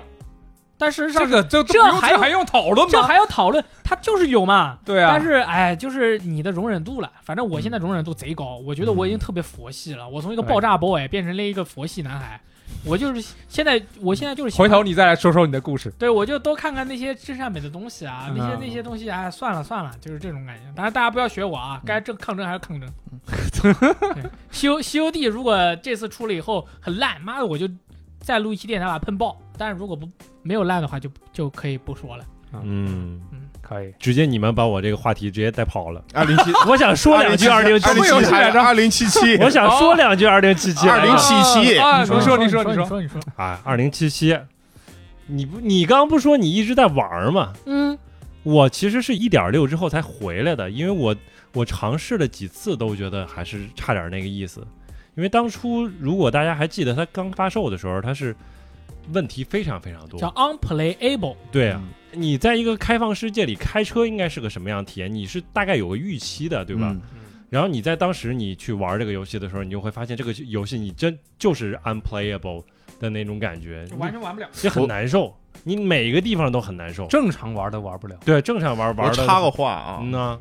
但事实上这个这这不用还还用讨论这吗？还要讨论，它就是有嘛。对啊，嗯但是哎，就是你的容忍度了。反正我现在容忍度贼高，我觉得我已经特别佛系了。我从一个对爆炸 boy 变成了一个佛系男孩。我就是现在，我现在就是喜欢回头你再来说说你的故事。对，我就多看看那些真善美的东西啊，那些嗯那些东西，哎，算了算了，就是这种感觉。当然，大家不要学我啊，该争抗争还是抗争。 [laughs] 对西游西游记如果这次出了以后很烂，妈的，我就再录一期电台把它喷爆。但是如果不没有烂的话就，就可以不说了。嗯，可以，直接你们把我这个话题直接带跑了。二零七，我想说两啊句二零七什么游戏七，来着二零七七，我想说两哦句二零七七， 2077啊，你你说你你说你你说，说你说，啊，二零七七，你不，你刚不说你一直在玩儿吗？嗯我其实是一点六之后才回来的，因为我我尝试了几次都觉得还是差点那个意思。因为当初如果大家还记得它刚发售的时候，它是问题非常非常嗯叫多。 unplayable，对啊，你在一个开放世界里开车应该是个什么样的体验？你是大概有个预期的，对吧？嗯然后你在当时你去玩这个游戏的时候，你就会发现这个游戏你真就是 unplayable 的那种感觉，完全玩不了。也很难受，你每个地方都很难受。正常玩的玩不了，对，正常玩玩我的，插个话啊嗯，呐，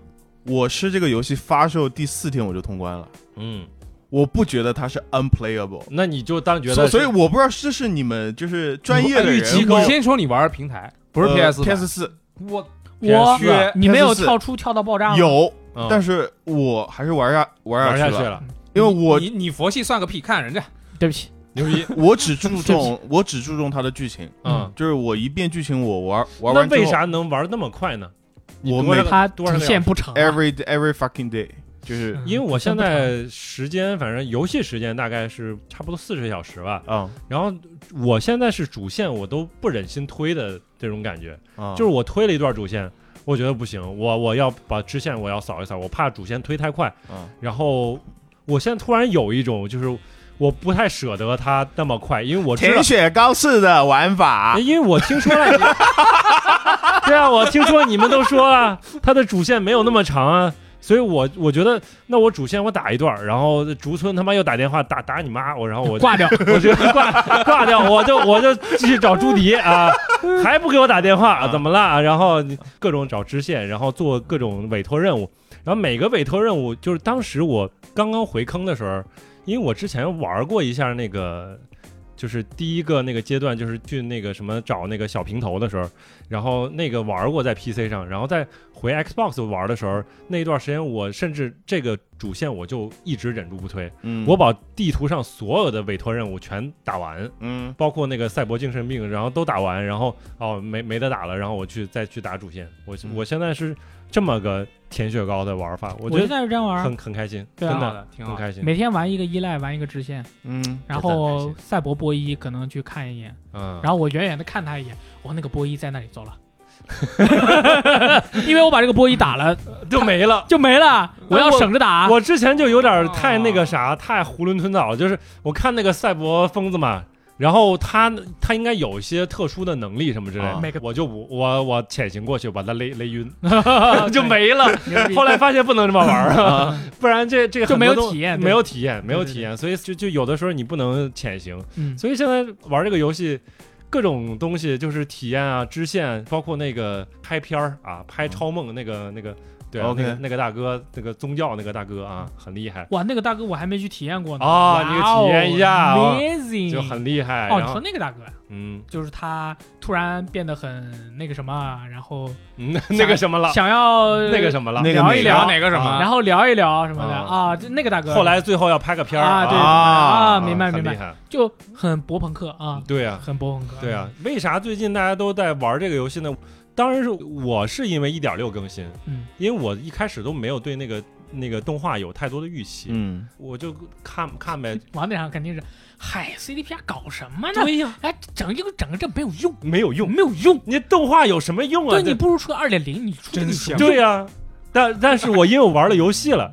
我是这个游戏发售第四天我就通关了，嗯，我不觉得它是 unplayable，那你就当觉所得，所以我不知道这是你们就是专业的预人期你高先说你玩的平台，不是 PS PS 四我我是啊你没有 PS4 跳出跳到爆炸吗？有，嗯但是我还是玩下玩玩下下去去了，了，因为我你你佛系算个屁，看人家对不起，牛逼，我 [laughs] 只注重我只注重它的剧情，嗯。就是我一遍剧情我玩玩那完之后为啥能嗯玩那么快呢？你我多少每个它多少主个线小时？不长啊。 every every fucking day [laughs] 就是嗯因为我主线现不长在时间，反正游戏时间大概是差不多四十个小时吧。啊然后我现在是主线，我都不忍心推的这种感觉，啊，就是我推了一段主线，我觉得不行，我我要把支线我要扫一扫，我怕主线推太快。啊然后我现在突然有一种就是我不太舍得它那么快，因为我知道哎舔雪糕式的玩法，因为我听说了，你 [laughs] 对啊，我听说你们都说了，它的主线没有那么长啊，所以我我觉得，那我主线我打一段儿，然后竹村他妈又打电话打打你妈，我然后我挂掉， [laughs] 我就挂挂掉，我就我就继续找朱迪啊，还不给我打电话，啊怎么了？然后各种找支线，然后做各种委托任务，然后每个委托任务就是当时我刚刚回坑的时候，因为我之前玩过一下那个。就是第一个那个阶段，就是去那个什么找那个小平头的时候，然后那个玩过在 PC 上，然后再回 Xbox 玩的时候，那一段时间我甚至这个主线我就一直忍住不推，嗯我把地图上所有的委托任务全打完，嗯包括那个赛博精神病，然后都打完，然后哦没没得打了，然后我去再去打主线。我、嗯我现在是这么个舔雪糕的玩法，我我觉就得在这样玩儿很，很开心，对真啊挺好的的，挺很好的。开心。每天玩一个依赖，玩一个支线。嗯这然才开后心赛博波伊可能去看一眼，嗯，然后我远远的看他一眼，我那个波伊在那里 [laughs] 走了，因为我把这个波伊 [laughs] 打了后就没了。就没了，我要我省着打。我之前就有点太那哦个啥，太囫囵吞枣了。就是我看那个赛博疯子嘛，然后他他应该有一些特殊的能力什么之类的啊每个，，我就不我我潜行过去把他勒勒晕就没了。牛逼后来发现不能这么玩儿啊， [laughs] 不然这这个就很没多有东体验对没有体验，没有对对体验，所以就就有的时候你不能潜行。嗯，所以现在玩这个游戏，各种东西就是体验啊、支线，包括那个拍片儿啊、嗯拍超梦那个那个，对啊 OK 那个那个大哥，那个宗教那个大哥啊，很厉害哇，那个大哥我还没去体验过呢。啊，你体验一下哇哦啊， ，amazing，就很厉害。哦，然你说后那个大哥，嗯就是他突然变得很那个什么，然后嗯， [laughs] 那个什么了，想要那个什么了，那个聊哪个一聊聊哪个什么？然后聊一聊什么的啊啊，就那个大哥后来最后要拍个片儿啊，对啊啊，明白很明厉白，害，就很博朋克啊，对啊。很博朋克，对啊，，为啥最近大家都在玩这个游戏呢？当然是我是因为一点六更新，嗯，因为我一开始都没有对那个那个动画有太多的预期，嗯，我就看看 [laughs] 呗。网点上肯定是，嗨，CDPR 搞什么呢？对呀，哎，整一个整个这没有用，没有用，没有用，你动画有什么用啊？对你不如出个二点零，你出这个真有香用对呀、但但是我因为我玩了游戏了。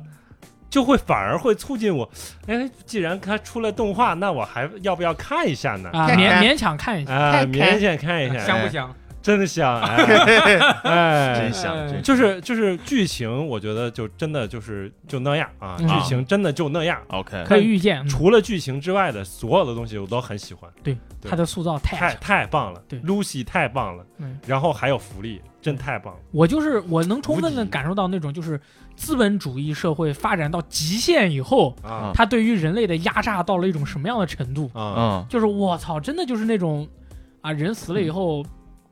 就会反而会促进我，哎，既然它出了动画，那我还要不要看一下呢？啊，看勉看勉强看一下，啊，勉强看一下，哎香不香？真的香，哎， [laughs] 哎真香，真就是就是剧情，我觉得就真的就是就那样啊，嗯剧情真的就那样。 OK，可以预见，嗯除了剧情之外的所有的东西，我都很喜欢，对他的塑造太太强。太棒了对，Lucy 太棒了嗯，然后还有福利，真太棒了。我就是我能充分的无敌感受到那种就是资本主义社会发展到极限以后，啊它对于人类的压榨到了一种什么样的程度？啊嗯，就是我操，真的就是那种啊，人死了嗯以后。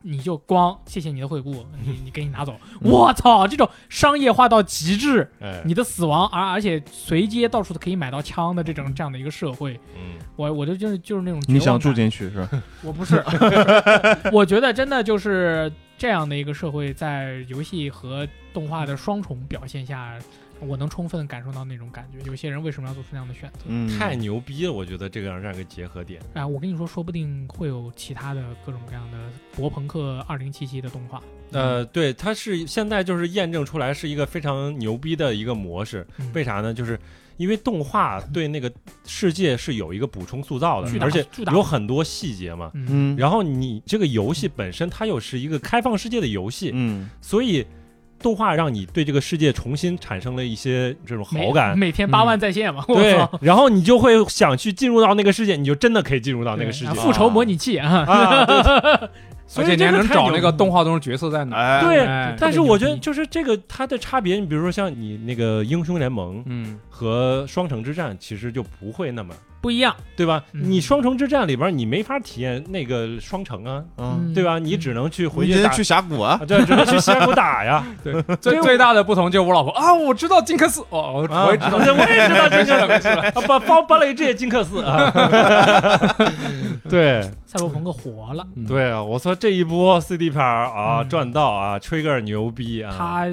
你就光谢谢你的惠 [laughs] 顾，你你给你拿走，嗯我操，这种商业化到极致，哎，你的死亡，而而且随街到处都可以买到枪的这种这样的一个社会，嗯，我我就就是就是那种你绝望想住感进去是吧？我不是，我觉得真的就是这样的一个社会，在游戏和动画的双重表现下，我能充分感受到那种感觉。有些人为什么要做出那样的选择？ [laughs] 嗯，太牛逼了！我觉得这个样这样一个结合点，啊，我跟你说，说不定会有其他的各种各样的博朋克二零七七的动画。嗯呃，对，它是现在就是验证出来是一个非常牛逼的一个模式。嗯为啥呢？就是因为动画对那个世界是有一个补充塑造的巨，大而且巨大有很多细节嘛。嗯，嗯，然后你这个游戏本身它又是一个开放世界的游戏，嗯，所以动画让你对这个世界重新产生了一些这种每好感。嗯每天八万在线嘛，嗯我对操，，然后你就会想去进入到那个世界，你就真的可以进入到那个对世啊界复仇模拟器啊，啊。对所而以且你这还个能太找牛那个逼动画中的角色在哪？哎，对哎但是特别我牛觉得逼就是这个它的差别，你比如说像你那个英雄联盟嗯，和双城之战，其实就不会那么，不一样，对吧？嗯你双城之战里边你没法体验那个双城啊，嗯，对吧？你只能去回你去得打，去峡谷啊啊，对，只能去峡谷打呀。最最大的不同就是我老婆啊，我知道金克斯，哦，啊，我也知 [laughs] 道，我也知道没金事了，克 [laughs] 没事了。斯，把包芭蕾这也金克斯啊。 [laughs] 对赛博朋克火了，对啊，我说这一波 CD 牌儿啊嗯赚到啊，Trigger 牛逼啊。他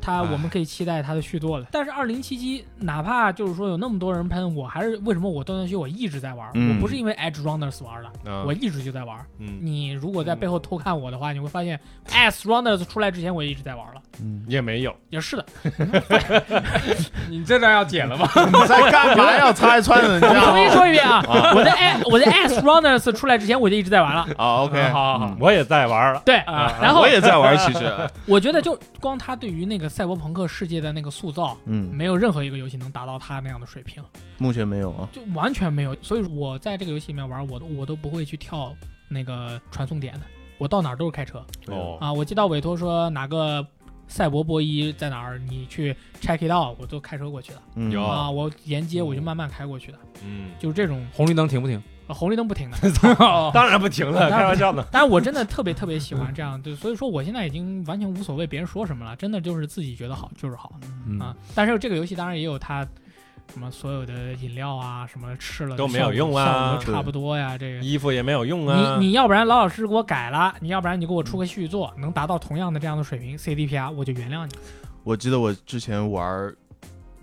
他，哎我们可以期待他的续作了。但是二零七七，哪怕就是说有那么多人喷，我还是为什么我断断续我一直在玩儿？嗯我不是因为 Edge Runners 玩了，啊我一直就在玩儿。嗯你如果在背后偷看我的话，你会发现 Edge Runners 出来之前我也一直在玩了。嗯，也没有，也是的， [laughs] 你这段要剪了吗？ [laughs] 你在干嘛要 [laughs] 拆穿人我重新家？说一遍啊，我在 A 我在 Edge Runners 出来之前我就一直在玩了。啊，OK，好好嗯好，我也在玩了。对，啊然后我也在玩，其 [laughs] 实，我觉得就光他对于那个赛博朋克世界的那个塑造，嗯，没有任何一个游戏能达到他那样的水平。目前没有啊，就完全没有。所以我在这个游戏里面玩，我都我都不会去跳那个传送点的，我到哪儿都是开车哦，啊。我接到委托说哪个赛博波伊在哪儿，你去 check it out，我都开车过去的、嗯有啊。我沿街我哦就慢慢开过去的，嗯，就是这种、红绿灯停不停？呃红绿灯不 [laughs] 停的。 [laughs] 当然不停了，开玩笑呢。但是我真的特别特别喜欢这样，对，所以说我现在已经完全无所谓别人说什么了，真的就是自己觉得好就是好。嗯嗯啊，但是这个游戏当然也有它什么所有的饮料啊，什么吃了都没有用啊效果都差不多呀。这个衣服也没有用嗯啊。你你要不然老老实实给我改了，你要不然你给我出个续作，能达到同样的这样的水平，CDPR 我就原谅你。我记得我之前玩儿，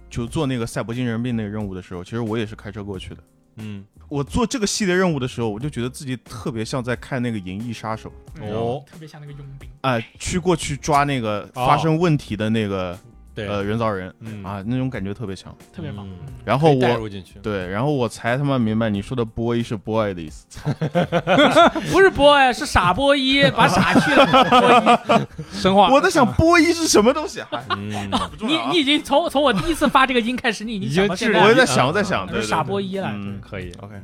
就做那个赛博精神病那个任务的时候，其实我也是开车过去的。嗯我做这个系列任务的时候，我就觉得自己特别像在看那个《银翼杀手》，啊哦特别像那个佣兵。哎、去过去抓那个哦发生问题的那个对，呃人造人嗯，啊，那种感觉特别强。特别棒。嗯嗯然可后以带我入进去，对，然后我才他妈明白你说的 boy 是 boy 的意思，不是波哎，是傻波一，把傻去 [laughs] 了。生化我在想 boy 是什么东西，哎嗯， [laughs] 不重你要啊你已经从从我第一次发这个音开始，你已经已想经到治现愈在我也了在想，我在想，是对对哎傻对波一了，嗯可以 OK，嗯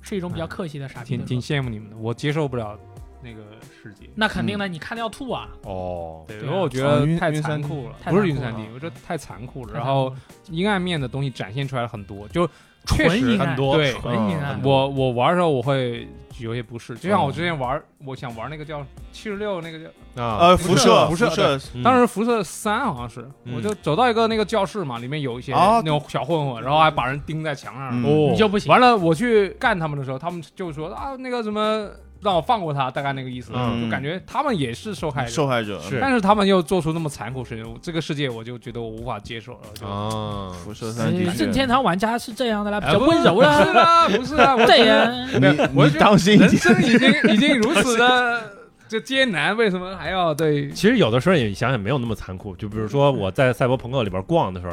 是一种比较客气的傻逼挺的状挺态。羡慕你们的，我接受不了那个世界。那肯定嗯的，你看的要吐啊！哦，对，对啊因为我觉哦得晕太晕残三 D 酷了，太不是残云酷三了 D，我觉得太残酷了。太然残后阴暗面的东西展现出来了很多，就确纯实阴很暗，多对纯阴暗嗯。我我玩的时候我会有些不适，就像我之前玩，我想玩那个叫七十六那个叫，啊，呃，辐射，辐辐射射，嗯当时辐射三好像是，嗯我就走到一个那个教室嘛，里面有一些啊那种小混混，然后还把人钉在墙上。嗯哦你就不行。完了，我去干他们的时候，他们就说啊那个什么让我放过他，大概那个意思，嗯就感觉他们也是受害者。受害者是但是他们又做出那么残酷事情，我这个世界我就觉得我无法接受了。就啊，辐射三哎的确任，天堂玩家是这样的啦，比较哎不温柔 [laughs] 不是啦。啦，不是啦，我对觉得呀， [laughs] 没有你我你觉得当心一人点，生已经已经如此的就艰难，为什么还要对？其实有的时候也想想没有那么残酷，就比如嗯说我在赛博朋克里边逛的时候，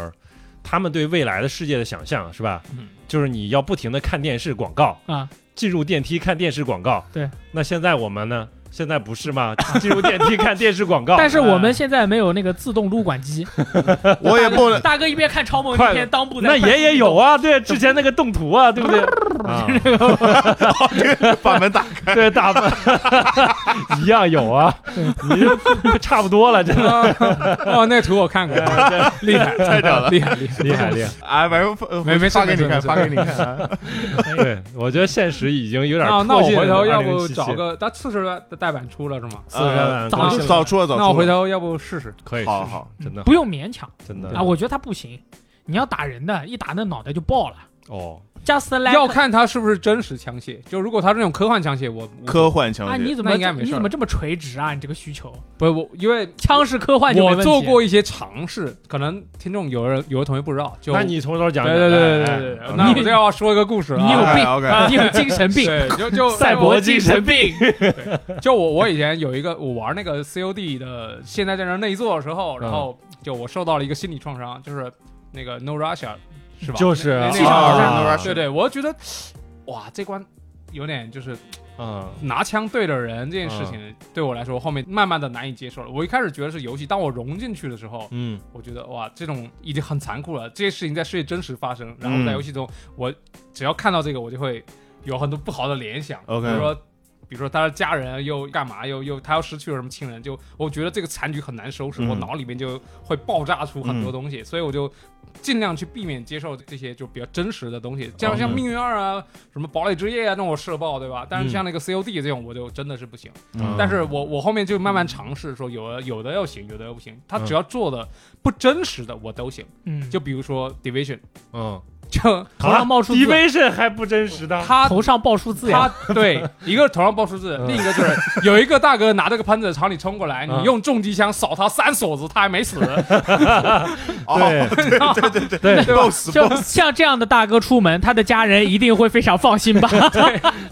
他们对未来的世界的想象是吧？嗯就是你要不停的看电视广告啊，进入电梯看电视广告。对，那现在我们呢？现在不是 [laughs] 吗？进入电梯看电视广告，但是我们现在没有那个自动撸管机。我也不能，大哥一边看超梦快一边当布在那快爷爷有啊，对，之前那个动图 [laughs] 啊，对不对？啊，把门打对，大部分 [laughs] 一样有啊，你这差不多了，真的啊哦，那图我看过，厉害，太屌了，厉害 [laughs] 厉害厉害厉害。啊，反正 [laughs] 呃没没事发给你没看，事发给你看 [laughs] 啊，对，我觉得现实已经有点啊，那迫我近回头要不2077找个，它四十的代版出了是吗？四十万呃早可以就早出了，早出了，那我回头要不试试？可以试试，好好真的嗯嗯不用勉强真的啊，我觉得他不行。你要打人的，一打那脑袋就爆了。哦， Just like 要看它是不是真实枪械，就如果它是那种科幻枪械，我我科幻枪啊，决你，怎么那应该没事儿你怎么这么垂直啊？你这个需求，不我因为枪是科幻就没问我题做过一些尝试，可能听众有人有的同学不知道，就那你从头对讲讲，对对对哎对对哎对，那我就要说一个故事了啊。你有病 OK，啊你有精神病，对，就就赛博精神病。就我我以前有一个我玩那个 COD 的现代战争内作的时候，然后就我受到了一个心理创伤，就是那个 No Russia 是吧？就是那啊那场好像啊对对，我觉得哇，这关有点就是嗯拿枪对着人这件事情，对我来说后面慢慢的难以接受了。我一开始觉得是游戏，当我融进去的时候，嗯我觉得哇，这种已经很残酷了，这些事情在世界真实发生，然后嗯在游戏中，我只要看到这个，我就会有很多不好的联想 OK 比如说。比如说他的家人又干嘛，又又他要失去了什么亲人，就我觉得这个残局很难收拾，嗯我脑里面就会爆炸出很多嗯东西，所以我就尽量去避免接受这些就比较真实的东西，像像嗯命运二啊、什么堡垒之夜啊那种我射爆，对吧？但嗯是像那个 COD 这种，我就真的是不行。嗯但是我我后面就慢慢尝试说，有的有的要行，有的要不行。他嗯只要做的不真实的，我都行。嗯，就比如说 Division， [laughs] 嗯，就头上冒数字 Division 还不真实的，他头上爆数字呀他，对一个头上爆数字，嗯另一个就是有一个大哥拿着个喷子朝你冲过来，嗯你用重机枪扫他三锁子，他还 [laughs] 没死，哦，对对对对对吧？死就像这样的大哥出门，他的家人一定会非常放心吧？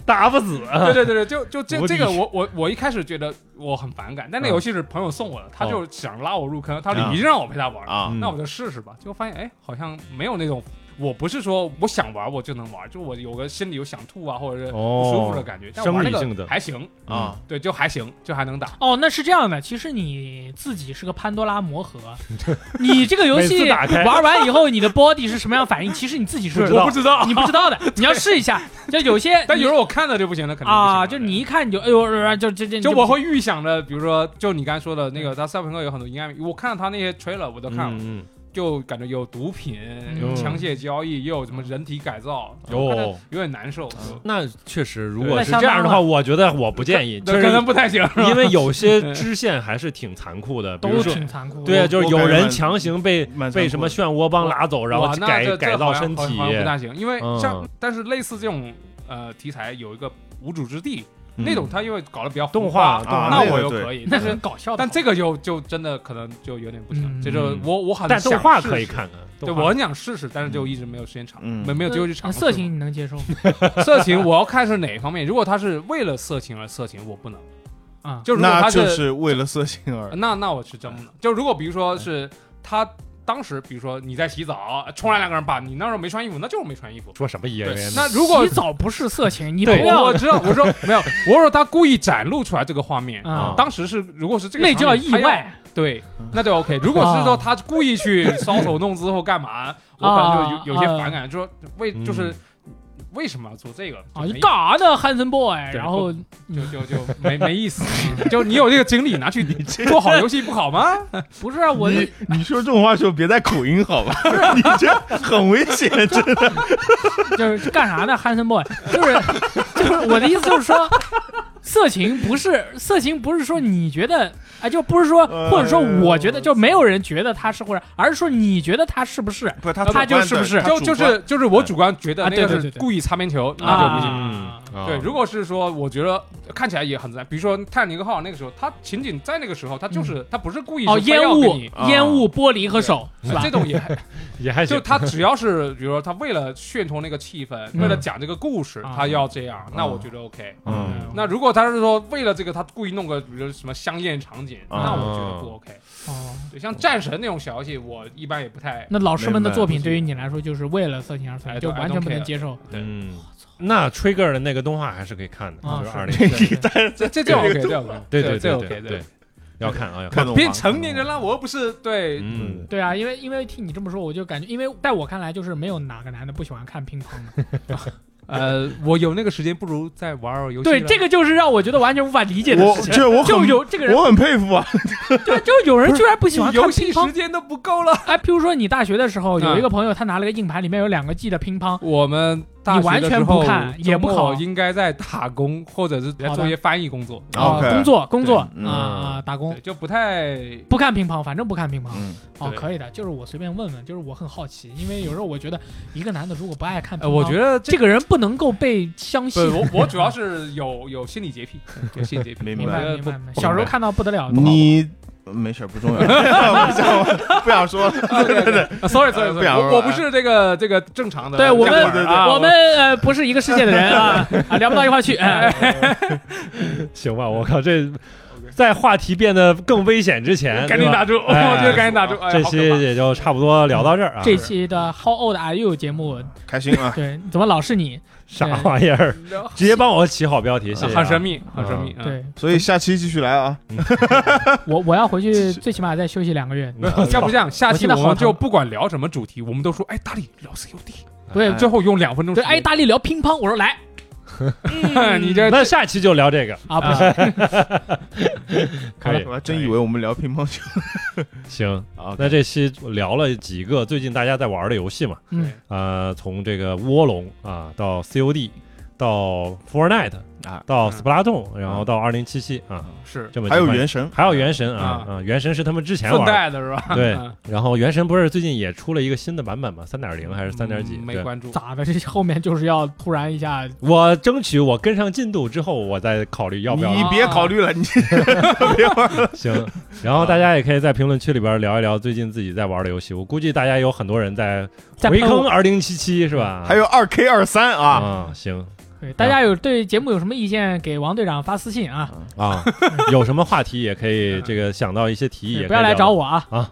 打不死，对对对对，就就这无敌这个我我我一开始觉得我很反感，但那嗯游戏是朋友送我的，他哦就想拉我入坑，他说啊你一定让我陪他玩，啊嗯那我就试试吧。结果发现，哎，好像没有那种，我不是说我想玩我就能玩，就我有个心里有想吐啊或者是不舒服的哦，感觉，但玩那生理性的个还行，啊，对，就还行，就还能打。哦，那是这样的，其实你自己是个潘多拉魔 [laughs] 盒，你这个游每次戏打开玩完以后，你的 body 是什么样反应，其实你自己是不知我道不知道，你不知道 [laughs] 的，你要试一下。就有些，但有时候我看了就不行了，肯定不行了啊，就你一看你就哎呦，呃就这这，就这我会预想着，比如说，就你刚才说的那个，他赛博朋克有很多阴暗面，我看到他那些 trailer 我都看了，嗯就感觉有毒品、有枪械交易，又有什么人体改造，嗯哟，有点难受，就那确实，如对果那是相这样的当话，了我觉得我不建议，那就可能是不太行，是吧因为有 [laughs] 些支线还是挺残酷的，比都如说。挺残酷的。对啊，就是我有感觉人蛮强行被蛮残酷的被嗯什么漩涡帮拉走，然后哇那改这改这造好像身好像体好，像不大行，因为嗯像但是类似这种呃题材有一个无主之地，嗯那种他因为搞得比较动浮画啊动画那那我个又对可以，那但是 [laughs] 很搞笑的。但这个就就真的可能就有点不行，嗯这就我我很但动想画试可以试。看看。对，动画我很想试试，但是就一直没有时间尝，嗯没没有机会去尝嗯试。色情你能接 [laughs] 受吗？色情，我要看是哪一方面。如果他是为了色情而色情，我不能。啊，就如果那他就是是为了色情而那那我是真不能。就如果比如说是他当时比如说你在洗澡，冲来两个人把你那时候没穿衣服，那就是没穿衣服。说什么爷对爷，那如果洗澡不是色情，你不对 [laughs] 我要我 [laughs] 知道，我说没有，我说他故意展露出来这个画面。啊啊，当时是，如果是这个那叫场景意，他要外。嗯啊对，那就 OK。如果是说他故意去搔首弄姿或干嘛，我可能就有有些反感，就说为嗯就是为什么要做这个啊，就你没干啥呢，Hanson Boy？对然后就就就没没意思。 [laughs] 就你有这个精力，[laughs] 拿去做好游戏不好吗？不是啊，我你你说这种话的时候别带口音好吧？ [laughs] 你这很危险，这就是 [laughs] 干啥呢？Hanson Boy，就是就是我的意思就是说，色情不是色情，不是说你觉得啊，就不是说哎呦或者说我觉得就没有人觉得他是或者，而是说你觉得他是不是不是他 [laughs] 他主观就是的不是他就主就观是就是我主观觉得啊那对个对对是对故意擦边球，那就不行。啊？嗯对，如果是说我觉得看起来也很自然，比如说《泰坦尼克号》那个时候，它情景在那个时候，它嗯就是它不是故意哦，是非烟要给雾你啊啊烟雾玻璃和手是吧这？种 [laughs] 也哎也还行就，他只要是，比如说他为了渲托那个气氛，嗯为了讲这个故事，啊他要这样，那嗯我觉得 OK。嗯那如果他是说为了这个，他故意弄个比如什么香艳场景，嗯啊那我觉得不 OK。哦，对，像战神那种小游戏，我一般也不太。那老师们的作品明白对于你来说就是为了色情而存在，哎 I don't- 就完全不 I don't 能 care 接 [laughs] 受嗯，那 Trigger 的那个动画还是可以看的，啊就是二是零，对对这这这 OK，这 OK， [laughs] 对这对这对 OK，对对，要看啊要看，看懂变吗嗯成年人了，我又不是对，嗯，对啊，因为因为听你这么说，我就感觉，因为在我看来，就是没有哪个男的不喜欢看乒乓的。呃，我有那个时间，不如再玩玩游戏了。对，这个就是让我觉得完全无法理解的我事情。这我很就有这个人，我很佩服啊， [laughs] 就就有人居然不喜欢你看游乒戏乓时。间都不够了。哎，譬如说你大学的时候，有嗯一个朋友，他拿了个硬盘，里面有两个 G 的乒乓。我们大学的时你完全候不看也不考周末应该在打工或者是在做一些翻译工作，啊， OK 工作工作嗯啊啊，嗯打工对，就不太不看乒乓，反正不看乒乓。嗯，哦，对可以的，就是我随便问问，就是我很好奇，因为有时候我觉得一个男的如果不爱看乒乓，呃，我觉得这这个人不能够被相不信。我我主要是有有心理洁癖，有心理洁癖，明 [laughs] 明我觉白得明不 [laughs] 白明白，小时候看到不得了，你没事儿不重要，不 [laughs] 想不想说了，对对对，sorry 呃 sorry 不 sorry，想我说我不是这个这个正常的对我们这个人啊我们呃不是一个世界的人啊啊，聊不到一块 [laughs] 去。哎，行吧，我靠，这在话题变得更危险之前，赶对紧吧打 [laughs] 住，我哎觉得赶紧打住，哎这好期可怕也就差不多聊到这儿啊，这期的 How old are you 节目，开心啊，对，怎么老是你？啥玩意儿？直接帮我起好标题，谢谢啊。很神秘，很神秘，嗯，对所以下期继续来啊，我我要回去，最起码再休息两个月。嗯没有要不这样，下期我现在我好们就疼不管聊什么主题，我们都说，哎，大力聊 COD，对最后用两分钟时对，间，，哎，大力聊乒乓，我说来 [laughs] 你这 [laughs] 那下期就聊这个，啊不是，哎可以我还真以为我们聊乒乓球行。啊，那这期聊了几个最近大家在玩的游戏嘛？嗯，呃，从这个卧龙啊到 COD，到 Fortnite 啊到嗯 Splatoon，然后到二零七七啊，是这么还有几款原神，还有原神啊啊啊，原神是他们之前顺玩的。带的是吧？对嗯，然后原神不是最近也出了一个新的版本嘛？三点零还是三点几？嗯没对关注。咋的？这后面就是要突然一下，我争取我跟上进度之后，我再考虑要不要你别考虑了，你别玩了，行，然后大家也可以在评论区里边聊一聊最近自己在玩的游戏。我估计大家有很多人在在回喷坑我二零七七是吧？还有二 K 二三啊，啊，行对大家有对节目有什么意见，给王队长发私信啊， [laughs] 啊，有什么话题也可以这个想到一些提议，也对不要可以来聊找。我啊，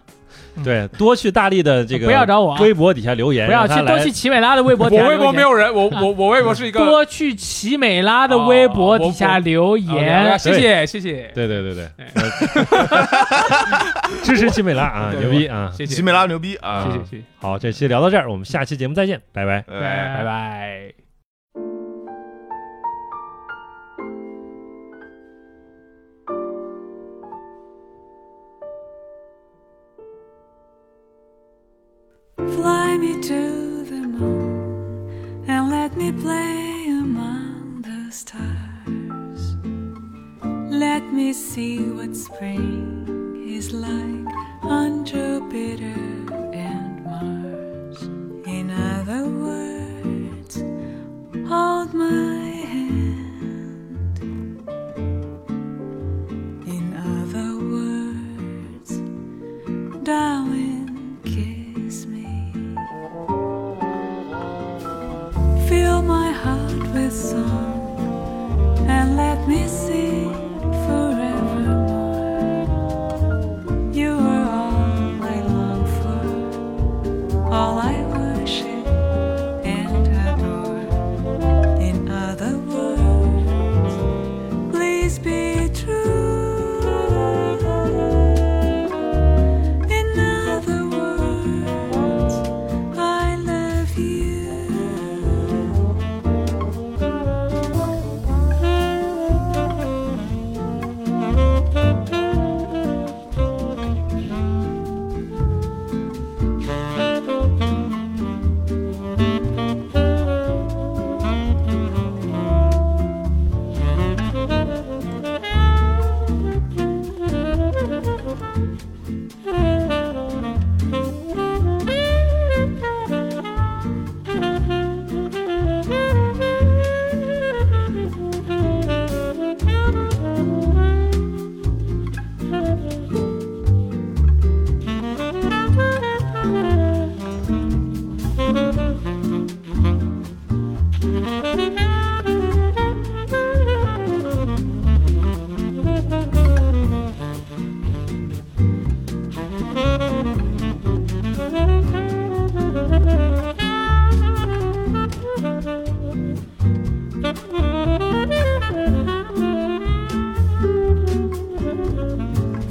对，多去大力的这个不要找我啊，微博底下留言，不让要去他多来去奇美拉的微博我底下留微言，博没有人，我我我微博是一个 [laughs] 多去奇美拉的微哦博底下留啊言，谢谢谢谢，对对对对哎，呃 [laughs] 支持奇美拉啊，对牛逼啊！谢谢吉美拉牛逼啊谢谢啊谢谢，好，这期聊到这儿，我们下期节目再见，拜拜。哎拜拜。 Fly me to the moon and let me play among the stars. Let me see what spring is like on Jupiter and Mars. In other words, hold my hand. In other words, Darling, kiss me. Fill my heart with song and let me sing forevermore. You are all I long for.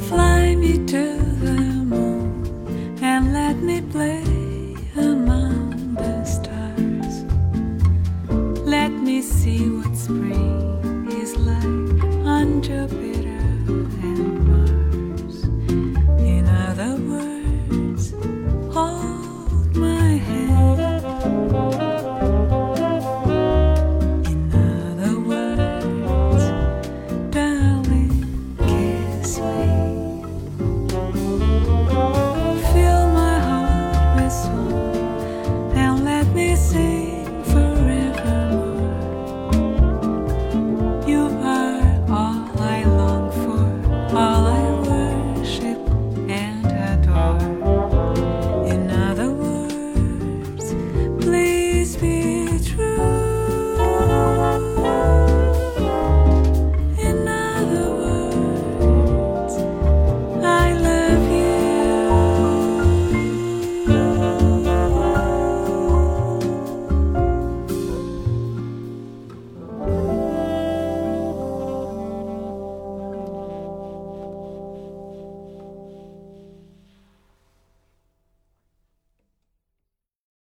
Fly me to the moon and let me play among the stars. Let me see what spring is like on Jupiter